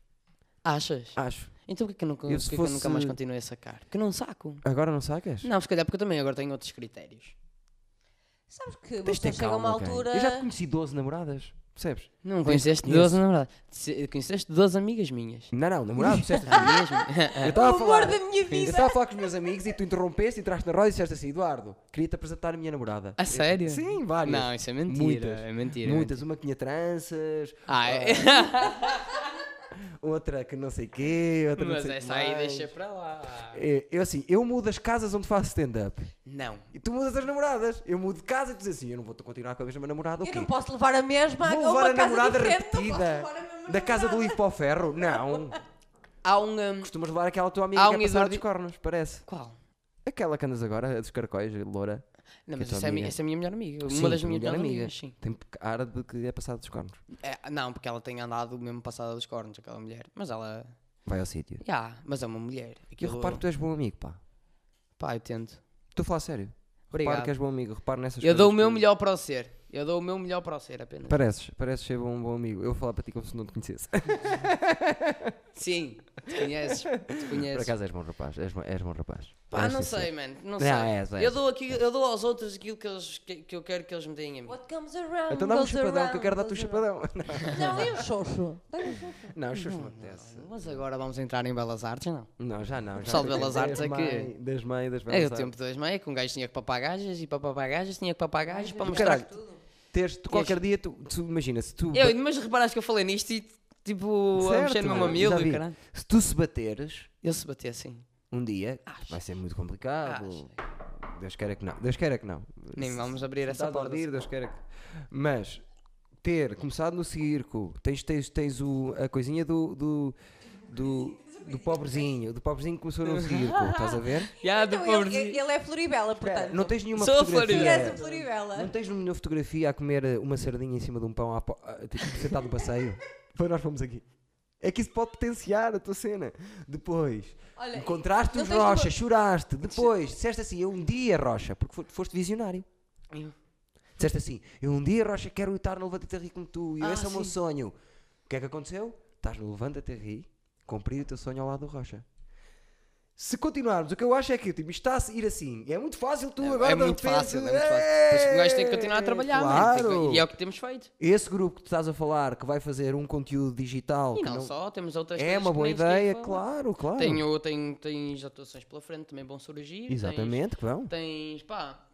S2: Achas?
S1: Acho.
S2: Então porquê que, eu nunca,
S1: Ah. Eu, se
S2: porquê que eu nunca mais
S1: fosse-
S2: continuei a sacar? Porque não saco.
S1: Agora não sacas?
S2: Não, se calhar porque eu também agora tenho outros critérios.
S3: Sabes que
S1: Tens de ter
S3: você chega a uma
S1: calma, ok?
S3: altura.
S1: Eu já te conheci 12 namoradas, percebes?
S2: Não conheceste
S1: conheço.
S2: 12, na verdade. Se- Conheceste 12 amigas minhas.
S1: Não, não, namorado, disseste assim
S2: Mesmo.
S1: Eu estava a
S3: O
S1: falar.
S3: amor da minha
S1: Sim.
S3: vida.
S1: Eu estava a falar com os meus amigos e tu interrompeste, entraste na roda e disseste assim: Eduardo, queria-te apresentar a minha namorada.
S2: A sério?
S1: Sim, várias.
S2: Não, isso é mentira.
S1: Muitas.
S2: É mentira.
S1: Muitas. Uma que tinha tranças,
S2: Ah, é-
S1: outra que não sei quê, outra não
S2: mas
S1: sei o que
S2: essa aí
S1: mais.
S2: deixa para lá.
S1: É, Eu assim, eu mudo as casas onde faço stand-up
S2: Não.
S1: e tu mudas as namoradas. Eu mudo de casa e tu dizes assim: eu não vou continuar com a mesma namorada. o
S3: Eu
S1: quê?
S3: não posso levar a mesma
S1: Vou
S3: a uma
S1: levar a
S3: casa
S1: namorada
S3: diferente, não posso
S1: repetida
S3: levar a mesma
S1: da casa do
S3: namorada.
S1: livro para o ferro? Não.
S2: Há um. hum,
S1: Costumas levar aquela tua amiga
S2: Há
S1: que é
S2: um
S1: passar
S2: Eduardo-
S1: dos cornos, parece.
S2: Qual?
S1: Aquela que andas agora, a dos caracóis, a loura.
S2: Não,
S1: Que
S2: mas
S1: tua
S2: essa é, a mi-
S1: amiga.
S2: essa é a minha melhor amiga.
S1: Sim,
S2: uma das
S1: tua
S2: minhas
S1: melhor
S2: melhores
S1: amiga.
S2: amigas, sim.
S1: Tem cara de que é passado dos cornos.
S2: É, não, porque ela tem andado mesmo passada dos cornos, aquela mulher. Mas ela.
S1: Vai ao sítio.
S2: Já, mas é uma mulher.
S1: Eu
S2: Aquilo-
S1: reparo que tu és bom amigo, pá.
S2: Pá, eu tento.
S1: Estou a falar sério. Reparo
S2: Obrigado.
S1: que és bom amigo, reparo nessas
S2: Eu
S1: coisas.
S2: dou o meu
S1: que-
S2: melhor para o ser. Eu dou o meu melhor para o ser apenas.
S1: Pareces, pareces ser bom, um bom amigo. Eu vou falar para ti como se não te conhecesse.
S2: Sim, te conheces. Te
S1: Por
S2: conheces.
S1: acaso és bom rapaz, és bom, és bom rapaz.
S2: Pá,
S1: Parece
S2: não
S1: ser.
S2: sei, mano. Não
S1: Ah,
S2: sei.
S1: és, és.
S2: Eu, dou aqui, eu dou aos outros aquilo que, eles, que, que eu quero que eles me deem a mim.
S3: What comes around,
S1: Então dá-me um
S3: goes
S1: chapadão, que eu quero
S3: around,
S1: dar-te um
S3: goes
S1: chapadão.
S3: around. Não, eu xoxo. Dá-me um xoxo.
S1: Não, os seus acontece.
S2: Mas agora vamos entrar em Belas Artes, não?
S1: Não, já não. Já
S2: pessoal de
S1: não.
S2: Belas Artes
S1: Das
S2: é que-
S1: mãe- Das mães, das
S2: É
S1: belas
S2: o tempo das meia, que um gajo tinha que papar gajas e papar gajas, tinha que papar gajas para
S1: Do
S2: mostrar.
S1: caralho, Teres, tu qualquer dia, tu, tu imagina, se tu.
S2: Eu, mas reparaste que eu falei nisto e tipo, a mexer no meu mamilo
S1: já
S2: e
S1: vi.
S2: o caralho.
S1: Se tu se bateres
S2: Ele se bateu assim.
S1: um dia, vai ser muito complicado.
S2: Acho.
S1: Deus queira que não. Deus queira que não.
S2: Nem
S1: Se-
S2: vamos
S1: se
S2: abrir
S1: me
S2: essa
S1: estás a
S2: porta.
S1: ouvir, Deus queira que. Mas ter começado no circo, tens, tens, tens o, a coisinha do. do do, do pobrezinho, do pobrezinho que começou no circo, estás a ver?
S2: Já, do
S3: Então, ele,
S2: pobrezinho.
S3: ele é floribela, portanto.
S1: Não tens nenhuma
S2: Sou a
S3: Tu és
S1: fotografia.
S3: a floribela.
S1: Não tens nenhuma fotografia a comer eh, uma sardinha em cima de um pão, à po- a- tipo, sentado no passeio? Foi nós fomos aqui. É que isso pode potenciar a tua cena. Depois,
S3: Olha,
S1: encontraste
S3: não
S1: os
S3: tens
S1: Rocha, choraste. Depois, disseste assim, eu um dia, Rocha, porque fo- foste visionário. Disseste assim, eu um dia, Rocha, quero estar no Levanta-te a Rir como tu, e
S2: Ah,
S1: esse é o meu
S2: sim.
S1: sonho. O que é que aconteceu? Estás no Levanta-te a Rir, cumprir o teu sonho ao lado do Rocha. Se continuarmos, o que eu acho é que tipo, isto está a ir assim. É muito fácil tu agora
S2: É
S1: de
S2: muito
S1: repente,
S2: fácil, é muito fácil. Mas o gajo tem que continuar a
S1: "Ei,
S2: trabalhar, mano.
S1: claro.
S2: Tem que- E é o que temos feito.
S1: Esse grupo que tu estás a falar, que vai fazer um conteúdo digital,
S2: E
S1: que
S2: não,
S1: não-
S2: só, temos outras
S1: é
S2: coisas
S1: uma
S2: que
S1: boa
S2: nem sequer
S1: ideia,
S2: falar.
S1: claro, claro.
S2: Tenho, tenho, tens atuações pela frente, também vão surgir. tens-
S1: Exatamente, que vão.
S2: Tens, pá,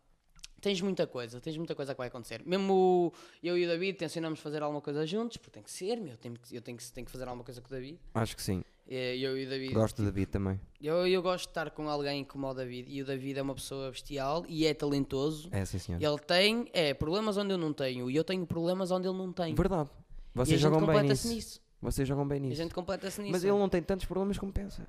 S2: tens muita coisa, tens muita coisa que vai acontecer. Mesmo o- eu e o David tencionamos fazer alguma coisa juntos, porque tem que ser, meu, tenho que- eu tenho que, tenho que fazer alguma coisa com o David.
S1: Acho que sim.
S2: Eh, Eu e o David.
S1: Gosto do David também.
S2: Eu, eu gosto de estar com alguém como o David, e o David é uma pessoa bestial e é talentoso.
S1: É, sim, senhor.
S2: Ele tem é, problemas onde eu não tenho, e eu tenho problemas onde ele não tem.
S1: Verdade.
S2: e a
S1: Vocês
S2: gente
S1: jogam bem
S2: completa-se
S1: nisso.
S2: nisso.
S1: Vocês jogam bem
S2: A
S1: nisso.
S2: gente completa-se nisso.
S1: Mas ele não tem tantos problemas como pensa.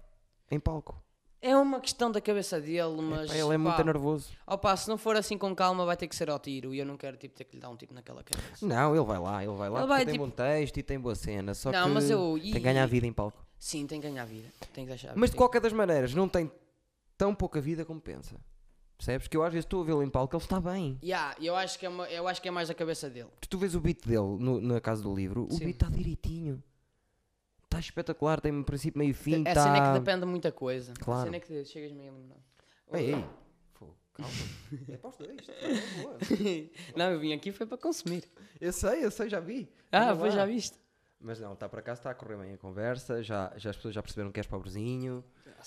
S1: Em palco.
S2: É uma questão da cabeça dele, mas.
S1: Pá, ele é muito
S2: pá,
S1: nervoso.
S2: Opa, se não for assim com calma, vai ter que ser ao tiro. E eu não quero tipo, ter que lhe dar um tiro naquela cabeça.
S1: Não, ele vai lá, ele vai lá. porque
S2: Ele vai,
S1: tem
S2: tipo-
S1: bom texto e tem boa cena. Só
S2: Não,
S1: que
S2: mas eu- Ah,
S1: tem que ganhar vida em palco.
S2: Sim, tem que ganhar vida. Tem que deixar.
S1: Mas de
S2: tem-
S1: qualquer das maneiras, não tem tão pouca vida como pensa. Percebes? Que eu às vezes estou a vê-lo em palco, ele está bem.
S2: Yeah, eu, acho que é uma- eu acho que é mais a cabeça dele.
S1: Tu, tu vês o beat dele no- na casa do livro, o
S2: Sim.
S1: beat está direitinho. Está espetacular, tem um princípio, meio e fim.
S2: a
S1: tá...
S2: cena é que depende de muita coisa.
S1: Claro.
S2: A cena é que chegas meio eliminado.
S1: Ei, ei. Fogo, calma. é para os dois. isto é boa.
S2: não, eu vim aqui foi para consumir.
S1: Eu sei, eu sei, já vi.
S2: Ah,
S1: Vamos
S2: pois
S1: lá.
S2: já viste.
S1: Mas não, tá, está para cá, está a correr bem a conversa, já, já as pessoas já perceberam que és pobrezinho.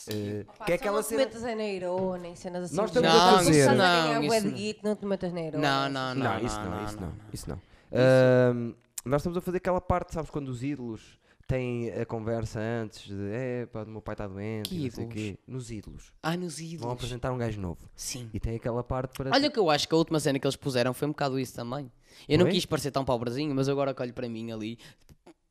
S1: eh,
S3: Pá,
S1: que é
S3: só
S1: aquela
S3: não te
S1: cena.
S3: metas em neiro, nem cenas assim.
S1: Nós
S3: do
S1: estamos
S3: género.
S1: a
S3: Tu
S1: fazer.
S3: estás
S2: Não,
S3: ganhar
S2: isso
S3: bué de
S2: não.
S3: geek, não é te metas na neiro.
S2: Não, não, não.
S1: Não, isso não, isso não, isso não. Ahm, nós estamos a fazer aquela parte, sabes, quando os ídolos têm a conversa antes de é, pá, o meu pai está doente,
S2: Que
S1: e não sei o
S2: ídolos?
S1: quê. Nos ídolos.
S2: Ai, nos
S1: Vão
S2: ídolos.
S1: apresentar um gajo novo.
S2: Sim.
S1: E tem aquela parte para.
S2: Olha que eu acho que a última cena que eles puseram foi um bocado isso também. Eu não
S1: Foi?
S2: quis parecer tão pobrezinho, mas agora que olho para mim ali,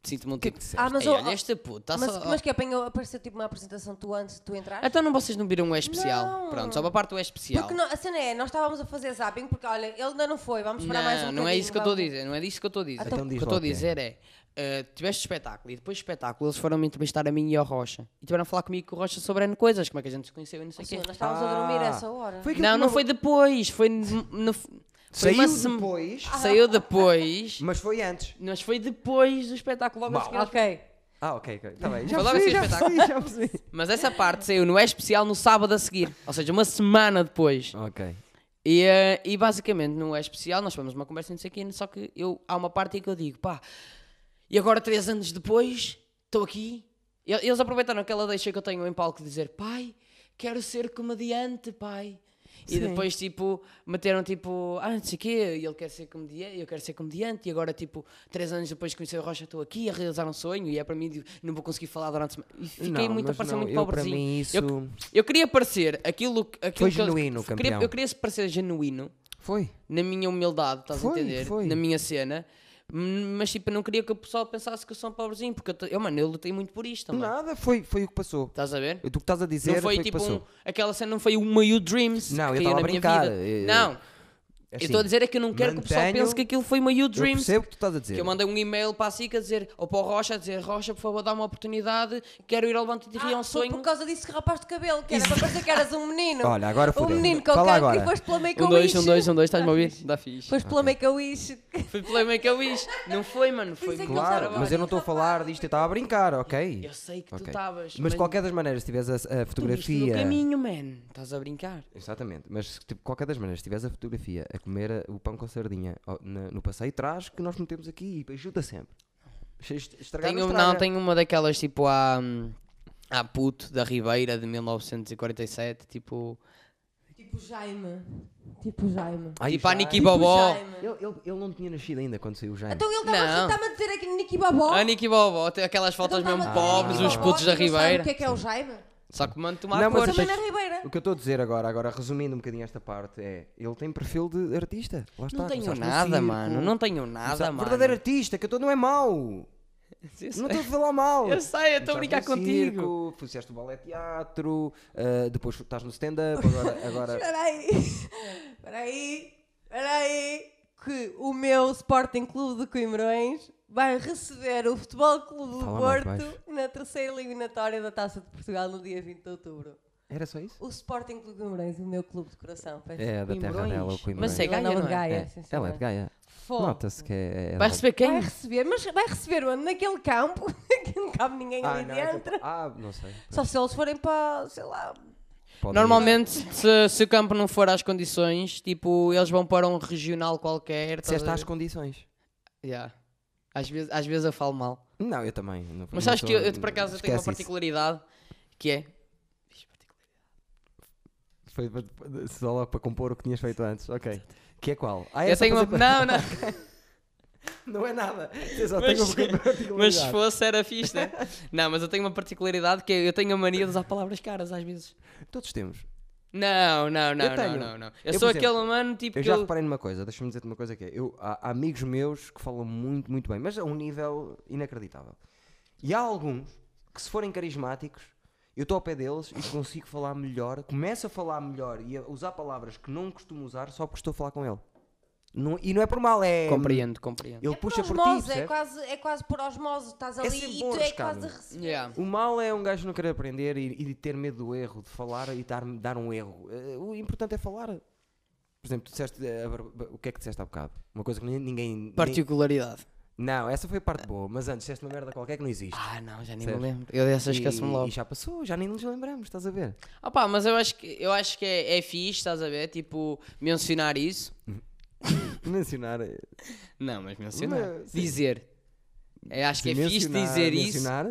S2: sinto-me um tipo...
S3: Ah, mas
S2: Ei,
S3: o-
S2: olha este puto, está
S3: mas,
S2: só...
S3: mas que apanhou, apareceu tipo uma apresentação tu antes de tu entrar?
S2: Então não vocês não viram o é especial?
S3: Não.
S2: Pronto, só para a parte do é especial.
S3: Porque não- a cena é, nós estávamos a fazer zapping porque olha, ele ainda não foi, vamos esperar mais um
S2: não é isso que eu estou a
S3: bocadinho,
S2: dizer, não é disso que eu estou a dizer.
S1: Então
S2: o que eu
S1: diz
S2: estou a
S1: lá o que é.
S2: dizer é, eh, tiveste espetáculo e depois do espetáculo eles foram me entrevistar a mim e ao Rocha. E tiveram a falar comigo e com o Rocha sobre N coisas, como é que a gente se conheceu e não sei o
S3: vamos. Sim,
S2: quê.
S3: nós estávamos a dormir a essa hora.
S1: Ah. Foi aquilo
S2: Não,
S1: que
S2: não foi depois, foi... n- No, foi uma
S1: Saiu
S2: sema-
S1: depois,
S2: Saiu depois,
S1: mas foi antes.
S2: mas foi depois do espetáculo logo a
S1: Mau.
S2: seguir. eles
S3: Ok.
S1: Ah, ok, ok. Está bem. Já
S2: Foi logo
S1: percebi, já
S2: assim o
S1: percebi, já percebi.
S2: Mas essa parte saiu no É Especial no sábado a seguir, ou seja, uma semana depois.
S1: ok.
S2: E, eh, e basicamente no É Especial nós tivemos uma conversa e não sei o quê, só que eu, há uma parte em que eu digo, pá, e agora três anos depois, estou aqui. E e eles aproveitaram aquela deixa que eu tenho em palco de dizer, pai, quero ser comediante, pai. E depois, tipo, meteram tipo, ah, não sei o quê, e ele quer ser comediante, eu quero ser comediante, e agora, tipo, três anos depois de conhecer o Rocha, estou aqui a realizar um sonho, e é para mim, tipo, não vou conseguir falar durante a semana. E fiquei
S1: Não,
S2: muito, a
S1: mas
S2: parecer
S1: não,
S2: muito
S1: eu, para
S2: pobrezinho.
S1: mim, isso
S2: Eu, eu queria parecer aquilo, aquilo que.
S1: Foi
S2: eu-
S1: genuíno,
S2: queria-
S1: campeão.
S2: Eu queria parecer genuíno
S1: foi.
S2: na minha humildade, estás
S1: Foi,
S2: a entender?
S1: foi.
S2: Na minha cena. M- Mas tipo, eu não queria que o pessoal pensasse que eu sou um pobrezinho, porque eu, te- eu, mano, eu lutei muito por isto, mano.
S1: Nada, foi, foi o que passou.
S2: Estás a ver?
S1: O que estás a dizer
S2: não foi,
S1: o que
S2: tipo
S1: passou. É
S2: um- aquela cena, não foi uma You Dreams.
S1: Não,
S2: que
S1: eu
S2: caiu
S1: estava
S2: na
S1: a
S2: minha
S1: brincar,
S2: vida.
S1: eu-
S2: não, eu
S1: Assim,
S2: estou a dizer é que eu não quero que o pessoal
S1: mantenho-
S2: pense que aquilo foi uma You
S1: eu
S2: Dreams.
S1: percebo o que tu estás a dizer.
S2: Que eu mandei um e-mail para a SIC a dizer, ou para o Rocha a dizer, Rocha, por favor, dá uma oportunidade, quero ir ao Levante e
S3: Ah,
S2: Rio, é um
S3: foi
S2: sonho.
S3: por causa disso que rapaste o cabelo, que era para parecer que eras um menino.
S1: Olha, agora
S3: Um
S1: fodeu.
S3: menino com
S1: Fala
S3: cancro
S1: agora.
S3: e foste pela make
S2: Um,
S3: a
S2: dois,
S3: wish.
S2: um, dois, um, dois, estás-me a ouvir? Dá fixe.
S3: Foste pela make a wish.
S2: Foi pela make a wish. Não foi, mano, foi
S3: Isso é
S2: muito
S3: que
S1: Claro,
S3: eles
S2: um trabalho.
S3: estavam
S1: mas eu não estou a falar disto, eu estava a brincar, ok?
S2: Eu sei que tu
S1: Ok.
S2: estavas.
S1: Mas de qualquer das maneiras, se tiveres a, a
S2: tu viste no
S1: fotografia.
S2: caminho, man. Estás a brincar.
S1: Exatamente, mas se, tipo, qualquer das maneiras, se tiveres a fotografia a comer a- o pão com sardinha ó, na- no passeio, traz que nós metemos aqui e ajuda sempre. Se est- Estragar
S2: Tenho, um-
S1: estraga.
S2: não, tenho uma daquelas tipo à, à puto da Ribeira de 1947, tipo.
S3: Tipo Jaime. Tipo Jaime.
S1: Ai,
S2: tipo a
S1: já-
S2: Niki
S1: Tipo,
S2: Bobó.
S3: Jaime.
S1: Ele, ele, ele não tinha nascido ainda quando saiu o Jaime.
S3: Então ele estava a
S2: Não.
S3: estava a dizer aqui Niki Babó.
S2: A Niki Bobó, tem aquelas fotos
S3: Então
S2: mesmo
S3: estava a dizer
S2: pobres,
S3: Niki
S2: os
S3: Babó,
S2: putos da
S3: e não sabe
S2: Ribeira.
S3: O que é que é o Jaime?
S2: Só que mando tomar
S1: Não, mas
S2: cor.
S1: eu
S3: Também
S1: Tens-
S3: na Ribeira.
S1: O que eu estou a dizer agora, agora resumindo um bocadinho esta parte, é ele tem perfil de artista. Lá está,
S2: Não tenho
S1: começaste no
S2: nada,
S1: circo,
S2: mano. Não tenho nada,
S1: começaste-
S2: mano.
S1: Verdadeiro artista, que eu estou não é mau.
S2: Eu
S1: Não
S2: sei,
S1: estou a falar mal.
S2: eu sei, eu estou a
S1: Começaste
S2: brincar
S1: no
S2: contigo.
S1: um Circo, fizeste o balé teatro, ah, depois estás no stand-up, agora, agora
S3: Espera aí. Espera aí. Espera aí. Que o meu Sporting Clube de Coimbrões vai receber o Futebol Clube do
S1: Fala mais
S3: Porto
S1: baixo.
S3: na terceira eliminatória da Taça de Portugal no dia 20 de outubro.
S1: era só isso?
S3: O Sporting Clube de Coimbrões, o meu clube de coração. peço
S1: É, da terra
S2: Coimbrões.
S1: dela, o Coimbrões.
S2: Mas é Gaia,
S3: Vila
S2: não
S3: Nova de
S2: é?
S3: Gaia,
S1: É,
S3: sim,
S1: ela é
S3: senhora.
S1: de Gaia.
S3: Fogo.
S1: Nota-se que é. é
S2: Vai
S1: de-
S2: receber
S3: Vai
S2: quem?
S3: receber, mas vai receber onde? Naquele campo, que não cabe ninguém
S1: Ah,
S3: ali
S1: não, é
S3: dentro.
S1: capaz- ah, não sei.
S3: Só se eles forem para, sei lá,
S1: Pode ir.
S2: Normalmente, se, se o campo não for às condições, tipo, eles vão para um regional qualquer.
S1: Se
S2: estás a
S1: estás às
S2: ver?
S1: condições.
S2: Yeah. Às, vezes, às vezes eu falo mal.
S1: Não, eu também. Não,
S2: Mas
S1: não
S2: sabes
S1: sou-
S2: que eu, eu por acaso, eu tenho uma
S1: esquece isso.
S2: particularidade que é.
S1: Foi para- só logo para compor o que tinhas feito antes, ok. Que é qual? Ah, é
S2: eu
S1: só
S2: tenho uma.
S1: fazer-
S2: Não, não,
S1: Não é nada. Eu só
S2: Mas-
S1: tenho uma particularidade.
S2: mas se fosse era fixe, né? Não, mas eu tenho uma particularidade que é eu tenho a mania de usar palavras caras às vezes.
S1: Todos temos.
S2: Não, não, não,
S1: Eu
S2: não,
S1: tenho.
S2: não, não. Eu,
S1: Eu,
S2: sou
S1: por exemplo,
S2: aquele humano tipo
S1: Eu
S2: que.
S1: já
S2: Eu...
S1: reparei numa coisa, deixa-me dizer-te uma coisa que é. Eu, há, há amigos meus que falam muito, muito bem, mas a um nível inacreditável. E há alguns que, se forem carismáticos, eu estou ao pé deles e consigo falar melhor, começo a falar melhor e a usar palavras que não costumo usar só porque estou a falar com ele. Não- e não é por mal, é.
S2: Compreendo, compreendo.
S1: Ele
S3: é
S1: puxa por, ti.
S3: osmose, é,
S1: percebes?
S3: quase, é quase por osmose, estás ali
S1: sempre
S3: e
S1: bom
S3: tu é
S1: arriscar,
S3: quase a
S1: meu.
S3: receber.
S2: Yeah.
S1: O mal é um gajo não querer aprender e, e de ter medo do erro, de falar e dar, dar um erro. Eh, o importante é falar. Por exemplo, tu disseste. eh, a bar- ba- o que é que disseste há bocado? Uma coisa que nin- ninguém. nin-
S2: Particularidade.
S1: Não, essa foi a parte boa, mas antes disseste uma merda qualquer que não existe.
S2: Ah, não, já nem
S1: Sério?
S2: me lembro. Eu um dessas esqueço-me
S1: e,
S2: logo.
S1: e já passou, já nem nos lembramos, estás a ver?
S2: Ah pá, mas eu acho que, eu acho que é, é fixe, estás a ver? Tipo, mencionar isso.
S1: Mencionar. eh,
S2: Não, mas mencionar.
S1: Mas, sim.
S2: Dizer. Eu acho que é
S1: Se
S2: fixe
S1: mencionar-
S2: dizer isso.
S1: mencionar,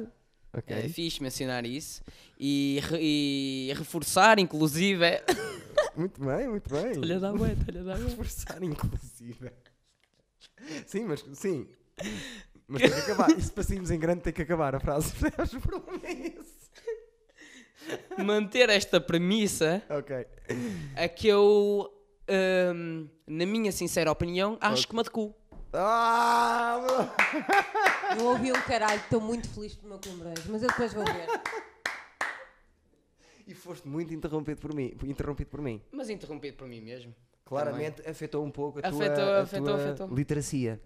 S1: ok.
S2: É fixe mencionar isso e, re- e reforçar, inclusive. é-
S1: Muito bem, muito bem.
S2: Olha da bué, olha da bué.
S1: Reforçar, inclusive. Sim, mas sim. Mas tem que acabar. E se passarmos em grande, tem que acabar a frase. Percebes? O problema é esse.
S2: Manter esta premissa
S1: Ok.
S2: é que eu, hum, na minha sincera opinião, acho que me adequo.
S1: Ah, meu-
S3: Eu ouvi um caralho, estou muito feliz pelo meu cumprimento, mas eu depois vou ver.
S1: E foste muito interrompido por mim. Interrompido por mim.
S2: Mas interrompido por mim mesmo.
S1: Claramente afetou um pouco a
S2: Afetou,
S1: tua, a
S2: afetou,
S1: tua
S2: afetou.
S1: literacia.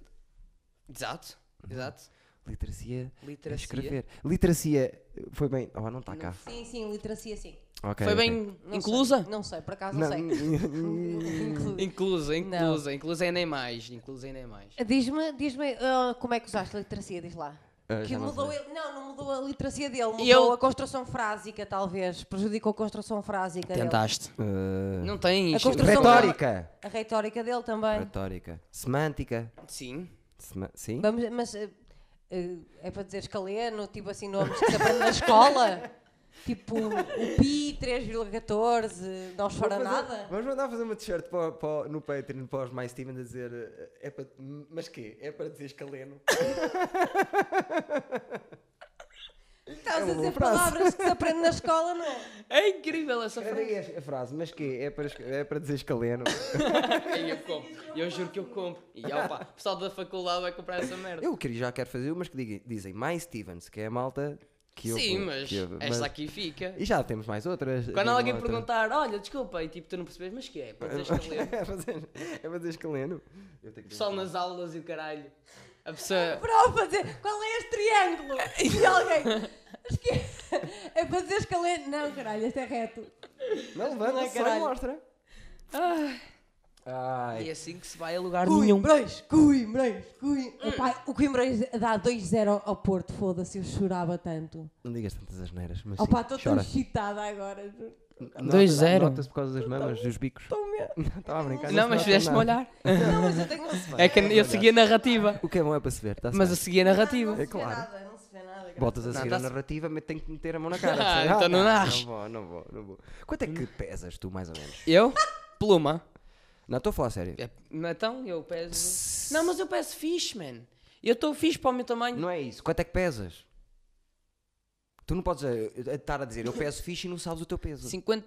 S2: Exato, exato.
S1: Literacia. é
S2: Literacia.
S1: Escrever. Literacia. Foi bem. Oh, não está cá.
S3: Sim, sim, literacia sim.
S1: Ok,
S2: Foi
S1: ok.
S2: bem
S3: Não
S2: inclusa?
S3: Sei, não sei, por acaso não,
S1: Não, Hum.
S3: sei. Inclu-
S2: Inclusa,
S3: Não.
S2: inclusa, inclusa é nem mais, inclusa é nem mais.
S3: Diz-me, diz-me ah, como é que usaste a literacia, diz lá.
S1: Ah,
S3: que
S1: já não
S3: mudou ele. Não, não mudou a literacia dele, mudou
S2: eu-
S3: a construção frásica, talvez. Prejudicou a construção frásica dele.
S2: Tentaste.
S1: Eh,
S2: Não um tens.
S3: A construção-
S1: retórica.
S3: A retórica dele também.
S1: Retórica. Semântica.
S2: Sim.
S1: Sema- Sim.
S3: Vamos, mas eh, eh, é para dizer escaleno, tipo assim, nomes que se aprende na escola? Tipo o Pi 3,14, nós
S1: Vou
S3: fora
S1: fazer-
S3: nada?
S1: Vamos mandar fazer uma t-shirt para, o- para o- no Patreon para os mais Steven a dizer eh, é para, mas quê? É para dizer escaleno.
S3: Estás
S1: É uma
S3: a dizer
S1: boa frase.
S3: palavras que se aprende na escola, não é?
S2: É incrível essa
S1: Era
S2: frase.
S1: aí a frase, mas quê? É para, esca- é para dizer escaleno.
S2: Ei, eu compro. Eu juro que eu compro. E opa, o pessoal da faculdade vai comprar essa merda.
S1: Eu queria, já quero fazer umas que digam- dizem mais Stevens, que é a malta que eu.
S2: Sim, mas
S1: que ouve,
S2: esta aqui fica.
S1: E já temos mais outras.
S2: Quando
S1: digam
S2: alguém
S1: outra.
S2: perguntar, olha, desculpa, e tipo, tu não percebes, mas que é? Pô, tens que ler.
S1: é para dizer- é para dizer escaleno. Eu tenho que
S2: O pessoal nas aulas e o caralho. A pessoa.
S3: Para fazer, qual é este triângulo? E alguém, esque- é para dizer escaleno, não caralho, este é reto.
S1: Não, levanta
S3: Não,
S1: só e
S3: caralho.
S1: mostra.
S2: E é
S1: Ah. Ai.
S2: assim que se vai a lugar nenhum.
S3: Coimbrais, Coimbrais,
S1: Hum.
S3: Coimbrais. Epá, o Coimbrais dá 2-0 ao Porto, foda-se, eu chorava tanto.
S1: Não digas tantas asneiras, mas.
S3: Opa,
S1: sim,
S3: estou tão
S1: chora.
S3: excitada agora, juro.
S1: Nota-
S2: 2-0.
S1: Nota-se por causa das mamas, dos bicos.
S3: Estou mesmo.
S1: Estava a brincar.
S2: Não, mas
S1: se nota
S2: fizeste-me
S1: é nada.
S2: olhar.
S3: Não, mas eu tenho não se vê.
S2: É que eu segui a narrativa.
S1: O que é bom é para se ver, está
S2: Mas eu segui a narrativa.
S3: Não se
S1: É
S3: vê
S1: claro.
S3: nada, não se vê nada. graças
S1: Botas a
S2: Não,
S1: seguir a
S2: tá-se-
S1: narrativa, mas tenho que meter a mão na cara.
S2: Ah,
S1: percebes?
S2: então não narres.
S1: Não vou, não vou, não vou. Quanto é que pesas tu, mais ou menos?
S2: Eu? Pluma.
S1: Não, estou a falar a sério.
S2: É, não é tão? Eu peso. Não, mas eu peso fixe, man. Eu estou fixe para o meu tamanho.
S1: Não é isso. Quanto é que pesas? Tu não podes eh, eh, estar a dizer eu peso fixe e não sabes o teu peso.
S2: 50.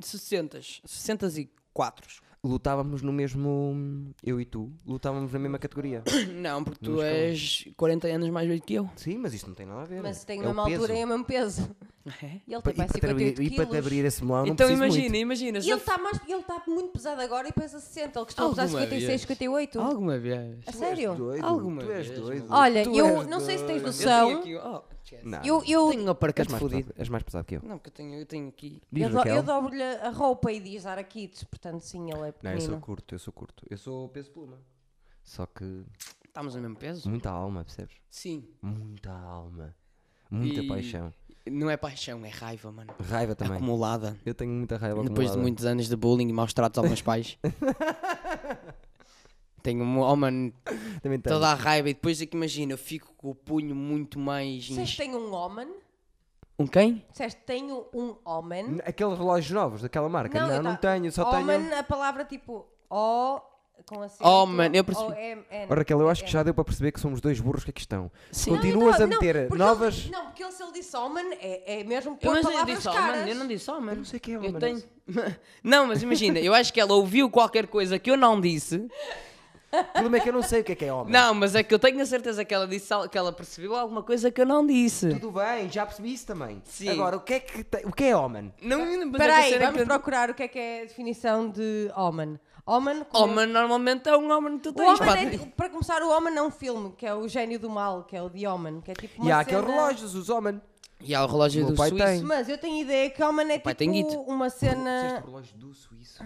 S2: 60. 64.
S1: Lutávamos no mesmo. Eu e tu, lutávamos na mesma categoria.
S2: Não, porque
S1: Vamos
S2: tu
S1: calma.
S2: és 40 anos mais velho que eu.
S1: Sim, mas isso não tem nada a ver.
S3: Mas tem
S1: É
S3: a
S1: o
S3: mesma
S1: peso.
S3: altura e o mesmo peso.
S2: É?
S3: E ele
S1: Pa-
S3: tem
S1: E para
S3: mais
S1: te
S3: 58
S1: abrir- e para te
S3: quilos.
S1: abrir esse melão não
S2: então
S1: preciso
S2: imagina,
S1: muito.
S2: imagina. se
S3: E
S2: eu
S3: ele está mais, ele está muito pesado agora e pesa 60, ele costuma pesar
S2: Alguma
S3: 56,
S2: vez.
S3: 58.
S2: Alguma vez.
S3: A
S1: Tu és
S3: sério?
S1: doido,
S2: Alguma
S1: tu és
S2: vez,
S1: doido.
S3: Olha,
S1: Tu
S3: eu
S1: és
S3: não sei se tens
S1: doido.
S2: Eu
S3: noção.
S2: tenho aqui. Oh, esquece.
S1: Não,
S3: Eu, eu,
S2: Tenho um aparcado
S1: és mais,
S2: fodido.
S1: pesado, és mais pesado que eu.
S2: Não, que eu tenho, eu tenho aqui.
S1: Diz
S3: eu, do-
S1: Raquel.
S3: eu dobro-lhe a roupa e diz dar a kits, portanto sim, ele é
S1: Não, eu
S3: pequenino.
S1: sou curto, eu sou curto. Eu sou peso pluma. Só que
S2: Estamos no mesmo peso?
S1: muita alma, percebes?
S2: Sim.
S1: Muita alma. Muita
S2: E-
S1: paixão.
S2: Não é paixão, é raiva, mano.
S1: Raiva também.
S2: Acumulada.
S1: Eu tenho muita raiva
S2: Depois de
S1: acumulada.
S2: muitos anos de bullying e maus tratos aos meus pais. Tenho, um- oh mano,
S1: Também tenho.
S2: toda a raiva. E depois é que imagina, eu fico com o punho muito mais.
S3: Disseste
S2: Enche...
S3: tenho um homem?
S2: Um quem?
S3: Disseste tenho um homem?
S1: N- Aqueles relógios novos daquela marca? Não,
S3: eu
S1: não,
S3: ta- Oh,
S1: tenho, só
S3: homem,
S1: tenho.
S3: a palavra tipo O com acento.
S2: Homem, eu percebi.
S1: Oh,
S3: O-M-N.
S1: Raquel, eu acho que já deu para perceber que somos dois burros que aqui estão.
S2: Sim.
S3: Não, eu
S1: Continuas
S3: tava-
S1: a meter
S3: porque
S1: novas.
S3: Ele, não, porque ele, se ele disse homem, é, é mesmo
S2: Eu,
S3: pôr
S2: mas eu
S3: palavras
S2: disse oh,
S3: caras.
S2: mano, eu não disse oh, mano.
S1: não sei quem é,
S2: eu
S1: mano,
S2: tenho... Não, mas imagina, eu acho que ela ouviu qualquer coisa que eu não disse.
S1: O problema é que eu não sei o que é que é homem.
S2: Não, mas é que eu tenho a certeza que ela disse al- que ela percebeu alguma coisa que eu não disse.
S1: Tudo bem, já percebi isso também.
S2: Sim.
S1: Agora, o que é que, te- o que é homem?
S2: Não, mas
S3: Espera
S2: é que a
S3: aí,
S2: cena é que
S3: vamos
S2: eu-
S3: procurar o que é que é a definição de homem. Homem, como-
S2: Oh, mano, normalmente é um homem que tu
S3: O
S2: tens. pá.
S3: homem é, tipo- para começar, o homem é um filme, que é o gênio do mal, que é o de homem, que é tipo uma
S1: e há aqueles
S3: cena-
S1: relógios, os homens.
S2: E há o relógio
S1: O meu
S2: do
S1: pai
S2: Suíço.
S1: tem.
S3: Mas eu tenho ideia que homem é
S2: pai tem
S3: tipo
S2: guito.
S3: uma
S1: Disseste
S3: cena... Ah.
S1: relógio do suíço.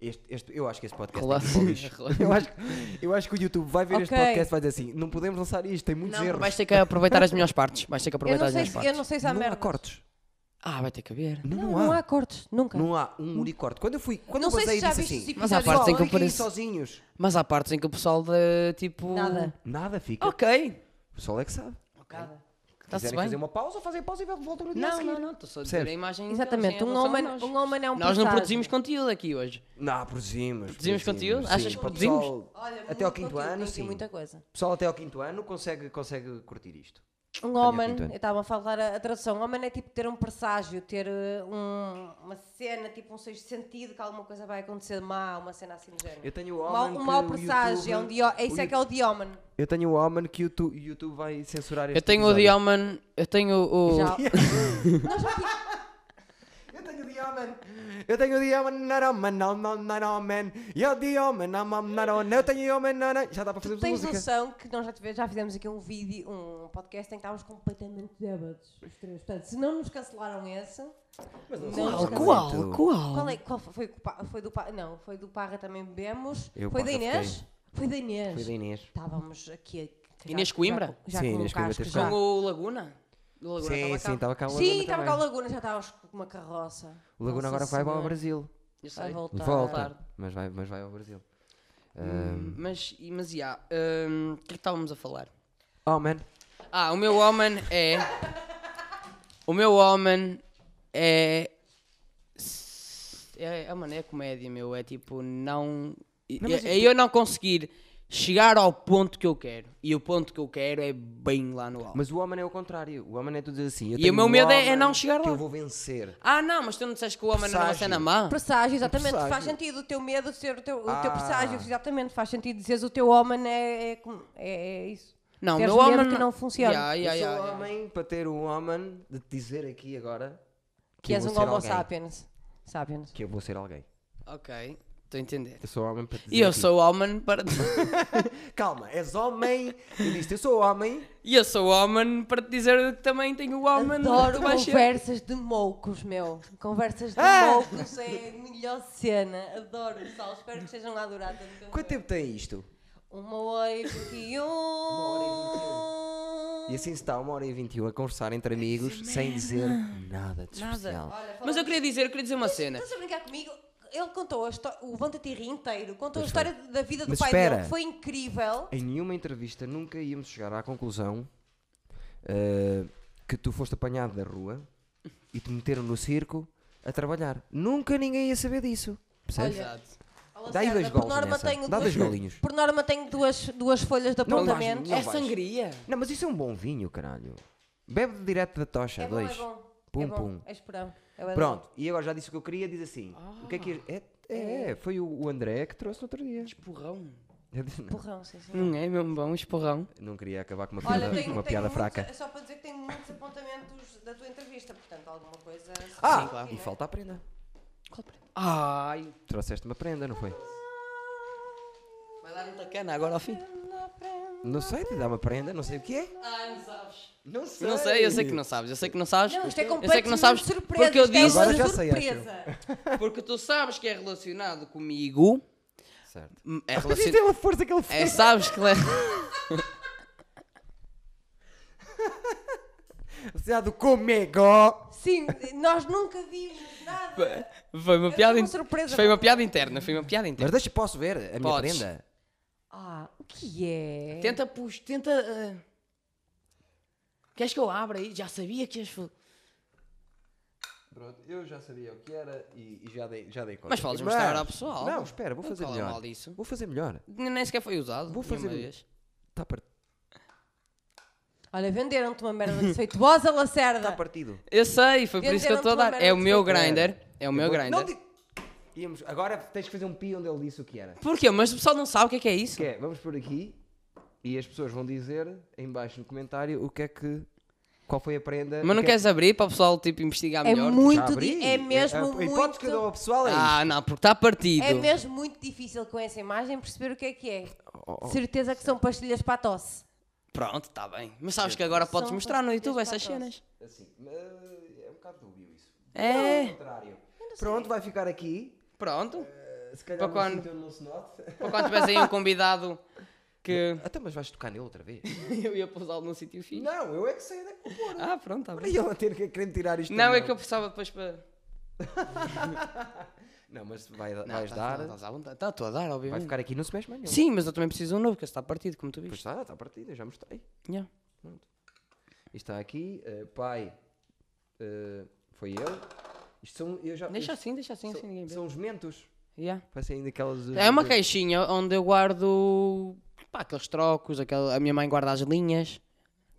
S1: Este, este, eu acho que esse podcast
S2: Relógio-
S1: tem que ir para o lixo. eu, acho, que- eu acho que o YouTube vai ver este
S3: Ok.
S1: podcast e vai dizer assim: não podemos lançar isto, tem muitos
S2: Não,
S1: erros.
S2: vais ter que aproveitar as melhores partes. Vais ter que
S3: Eu
S2: aproveitar
S3: não,
S2: as
S3: sei
S2: melhores
S3: se, eu
S2: partes.
S3: não sei se há
S1: não há
S3: merda.
S1: cortes.
S2: Ah, vai ter que haver.
S3: Não,
S1: Não,
S3: não, há. cortes, nunca.
S1: Não há um unicorte. Quando eu fui, quando
S3: Não
S1: eu
S3: sei se
S1: basei
S3: já
S1: disse
S3: viste os
S1: assim,
S3: episódios
S2: Mas há
S3: de
S2: partes em
S3: Lost.
S2: que eu
S1: fiquem
S2: pareço.
S1: sozinhos.
S2: Mas há partes em que o pessoal de um- tipo.
S3: Nada.
S1: Nada
S3: Oh.
S1: fica.
S2: Ok.
S1: O pessoal é que sabe.
S3: Nada.
S2: Está-se
S1: Quiserem
S2: bem.
S1: fazer uma pausa, fazem pausa e voltam no dia a
S2: Não,
S1: seguir.
S2: não, não, estou só a dizer
S1: Percebes?
S2: a imagem. deles
S3: Exatamente,
S2: em
S3: um
S2: relação a
S3: homem,
S2: nós.
S3: um homem é um
S2: Nós não
S3: personagem.
S2: produzimos conteúdo aqui hoje.
S1: Não, produzimos.
S2: Produzimos conteúdo? Achas que
S1: para o
S2: produzimos?
S1: pessoal, até
S3: Olha,
S1: ao
S3: muito
S1: quinto
S3: conteúdo,
S1: ano,
S3: aqui
S1: sim.
S3: muita coisa.
S1: O pessoal até ao quinto ano consegue, consegue curtir isto.
S3: Um
S1: ao
S3: homem,
S1: quinto ano.
S3: eu estava a falar a, a tradução, um homem é tipo ter um presságio, ter eh, um- uma cena, tipo um sexto sentido que alguma coisa vai acontecer má, uma cena assim do género.
S1: Eu tenho o
S3: Um
S1: homem
S3: mau,
S1: que
S3: um mau
S1: o
S3: presságio,
S1: YouTube-
S3: é, um dio- é isso
S1: o
S3: é que é o diómano.
S1: Yu- Eu tenho o homem que o tu- o YouTube vai censurar este
S2: Eu tenho o
S1: episódio.
S2: Dioman, eu tenho o.
S3: Já. Nós já tínhamos-
S1: Eu tenho o Diamond. Eu tenho o Diamond. Not on man, not on, not on man. E é o Diamond, not on, not on. Eu tenho o Diamond. not on- Já dá para fazer
S3: tens
S1: música.
S3: noção que nós já, tive- já fizemos aqui um vídeo, um podcast em que estávamos completamente débados, os três. Portanto, se não nos cancelaram esse,
S1: Mas
S3: não
S1: sei.
S3: Qual,
S2: Qual?
S3: Qual,
S2: Qual?
S3: é, qual foi, o pa- foi do Parra? Não, foi do Parra também bebemos.
S1: Eu,
S3: foi, da
S1: Parra,
S3: Inês? foi da Inês?
S1: Foi da Inês.
S3: Estávamos aqui a.
S2: Inês
S3: já-
S2: Coimbra?
S3: Já,
S1: Sim,
S3: com
S1: Inês
S3: Inês
S1: Coimbra
S3: Coimbra
S1: teve
S3: já.
S2: Com o Laguna? O Laguna
S1: Sim,
S2: estava cá.
S1: sim, tá- estava cá o Laguna
S3: Sim, estava com
S1: também.
S3: a Laguna, já estávamos com uma carroça.
S1: O Laguna
S3: Nossa
S1: agora vai para
S3: Senhora.
S1: o Brasil.
S2: Eu sei.
S3: Vai voltar.
S1: Volta. Mas vai, mas vai ao Brasil. Ah.
S2: Hum, Mas, e- mas, já. hum, O que é que estávamos a falar?
S1: Oh, man.
S2: Ah, o meu homem é. O meu homem é. É, é, mano, é comédia, meu. É tipo, não. é, é
S1: tipo
S2: eu não conseguir chegar ao ponto que eu quero. E o ponto que eu quero é bem lá no alto.
S1: Mas o homem é o contrário. O homem é tu dizer assim. Eu
S2: E
S1: tenho
S2: o meu medo é- é
S1: homem
S2: não chegar
S1: Que
S2: lá.
S1: eu vou vencer.
S2: Ah, não, mas tu não disseste que o homem não é uma
S1: Presságio.
S2: cena má?
S3: Presságio, exatamente,
S1: presságio.
S3: faz sentido o teu medo de ser o teu, o teu
S1: Ah.
S3: presságio, exatamente, faz sentido dizeres o teu homem é, é, com- é- é isso.
S2: Não, o
S3: Teres
S2: meu
S3: medo
S2: homem.
S3: que não funciona.
S2: Ya, ya,
S1: eu sou
S2: ya, ya.
S1: homem para ter um homem de te dizer aqui agora
S3: Que, és
S1: eu
S3: um
S1: vou ser
S3: homo
S1: alguém.
S3: sapiens. Sapiens.
S1: Que eu vou ser alguém.
S2: Ok, estou a entender.
S1: Eu sou homem para te dizer
S2: E eu
S1: aqui.
S2: sou homem para.
S1: Calma, és homem. Eu disse, eu sou homem.
S2: E eu sou homem para te dizer que também tenho o homem que
S3: Adoro
S2: tu vais ser.
S3: conversas de moucos, meu. Conversas de
S1: Ah!
S3: moucos é a melhor cena. Adoro, pessoal. Espero que estejam a adorar tanto como
S1: Quanto
S3: eu.
S1: tempo tem isto?
S3: Uma hora e vinte e um.
S1: E assim se está uma hora e 21 a conversar entre amigos sem dizer nada de especial.
S3: Olha, fala-
S2: Mas eu queria dizer, eu queria dizer uma cena.
S3: Estás a brincar comigo? Ele contou a história, o Levanta-te e Ri inteiro, contou a história da vida do
S1: Mas
S3: pai
S1: espera.
S3: dele, que foi incrível.
S1: Em nenhuma entrevista nunca íamos chegar à conclusão eh, que tu foste apanhado da rua e te meteram no circo a trabalhar. Nunca ninguém ia saber disso. Percebes?
S3: Olha,
S2: Exato.
S1: Dá aí
S3: Lacerda,
S1: dois
S3: por
S1: golos
S3: norma
S1: nessa.
S3: tenho
S1: Dá
S3: duas-
S1: dois golinhos.
S3: Por norma tenho duas, duas folhas de
S1: Não vais,
S3: apontamento.
S1: não
S2: É
S1: vais.
S2: sangria.
S1: Não, mas isso é um bom vinho, caralho. Bebe direto da tocha,
S3: é bom,
S1: dois.
S3: é bom.
S1: Pum,
S3: é bom.
S1: pum.
S3: É esperão. É bem
S1: Pronto, e agora já disse o que eu queria, diz assim. O que é que é, é, é, foi o- o André que trouxe no outro dia.
S2: Esporrão.
S1: Eu disse, não,
S3: bom. Porrão, sim, sim.
S2: Não é mesmo bom, esporrão.
S1: não queria acabar com Hum. uma piada,
S3: Olha, tenho,
S1: uma
S3: tenho
S1: piada
S3: muitos-
S1: fraca.
S3: é Só para dizer que tenho muitos apontamentos da tua entrevista, portanto, alguma coisa.
S1: Ah,
S2: Sim, claro.
S1: e falta a prenda.
S2: Ai.
S1: Trouxeste uma prenda, não foi?
S2: Vai dar muita cana agora ao fim.
S1: Não sei, te dá uma prenda, não sei o que é.
S2: Ai, não sabes.
S1: Não sei.
S2: Não sei, eu sei que não sabes, eu sei que não sabes.
S3: Não, isto é
S2: eu sei que
S3: completamente
S2: não sabes
S3: surpresa.
S2: porque eu
S3: isto é uma
S2: disse,
S1: Agora já sei, acho
S3: surpresa.
S2: porque tu sabes que é relacionado comigo.
S1: Certo.
S2: É
S1: Mas
S2: relacionado.
S1: isto é uma força que ele fez.
S2: É, sabes que le- É.
S1: Associado é, comigo.
S3: Sim, nós nunca vimos nada.
S2: foi uma piada.
S3: uma
S2: in-
S3: surpresa.
S2: Foi uma piada interna, foi uma piada
S1: Mas
S2: interna.
S1: deixa, posso ver a minha
S2: Podes.
S1: prenda?
S3: Ah, o que é?
S2: Tenta pus, tenta. ah, Queres que eu abra aí? Já sabia que ias. fa-
S1: Pronto, eu já sabia o que era e, já, dei, já dei conta.
S2: Mas podes mostrar ao pessoal.
S1: Não, espera, vou
S2: Não
S1: fazer
S2: fala
S1: melhor.
S2: mal disso.
S1: Vou fazer melhor.
S2: Nem sequer foi usado.
S1: Vou fazer-
S2: nenhuma Vez.
S1: Está par... tá
S3: Olha, venderam-te uma merda de feituosa Lacerda.
S2: Ah,
S1: tá partido.
S2: Eu sei, foi por
S3: Deviam
S2: isso que eu
S3: ter
S2: estou a
S3: uma
S2: dar.
S3: merda
S2: É o
S3: de
S2: meu
S1: Era.
S2: grinder. É o meu
S1: Eu vou- Não
S2: grinder.
S1: digo- Íamos- Agora tens que fazer um pi onde ele disse o que era.
S2: Porquê? Mas o pessoal não sabe o que é que é isso.
S1: Que é, vamos por aqui e as pessoas vão dizer em baixo no comentário o que é que. Qual foi a prenda.
S2: Mas
S1: o
S2: não
S1: que é
S2: queres abrir para o pessoal tipo, investigar
S3: É
S2: melhor?
S1: que-
S3: muito-
S1: Já abri.
S3: di- é mesmo
S1: a, A hipótese que eu
S3: muito-
S1: dou ao pessoal é isto.
S2: Ah, não, porque está partido.
S3: É mesmo muito difícil com essa imagem perceber o que é que é.
S2: Oh,
S1: oh,
S3: Certeza que são pastilhas para a tosse.
S2: Pronto, está bem. Mas sabes que agora podes
S3: São
S2: mostrar no
S3: pastilhas
S2: YouTube
S3: para
S2: essas
S3: tosse.
S2: cenas.
S1: Assim, mas é um bocado dúbio isso.
S2: É.
S1: Ao contrário. Pronto, vai ficar aqui. Eh,
S2: Pronto.
S1: Se calhar
S2: Para
S1: no
S2: quando?
S1: sítio onde não se note.
S2: Ou quando tiveres aí um convidado que
S1: Até Então, mas vais tocar nele outra vez?
S2: eu ia pousá-lo num sítio fixe.
S1: não, eu é que sei onde é que vou pôr.
S2: Ah, pronto, tá
S1: Para
S2: bem.
S1: ele a ter que querer tirar isto.
S2: Não,
S1: do
S2: é
S1: meu.
S2: que eu precisava depois para.
S1: Não, mas vai,
S2: Não,
S1: vais
S2: tá-
S1: dar.
S2: tá- Estás à vontade. Tá, estou a dar,
S1: vai
S2: obviamente.
S1: ficar aqui no Smash Manhã.
S2: Sim, mas eu também preciso de um novo, que esse está partido, como tu
S1: Pois
S2: viste.
S1: está, está partida, já mostrei.
S2: Yeah.
S1: Isto está aqui, eh, pai. eh, foi ele. Isto são. Eu já,
S2: Deixa
S1: isto
S2: assim, deixa assim, assim ninguém
S1: são,
S2: vê.
S1: são os mentos.
S2: Yeah.
S1: Parecem ainda aquelas. eh,
S2: É uma caixinha onde eu guardo pá, aqueles trocos, aquela, a minha mãe guarda as linhas.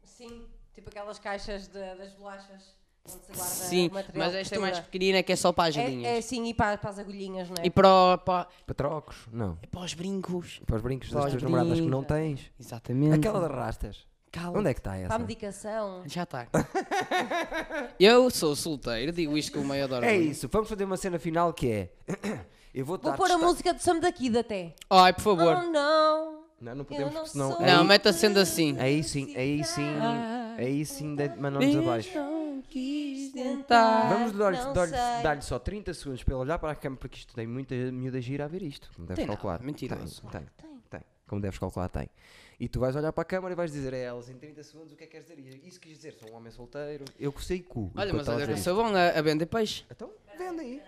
S3: Sim, tipo aquelas caixas de- das bolachas onde se guarda
S2: Sim,
S3: material
S2: mas
S3: de
S2: esta é
S3: costura.
S2: mais pequenina que é só para as linhas.
S3: É, é sim, e para, para as agulhinhas, não é?
S2: E para, o- para,
S1: Para trocos? Não.
S2: é para os brincos.
S1: Para os brincos
S2: Para
S1: das
S2: os
S1: tuas namoradas que não tens.
S3: Uhum.
S2: Exatamente.
S1: Aquela de rastas.
S2: Cala.
S1: Onde é que está essa?
S3: Para a medicação.
S2: Já está. eu sou solteiro, digo isto com o meio adoro.
S1: É isso, vamos fazer uma cena final que é. Eu vou tá
S3: Vou
S1: dar
S3: pôr a
S1: destaque-
S3: música do Sam da Kid até.
S2: Ai, por favor.
S3: Oh não!
S1: Não, não
S3: Eu
S1: podemos,
S3: não
S1: porque senão.
S3: sou.
S1: aí-
S2: Não, mete a sendo assim.
S1: Aí sim, aí sim, aí sim, de- mandamos abaixo.
S2: Não quis
S3: tentar.
S1: Vamos dar-lhe
S3: não
S1: dar-lhe-
S3: sei.
S1: dar-lhe só 30 segundos para ele olhar para a câmera, porque isto tem muita miúda gira a ver isto. Como deves
S2: Tem nada,
S1: calcular.
S2: mentiroso.
S1: Tem, tem, tem. Como deves calcular, tem. E tu vais olhar para a câmara e vais dizer a elas em 30 segundos o que é que queres dizer. E Isso quis dizer, sou um homem solteiro. Eu cocei cu.
S2: Olha,
S1: enquanto
S2: mas olha
S1: elas
S2: que eu
S1: dizem.
S2: sou bom a, a vender peixe.
S1: Então, vende aí.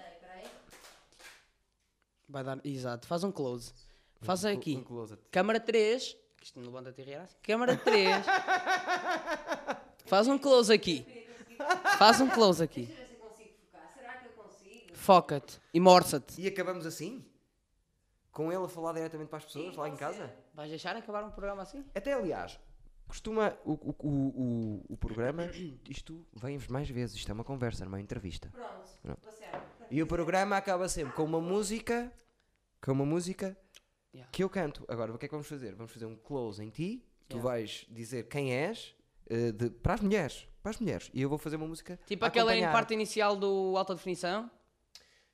S2: Vai dar, exato, faz um close. Faça
S1: Um
S2: aqui.
S1: closet.
S2: Câmara 3. Isto não levanta a rir assim. Câmara 3. Faz um close aqui. Faz um close aqui. Foca-te e morça-te.
S1: E acabamos assim? Com ele a falar diretamente para as pessoas lá em casa?
S2: Vais deixar acabar um programa assim?
S1: Até aliás, costuma o, o, o, o- o programa, isto vem-vos mais vezes, isto é uma conversa, não é uma entrevista.
S3: Pronto, vou ser.
S1: E o programa acaba sempre com uma música, com uma música
S2: Yeah.
S1: que eu canto. Agora, o que é que vamos fazer? Vamos fazer um close em ti, tu
S2: Yeah.
S1: vais dizer quem és eh, de- para as mulheres. Para as mulheres. E eu vou fazer uma música.
S2: Tipo
S1: a
S2: aquela em
S1: acompanhar.
S2: parte inicial do Alta Definição.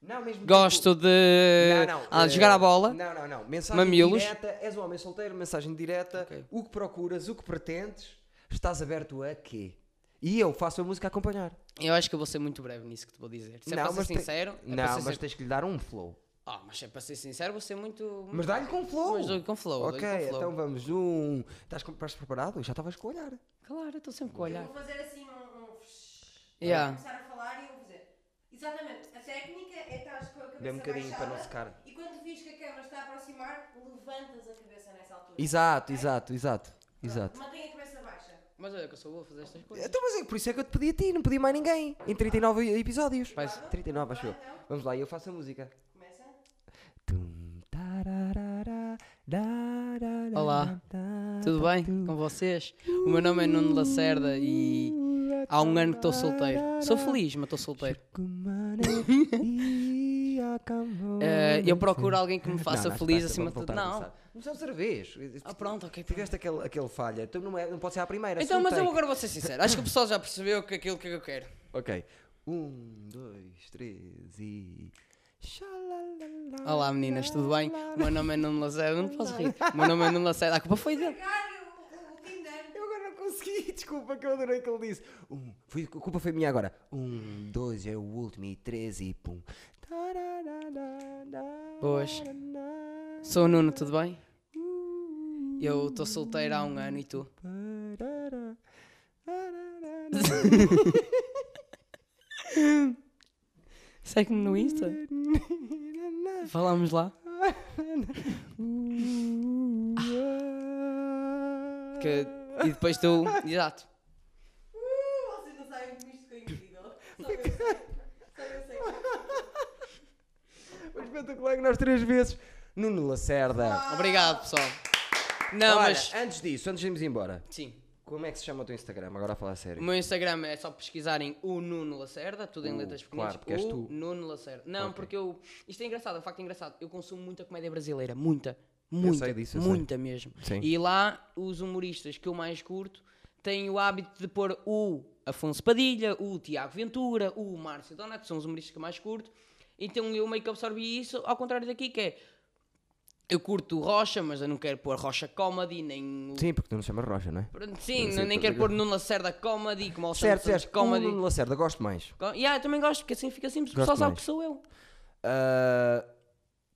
S1: Não, mesmo
S2: Gosto de
S1: Não, não,
S2: ah,
S1: eh,
S2: jogar a bola.
S1: Não, não, não. Mensagem
S2: Mamilos.
S1: direta. És um homem solteiro, mensagem direta.
S2: Ok.
S1: O que procuras, o que pretendes, estás aberto a quê? E eu faço a música a acompanhar.
S2: Eu acho que eu vou ser muito breve nisso que te vou dizer. Se é para ser
S1: tem-
S2: sincero, é
S1: não,
S2: para ser
S1: mas
S2: sin-
S1: tens que lhe dar um flow.
S2: Ah, mas se é para ser sincero, vou ser muito.
S1: Mas dá-lhe com flow.
S2: Mas dou-lhe com flow,
S1: Ok,
S2: dou-lhe com flow.
S1: então vamos. Um. Estás, com- estás preparado? Já estavas com o olhar.
S2: Claro, eu estou sempre com o
S3: Eu
S2: olhar.
S3: vou fazer assim um. um...
S2: Yeah.
S3: Começar a falar e eu vou dizer. Exatamente, a técnica é estar com a cabeça
S1: Dê um bocadinho
S3: baixada,
S1: para não secar.
S3: E quando vires que a câmera está a aproximar, levantas a cabeça nessa altura.
S1: Exato, exato, exato. Exato.
S3: Mantém a cabeça baixa.
S2: Mas olha que eu sou boa a fazer estas coisas.
S1: Então, mas é por isso é que eu te pedi a ti, não pedi mais ninguém. Em 39 episódios. 39, acho eu. Vamos lá, e eu faço a música.
S3: Começa?
S1: Tum, tararara, darara,
S2: Olá,
S1: tá,
S2: Ah, Tudo
S1: tá,
S2: bem
S1: tum.
S2: com vocês? O meu nome é Nuno Lacerda e há um ano que estou solteiro. Sou feliz, mas estou solteiro.
S1: Ah,
S2: Eh, eu procuro alguém que me faça feliz acima de tudo. Não.
S1: Começamos outra vez.
S2: Ah, pronto,
S1: é
S2: ok. pronto.
S1: um Tiveste aquele, aquele falha. Então não, é, não pode ser à primeira.
S2: Então,
S1: segundo
S2: mas eu
S1: take.
S2: agora vou ser sincero. Acho que o pessoal já percebeu que aquilo que eu quero.
S1: Ok. Um, dois, três e. Xalalala.
S2: Olá meninas, tudo bem? O meu nome é Nuno Lacerda. Não posso rir. O meu nome é Nuno Lacerda. A culpa foi dele.
S3: Caralho, o, o Tinder.
S1: Eu agora não consegui, desculpa, que eu adorei o que ele disse. Um, foi, a culpa foi minha agora. Um, dois, é o último e três e pum. Tarararara,
S2: Boas.
S1: na-
S2: Sou o Nuno, tudo bem? Eu estou solteiro há um ano e tu?
S1: parara, tararara,
S2: Segue-me no Insta.
S1: nananana,
S2: Falamos lá.
S1: uá.
S2: Que... E depois tu. Exato.
S3: Uh, vocês não sabem como isto ficou incrível. Só eu sei. Só eu sei.
S1: Foi espetacular que nós três vezes. Nuno Lacerda.
S2: Obrigado, pessoal. Não,
S1: Ora,
S2: Ah, mas.
S1: antes disso, antes de irmos embora,
S2: Sim.
S1: como é que se chama o teu Instagram? Agora a falar a
S2: O
S1: sério.
S2: meu Instagram é só pesquisarem o Nuno Lacerda, tudo em
S1: O,
S2: letras pequenas.
S1: claro, porque és
S2: o
S1: tu.
S2: Nuno Lacerda. Não,
S1: Ok.
S2: porque eu. Isto é engraçado, é um facto engraçado. Eu consumo muita comédia brasileira, muita. Muita.
S1: sei disso, eu sei.
S2: muita mesmo.
S1: Sim.
S2: E lá, os humoristas que eu mais curto têm o hábito de pôr o Afonso Padilha, o Tiago Ventura, o Márcio Donato, que são os humoristas que eu mais curto. Então eu meio que absorvi isso, ao contrário daqui, que é. Eu curto o Rocha, mas eu não quero pôr Rocha Comedy, nem o
S1: Sim, porque tu não chamas Rocha, não é?
S2: Pronto, Sim,
S1: Sim,
S2: nem- nem
S1: tô
S2: quero
S1: ligado.
S2: pôr Nuno Lacerda comedy, como ao
S1: Certo, certo.
S2: comedy.
S1: O Nuno Lacerda, gosto mais.
S2: Co- Yeah, eu também gosto, porque assim fica simples, o
S1: Gosto
S2: pessoal sabe
S1: mais.
S2: que sou eu.
S1: Ah,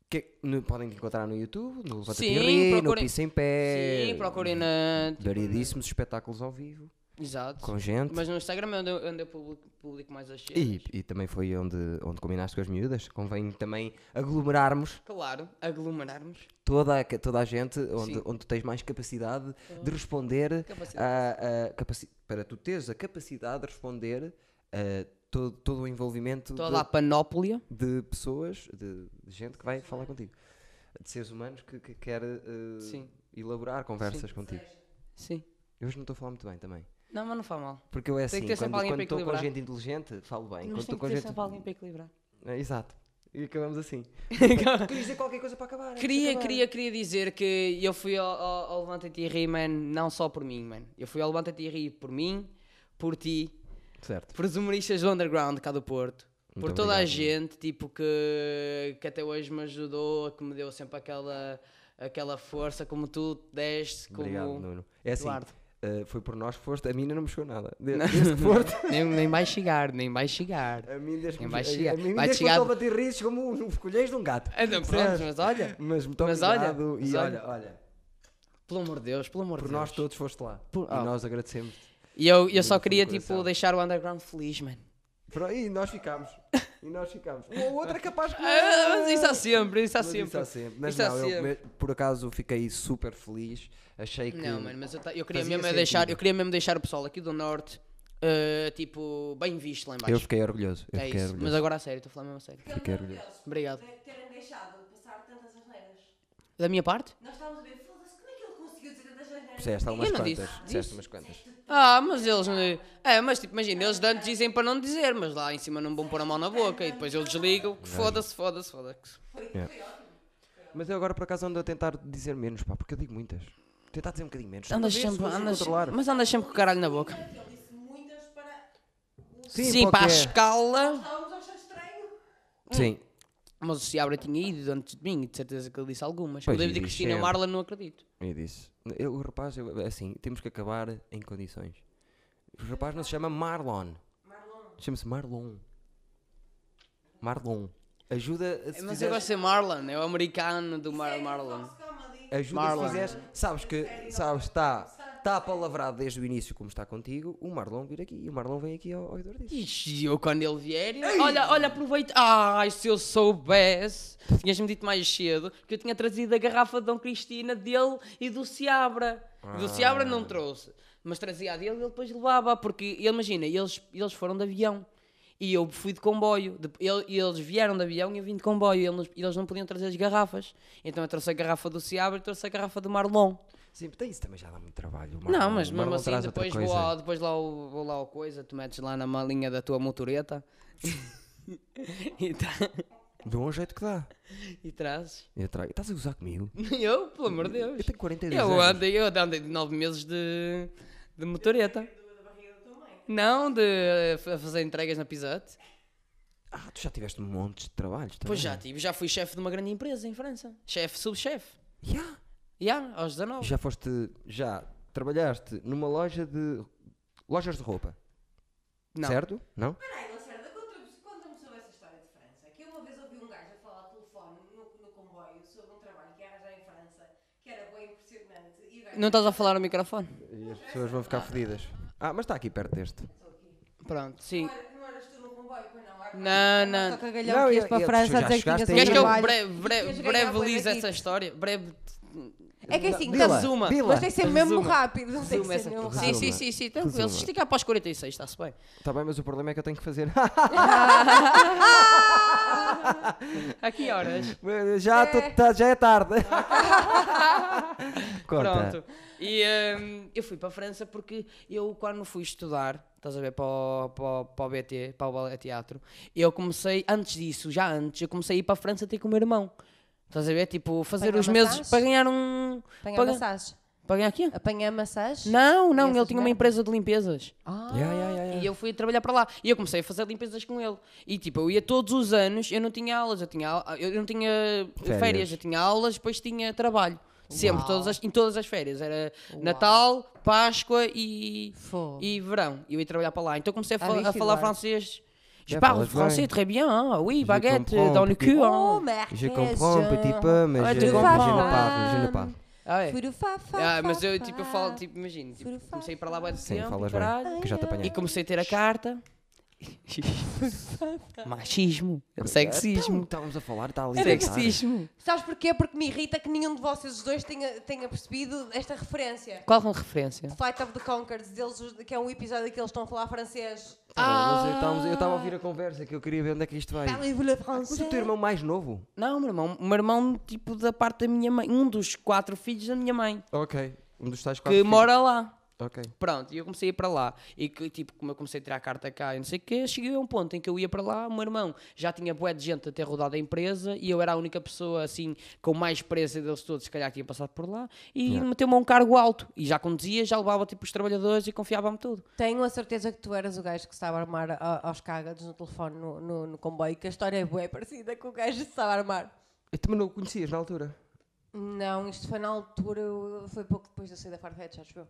S1: Que, no- podem encontrar no YouTube, no Levanta
S2: Sim,
S1: Pirri, no
S2: procurem-
S1: Pisa em Pé.
S2: Sim, procurem na.
S1: Variedíssimos espetáculos ao vivo,
S2: Exato.
S1: com gente.
S2: Mas no Instagram é onde eu, onde eu publico, publico mais as cenas.
S1: E, e também foi onde, onde combinaste com as miúdas. Convém também aglomerarmos
S2: Claro, aglomerarmos.
S1: toda a, ca- toda a gente onde,
S2: Sim.
S1: onde tu tens mais capacidade de responder a, a capaci- para tu teres a capacidade de responder a todo, todo o envolvimento
S2: Toda a panóplia.
S1: de, de pessoas, de, de gente que vai falar contigo. De seres humanos que, que quer eh,
S2: Sim.
S1: elaborar conversas contigo.
S2: Sim.
S1: Eu hoje não estou a falar muito bem também.
S2: Não, mas não faz mal.
S1: Porque eu é
S2: Tem
S1: assim,
S2: que ter sempre
S1: quando
S2: alguém
S1: quando
S2: para
S1: estou com
S2: equilibrar.
S1: gente inteligente, falo bem.
S2: Mas
S1: quando
S2: tem
S1: estou
S2: que
S1: com
S2: ter
S1: gente.
S2: sempre alguém para equilibrar.
S1: É, exato. E acabamos assim. Queria dizer qualquer coisa para acabar.
S2: Queria, queria, queria dizer que eu fui ao, ao, ao Levanta-te e Ri, man, não só por mim, man. Eu fui ao Levanta-te e Ri por mim, por ti,
S1: Certo.
S2: por os humoristas do Underground cá do Porto,
S1: Muito
S2: por toda a
S1: obrigado.
S2: gente, tipo, que, que até hoje me ajudou, que me deu sempre aquela, aquela força, como tu deste, como...
S1: Obrigado, Nuno. É assim,
S2: Eduardo.
S1: eh, foi por nós que foste, a mim ainda não me chegou nada. De- Desde que foste,
S2: nem, nem vai chegar, nem vai chegar.
S1: a mim desde que
S2: Quem
S1: me
S2: vai
S1: a-
S2: chegar?
S1: A mim
S2: Vai
S1: desde
S2: chegar-
S1: que eu bater risos como um colhês de um gato.
S2: Então, pronto, mas olha,
S1: Mas muito
S2: Mas olha,
S1: obrigado.
S2: mas
S1: e olha,
S2: olha.
S1: olha,
S2: pelo amor de Deus, pelo amor
S1: por
S2: de
S1: nós
S2: Deus.
S1: todos foste lá.
S2: ah.
S1: E nós agradecemos.
S2: E eu, eu
S1: do fundo
S2: só
S1: do
S2: queria, tipo,
S1: coração.
S2: deixar o Underground feliz, mano.
S1: E nós ficámos. E nós ficámos. O outro é capaz que.
S2: Ah, mas isso há sempre, isso há
S1: Mas
S2: sempre.
S1: Isso há sempre. Mas
S2: Isso há
S1: não, eu
S2: sempre.
S1: me- por acaso fiquei super feliz. Achei que.
S2: Não, mano, mas eu, ta- eu queria
S1: fazia
S2: mesmo é deixar,
S1: sentido.
S2: eu queria mesmo deixar o pessoal aqui do norte, eh, tipo, bem visto lá em
S1: Eu
S2: baixo.
S1: fiquei orgulhoso. Eu
S2: é
S1: fiquei
S2: isso. Mas
S1: orgulhoso.
S2: agora a sério, estou a falar mesmo a sério.
S1: Fiquei orgulhoso.
S2: Obrigado.
S3: de terem deixado passar tantas asneiras.
S2: Da minha parte?
S3: Nós estávamos a ver, foda-se, como é que ele conseguiu dizer tantas asneiras?
S1: Disseste algumas
S2: Eu não
S1: quantas.
S2: disse,
S1: Disseste
S2: disse.
S1: umas quantas.
S2: Ah, mas eles. eh, É, mas tipo, imagina, eles de antes dizem para não dizer, mas lá em cima não vão pôr a mão na boca e depois eles ligam,
S1: É.
S2: que foda-se, foda-se, foda-se.
S1: Mas eu agora por acaso ando a tentar dizer menos, pá, porque eu digo muitas. Tentar dizer um bocadinho menos. Talvez
S2: Andas sempre,
S1: consiga
S2: andas,
S1: controlar.
S2: mas andas sempre com o caralho na boca.
S3: Ele disse muitas para.
S1: assim.
S2: Sim, para a
S1: porque-
S2: escala.
S3: Estávamos a achar estranho.
S1: Sim.
S2: Mas o Seabra tinha ido antes de mim, e de certeza que ele disse algumas.
S1: Pois,
S2: o David
S1: e é-
S2: e Cristina
S1: sempre.
S2: Marla não acredito.
S1: Eu disse. Eu, o rapaz, eu- assim, temos que acabar em condições. O rapaz não se chama Marlon. Chama-se Marlon. Marlon. Ajuda se
S2: Mas eu
S1: fizeres-
S2: gosto de ser Marlon, é o americano do Mar Marlon.
S1: Ajuda
S2: Marlon.
S1: se fizeres. Sabes que sabes, está tá palavrado desde o início como está contigo. O Marlon vir aqui. E o Marlon vem aqui ao, ao Eduardo. Dias.
S2: Ixi, eu quando ele vier, eu- olha, olha, aproveita. Ai, se eu soubesse, tinhas-me dito mais cedo que eu tinha trazido a garrafa de Dom Cristina dele e do Seabra. Do Seabra não trouxe, mas trazia a dele e ele depois levava, porque ele- imagina, eles, eles foram de avião e eu fui de comboio. De- ele- e eles vieram de avião e eu vim de comboio. Eles, não- eles não podiam trazer as garrafas, então eu trouxe a garrafa do Seabra e trouxe a garrafa do Marlon.
S1: Sim, tem isso também já dá muito trabalho. o
S2: Não,
S1: Marlon-
S2: mas
S1: o
S2: mesmo
S1: Marlon
S2: assim,
S1: traz outra
S2: depois, vou,
S1: coisa.
S2: ao, depois lá, ao, vou lá ao coisa, tu metes lá na malinha da tua motoreta e, tra-
S1: Dá um jeito que dá.
S2: e trazes.
S1: Eu trago. Estás a gozar comigo?
S2: Eu, pelo amor de
S1: Eu
S2: Deus.
S1: tenho 42
S2: Eu
S1: anos.
S2: andei, eu andei de nove meses de, de motoreta. Não, de eh, fa- fazer entregas na Pizza Hut.
S1: Ah, tu já tiveste um monte de trabalhos também.
S2: Pois já tive, já fui chefe de uma grande empresa em França. Chefe, subchefe.
S1: Já.
S2: Já, aos 19.
S1: Já foste. Já trabalhaste numa loja de. Lojas de roupa,
S2: Não.
S1: certo? Não?
S3: Peraí, Lacerda, conta-me conta sobre essa história de França. Que eu uma vez ouvi um gajo a falar ao telefone no, no comboio sobre um trabalho que era já em França, que era bem impressionante. E o gajo.
S2: Não estás a falar no microfone?
S1: E as pessoas vão ficar fodidas. Ah, mas está aqui perto deste.
S2: Pronto, sim.
S3: Não, era- não eras tu no comboio, pois não? Era
S2: Não, não.
S3: Só cagalhão
S1: Não,
S3: que ias
S1: eu-
S3: para a
S1: eu-
S3: França
S1: já
S3: a dizer que
S1: chegaste
S3: tinhas
S1: aí.
S3: um
S2: Queres que eu
S3: trabalho.
S2: breve,
S3: Tinhas
S2: breve,
S3: ganhado
S2: breve
S3: bué
S2: lise
S3: daqui.
S2: essa história? Breve.
S3: É que assim,
S1: Dila,
S3: tanto-
S2: Resuma.
S1: Dila.
S3: mas tem que ser mesmo
S2: Resuma.
S3: rápido. Não tem que
S2: Zoom
S3: ser
S2: essa.
S3: mesmo
S2: Sim,
S3: rápido.
S2: sim, sim, sim, tranquilo.
S1: Resuma.
S2: Se esticar para os 46, está-se bem.
S1: Está bem, mas o problema é que eu tenho que fazer.
S2: A que horas?
S1: já, tô- tá- já é tarde. Conta.
S2: Pronto. E hum, eu fui para a França porque eu, quando fui estudar, estás a ver, para o, para o- para o BT, para o Ballet Teatro, eu comecei, antes disso, já antes, eu comecei a ir para a França ter com o meu irmão. Estás a ver? Tipo, fazer
S3: Apanhar
S2: os meses
S3: massagem?
S2: para ganhar um.
S3: Apanhar
S2: para, ga-
S3: massagem.
S2: para ganhar aqui?
S3: Apanhar massagem?
S2: Não, não, ele
S3: essas
S2: tinha uma
S3: merdas?
S2: empresa de limpezas.
S3: Ah,
S1: Ya, ya, ya, ya.
S2: E eu fui trabalhar para lá. E eu comecei a fazer limpezas com ele. E tipo, eu ia todos os anos, eu não tinha aulas, eu, tinha, au- eu não tinha
S1: Férias.
S2: férias. eu tinha aulas, depois tinha trabalho. Sempre,
S3: Uau.
S2: todas as- em todas as férias. Era
S3: Uau.
S2: Natal, Páscoa e,
S3: Fogo.
S2: e verão. E eu ia trabalhar para lá. Então comecei a,
S3: Ah,
S2: fa- a
S3: viste,
S2: falar
S3: Eduardo?
S2: francês. Je
S1: Yeah,
S2: parle
S1: parle
S2: français
S1: bien.
S2: très bien, hein. Oui,
S1: Je
S2: baguette euh,
S1: comprends,
S2: dans le
S1: petit-
S2: cul,
S3: Oh,
S2: hein.
S3: merda.
S1: Je comprends un petit peu, mais
S2: Ouais,
S1: je,
S2: tu
S1: je ne
S2: comprends.
S1: parle, je ne parle.
S2: Ah ouais.
S3: Fui do Fafá.
S5: Ah, mas eu tipo, eu falo, tipo, imagino, tipo,
S3: Furufá.
S5: comecei para lá bué de
S1: Sim,
S5: tempo,
S2: tipo,
S1: falas
S5: e caralho,
S1: bem, que já te apanhei.
S5: e comecei a ter a carta. Machismo,
S2: É
S5: sexismo,
S1: Então, Estávamos a falar, está
S2: Então,
S1: ali.
S5: sexismo.
S3: Sabes porquê? Porque me irrita que nenhum de vocês dois tenha, tenha percebido esta referência.
S5: Qual é a referência?
S3: Flight of the Conchords, deles, os- que é um episódio que eles estão a falar francês.
S1: então Eu estava a ouvir a conversa, que eu queria ver onde é que isto vai.
S3: Parlez-vous
S1: Mas o teu irmão mais novo?
S2: Não, meu irmão, meu irmão, tipo, da parte da minha mãe, um dos quatro filhos da minha mãe,
S1: Ok. Um dos tais
S2: que mora lá.
S1: Ok.
S2: Pronto, e eu comecei a ir para lá. E que, tipo, como eu comecei a tirar a carta cá e não sei o quê, cheguei a um ponto em que eu ia para lá, o meu irmão já tinha bué de gente a ter rodado a empresa e eu era a única pessoa, assim, com mais pressa deles todos, se calhar, que tinha passado por lá. E meteu-me a um cargo alto. E já conduzia, já levava, tipo, os trabalhadores e confiava-me tudo.
S3: Tenho a certeza que tu eras o gajo que estava a armar a- aos cagados no telefone no, no, no comboio, que a história é bué parecida com o gajo que estava a armar.
S1: Eu também não o conhecias na altura.
S3: Não, isto foi na altura, eu- foi pouco depois de eu sair da Farfetch, acho eu.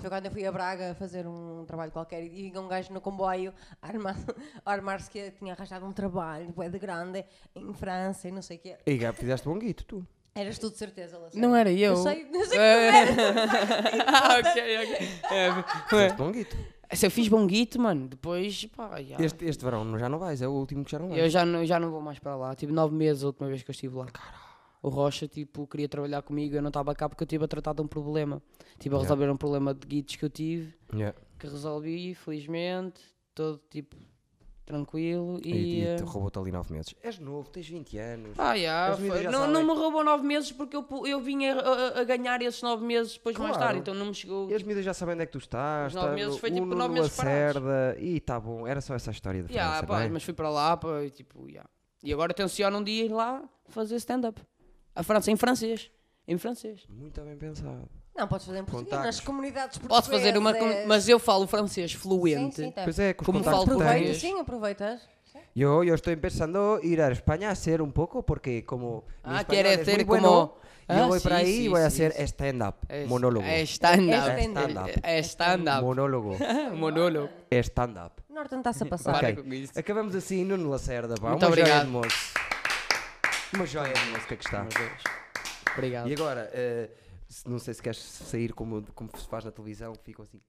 S3: Foi quando eu fui a Braga fazer um trabalho qualquer e vinha um gajo no comboio a armar- a armar-se que tinha arranjado um trabalho, bué de grande, em França e não sei o quê.
S1: E Gabi, fizeste bom guito, tu.
S3: Eras tu de certeza, Lacerda.
S2: Não era eu. Eh,
S3: Eu sei, não sei é. que tu eras.
S2: ah, ok, ok.
S1: Fizeste bom guito.
S2: É, se eu fiz bom guito, mano, depois, pá, já.
S1: Este, este verão não- já não vais, é o último que já não vais.
S2: Eu já não, já não vou mais para lá. Tive nove meses a última vez que eu estive lá. O Rocha, tipo, queria trabalhar comigo. Eu não estava cá porque eu estive a tratar de um problema. Estive a
S1: Yeah.
S2: resolver um problema de guitos que eu tive,
S1: Yeah.
S2: que resolvi, felizmente, todo tipo, tranquilo.
S1: E,
S2: E.
S1: e
S2: eh,
S1: te roubou-te ali 9 meses. És novo, tens 20 anos.
S2: Ah, yeah,
S1: As miúdas
S2: foi-
S1: já
S2: não, não
S1: sabem.
S2: me roubou nove meses porque eu, pu- eu vim a, a- a ganhar esses nove meses depois mais
S1: Claro.
S2: tarde. Então não me chegou.
S1: E as miúdas já sabem onde é que tu estás.
S2: Os nove
S1: tá
S2: meses
S1: no
S2: foi tipo
S1: Uno,
S2: nove
S1: no
S2: meses parados.
S1: Lacerda, E tá bom, era só essa história de
S2: Yeah,
S1: França, é?
S2: pá,
S1: bem?
S2: mas fui para lá, pá, e tipo, yeah. E agora tenciono um dia ir lá fazer stand-up. A França, em francês. Em francês.
S1: Muito bem pensado.
S3: Não, podes fazer em português,
S1: Contactos.
S3: nas comunidades portuguesas. é-
S2: Posso fazer uma. com- Mas eu falo francês
S3: Sim,
S2: fluente.
S3: sim, tá.
S1: Pois é, com os
S2: Como
S1: contactos
S2: falo
S1: que
S2: português.
S1: tens.
S3: Aproveita, sim, aproveitas.
S1: Yo, yo estoy pensando ir a España a hacer un poco porque como mi
S2: Ah,
S1: español
S2: quiere
S1: es muy
S2: hacer
S1: bueno,
S2: como- Ah,
S1: yo voy para
S2: sí,
S1: ahí
S2: sí,
S1: y voy a
S2: sí,
S1: hacer
S2: sí.
S1: stand-up,
S2: É-
S1: monólogo.
S2: É stand-up.
S3: É stand-up.
S2: É stand-up.
S1: Monólogo,
S2: Monólogo.
S1: stand-up.
S3: Norton está-se a passar.
S1: Ok,
S5: Para com isso.
S1: acabamos assim Nuno Lacerda, pá.
S2: Muito
S1: uma joia
S2: obrigado.
S1: de moço. Uma joia de moço que aqui está.
S2: Meu Deus. Obrigado.
S1: E agora, eh, se- não sei se queres sair como, como se faz na televisão, ficam assim.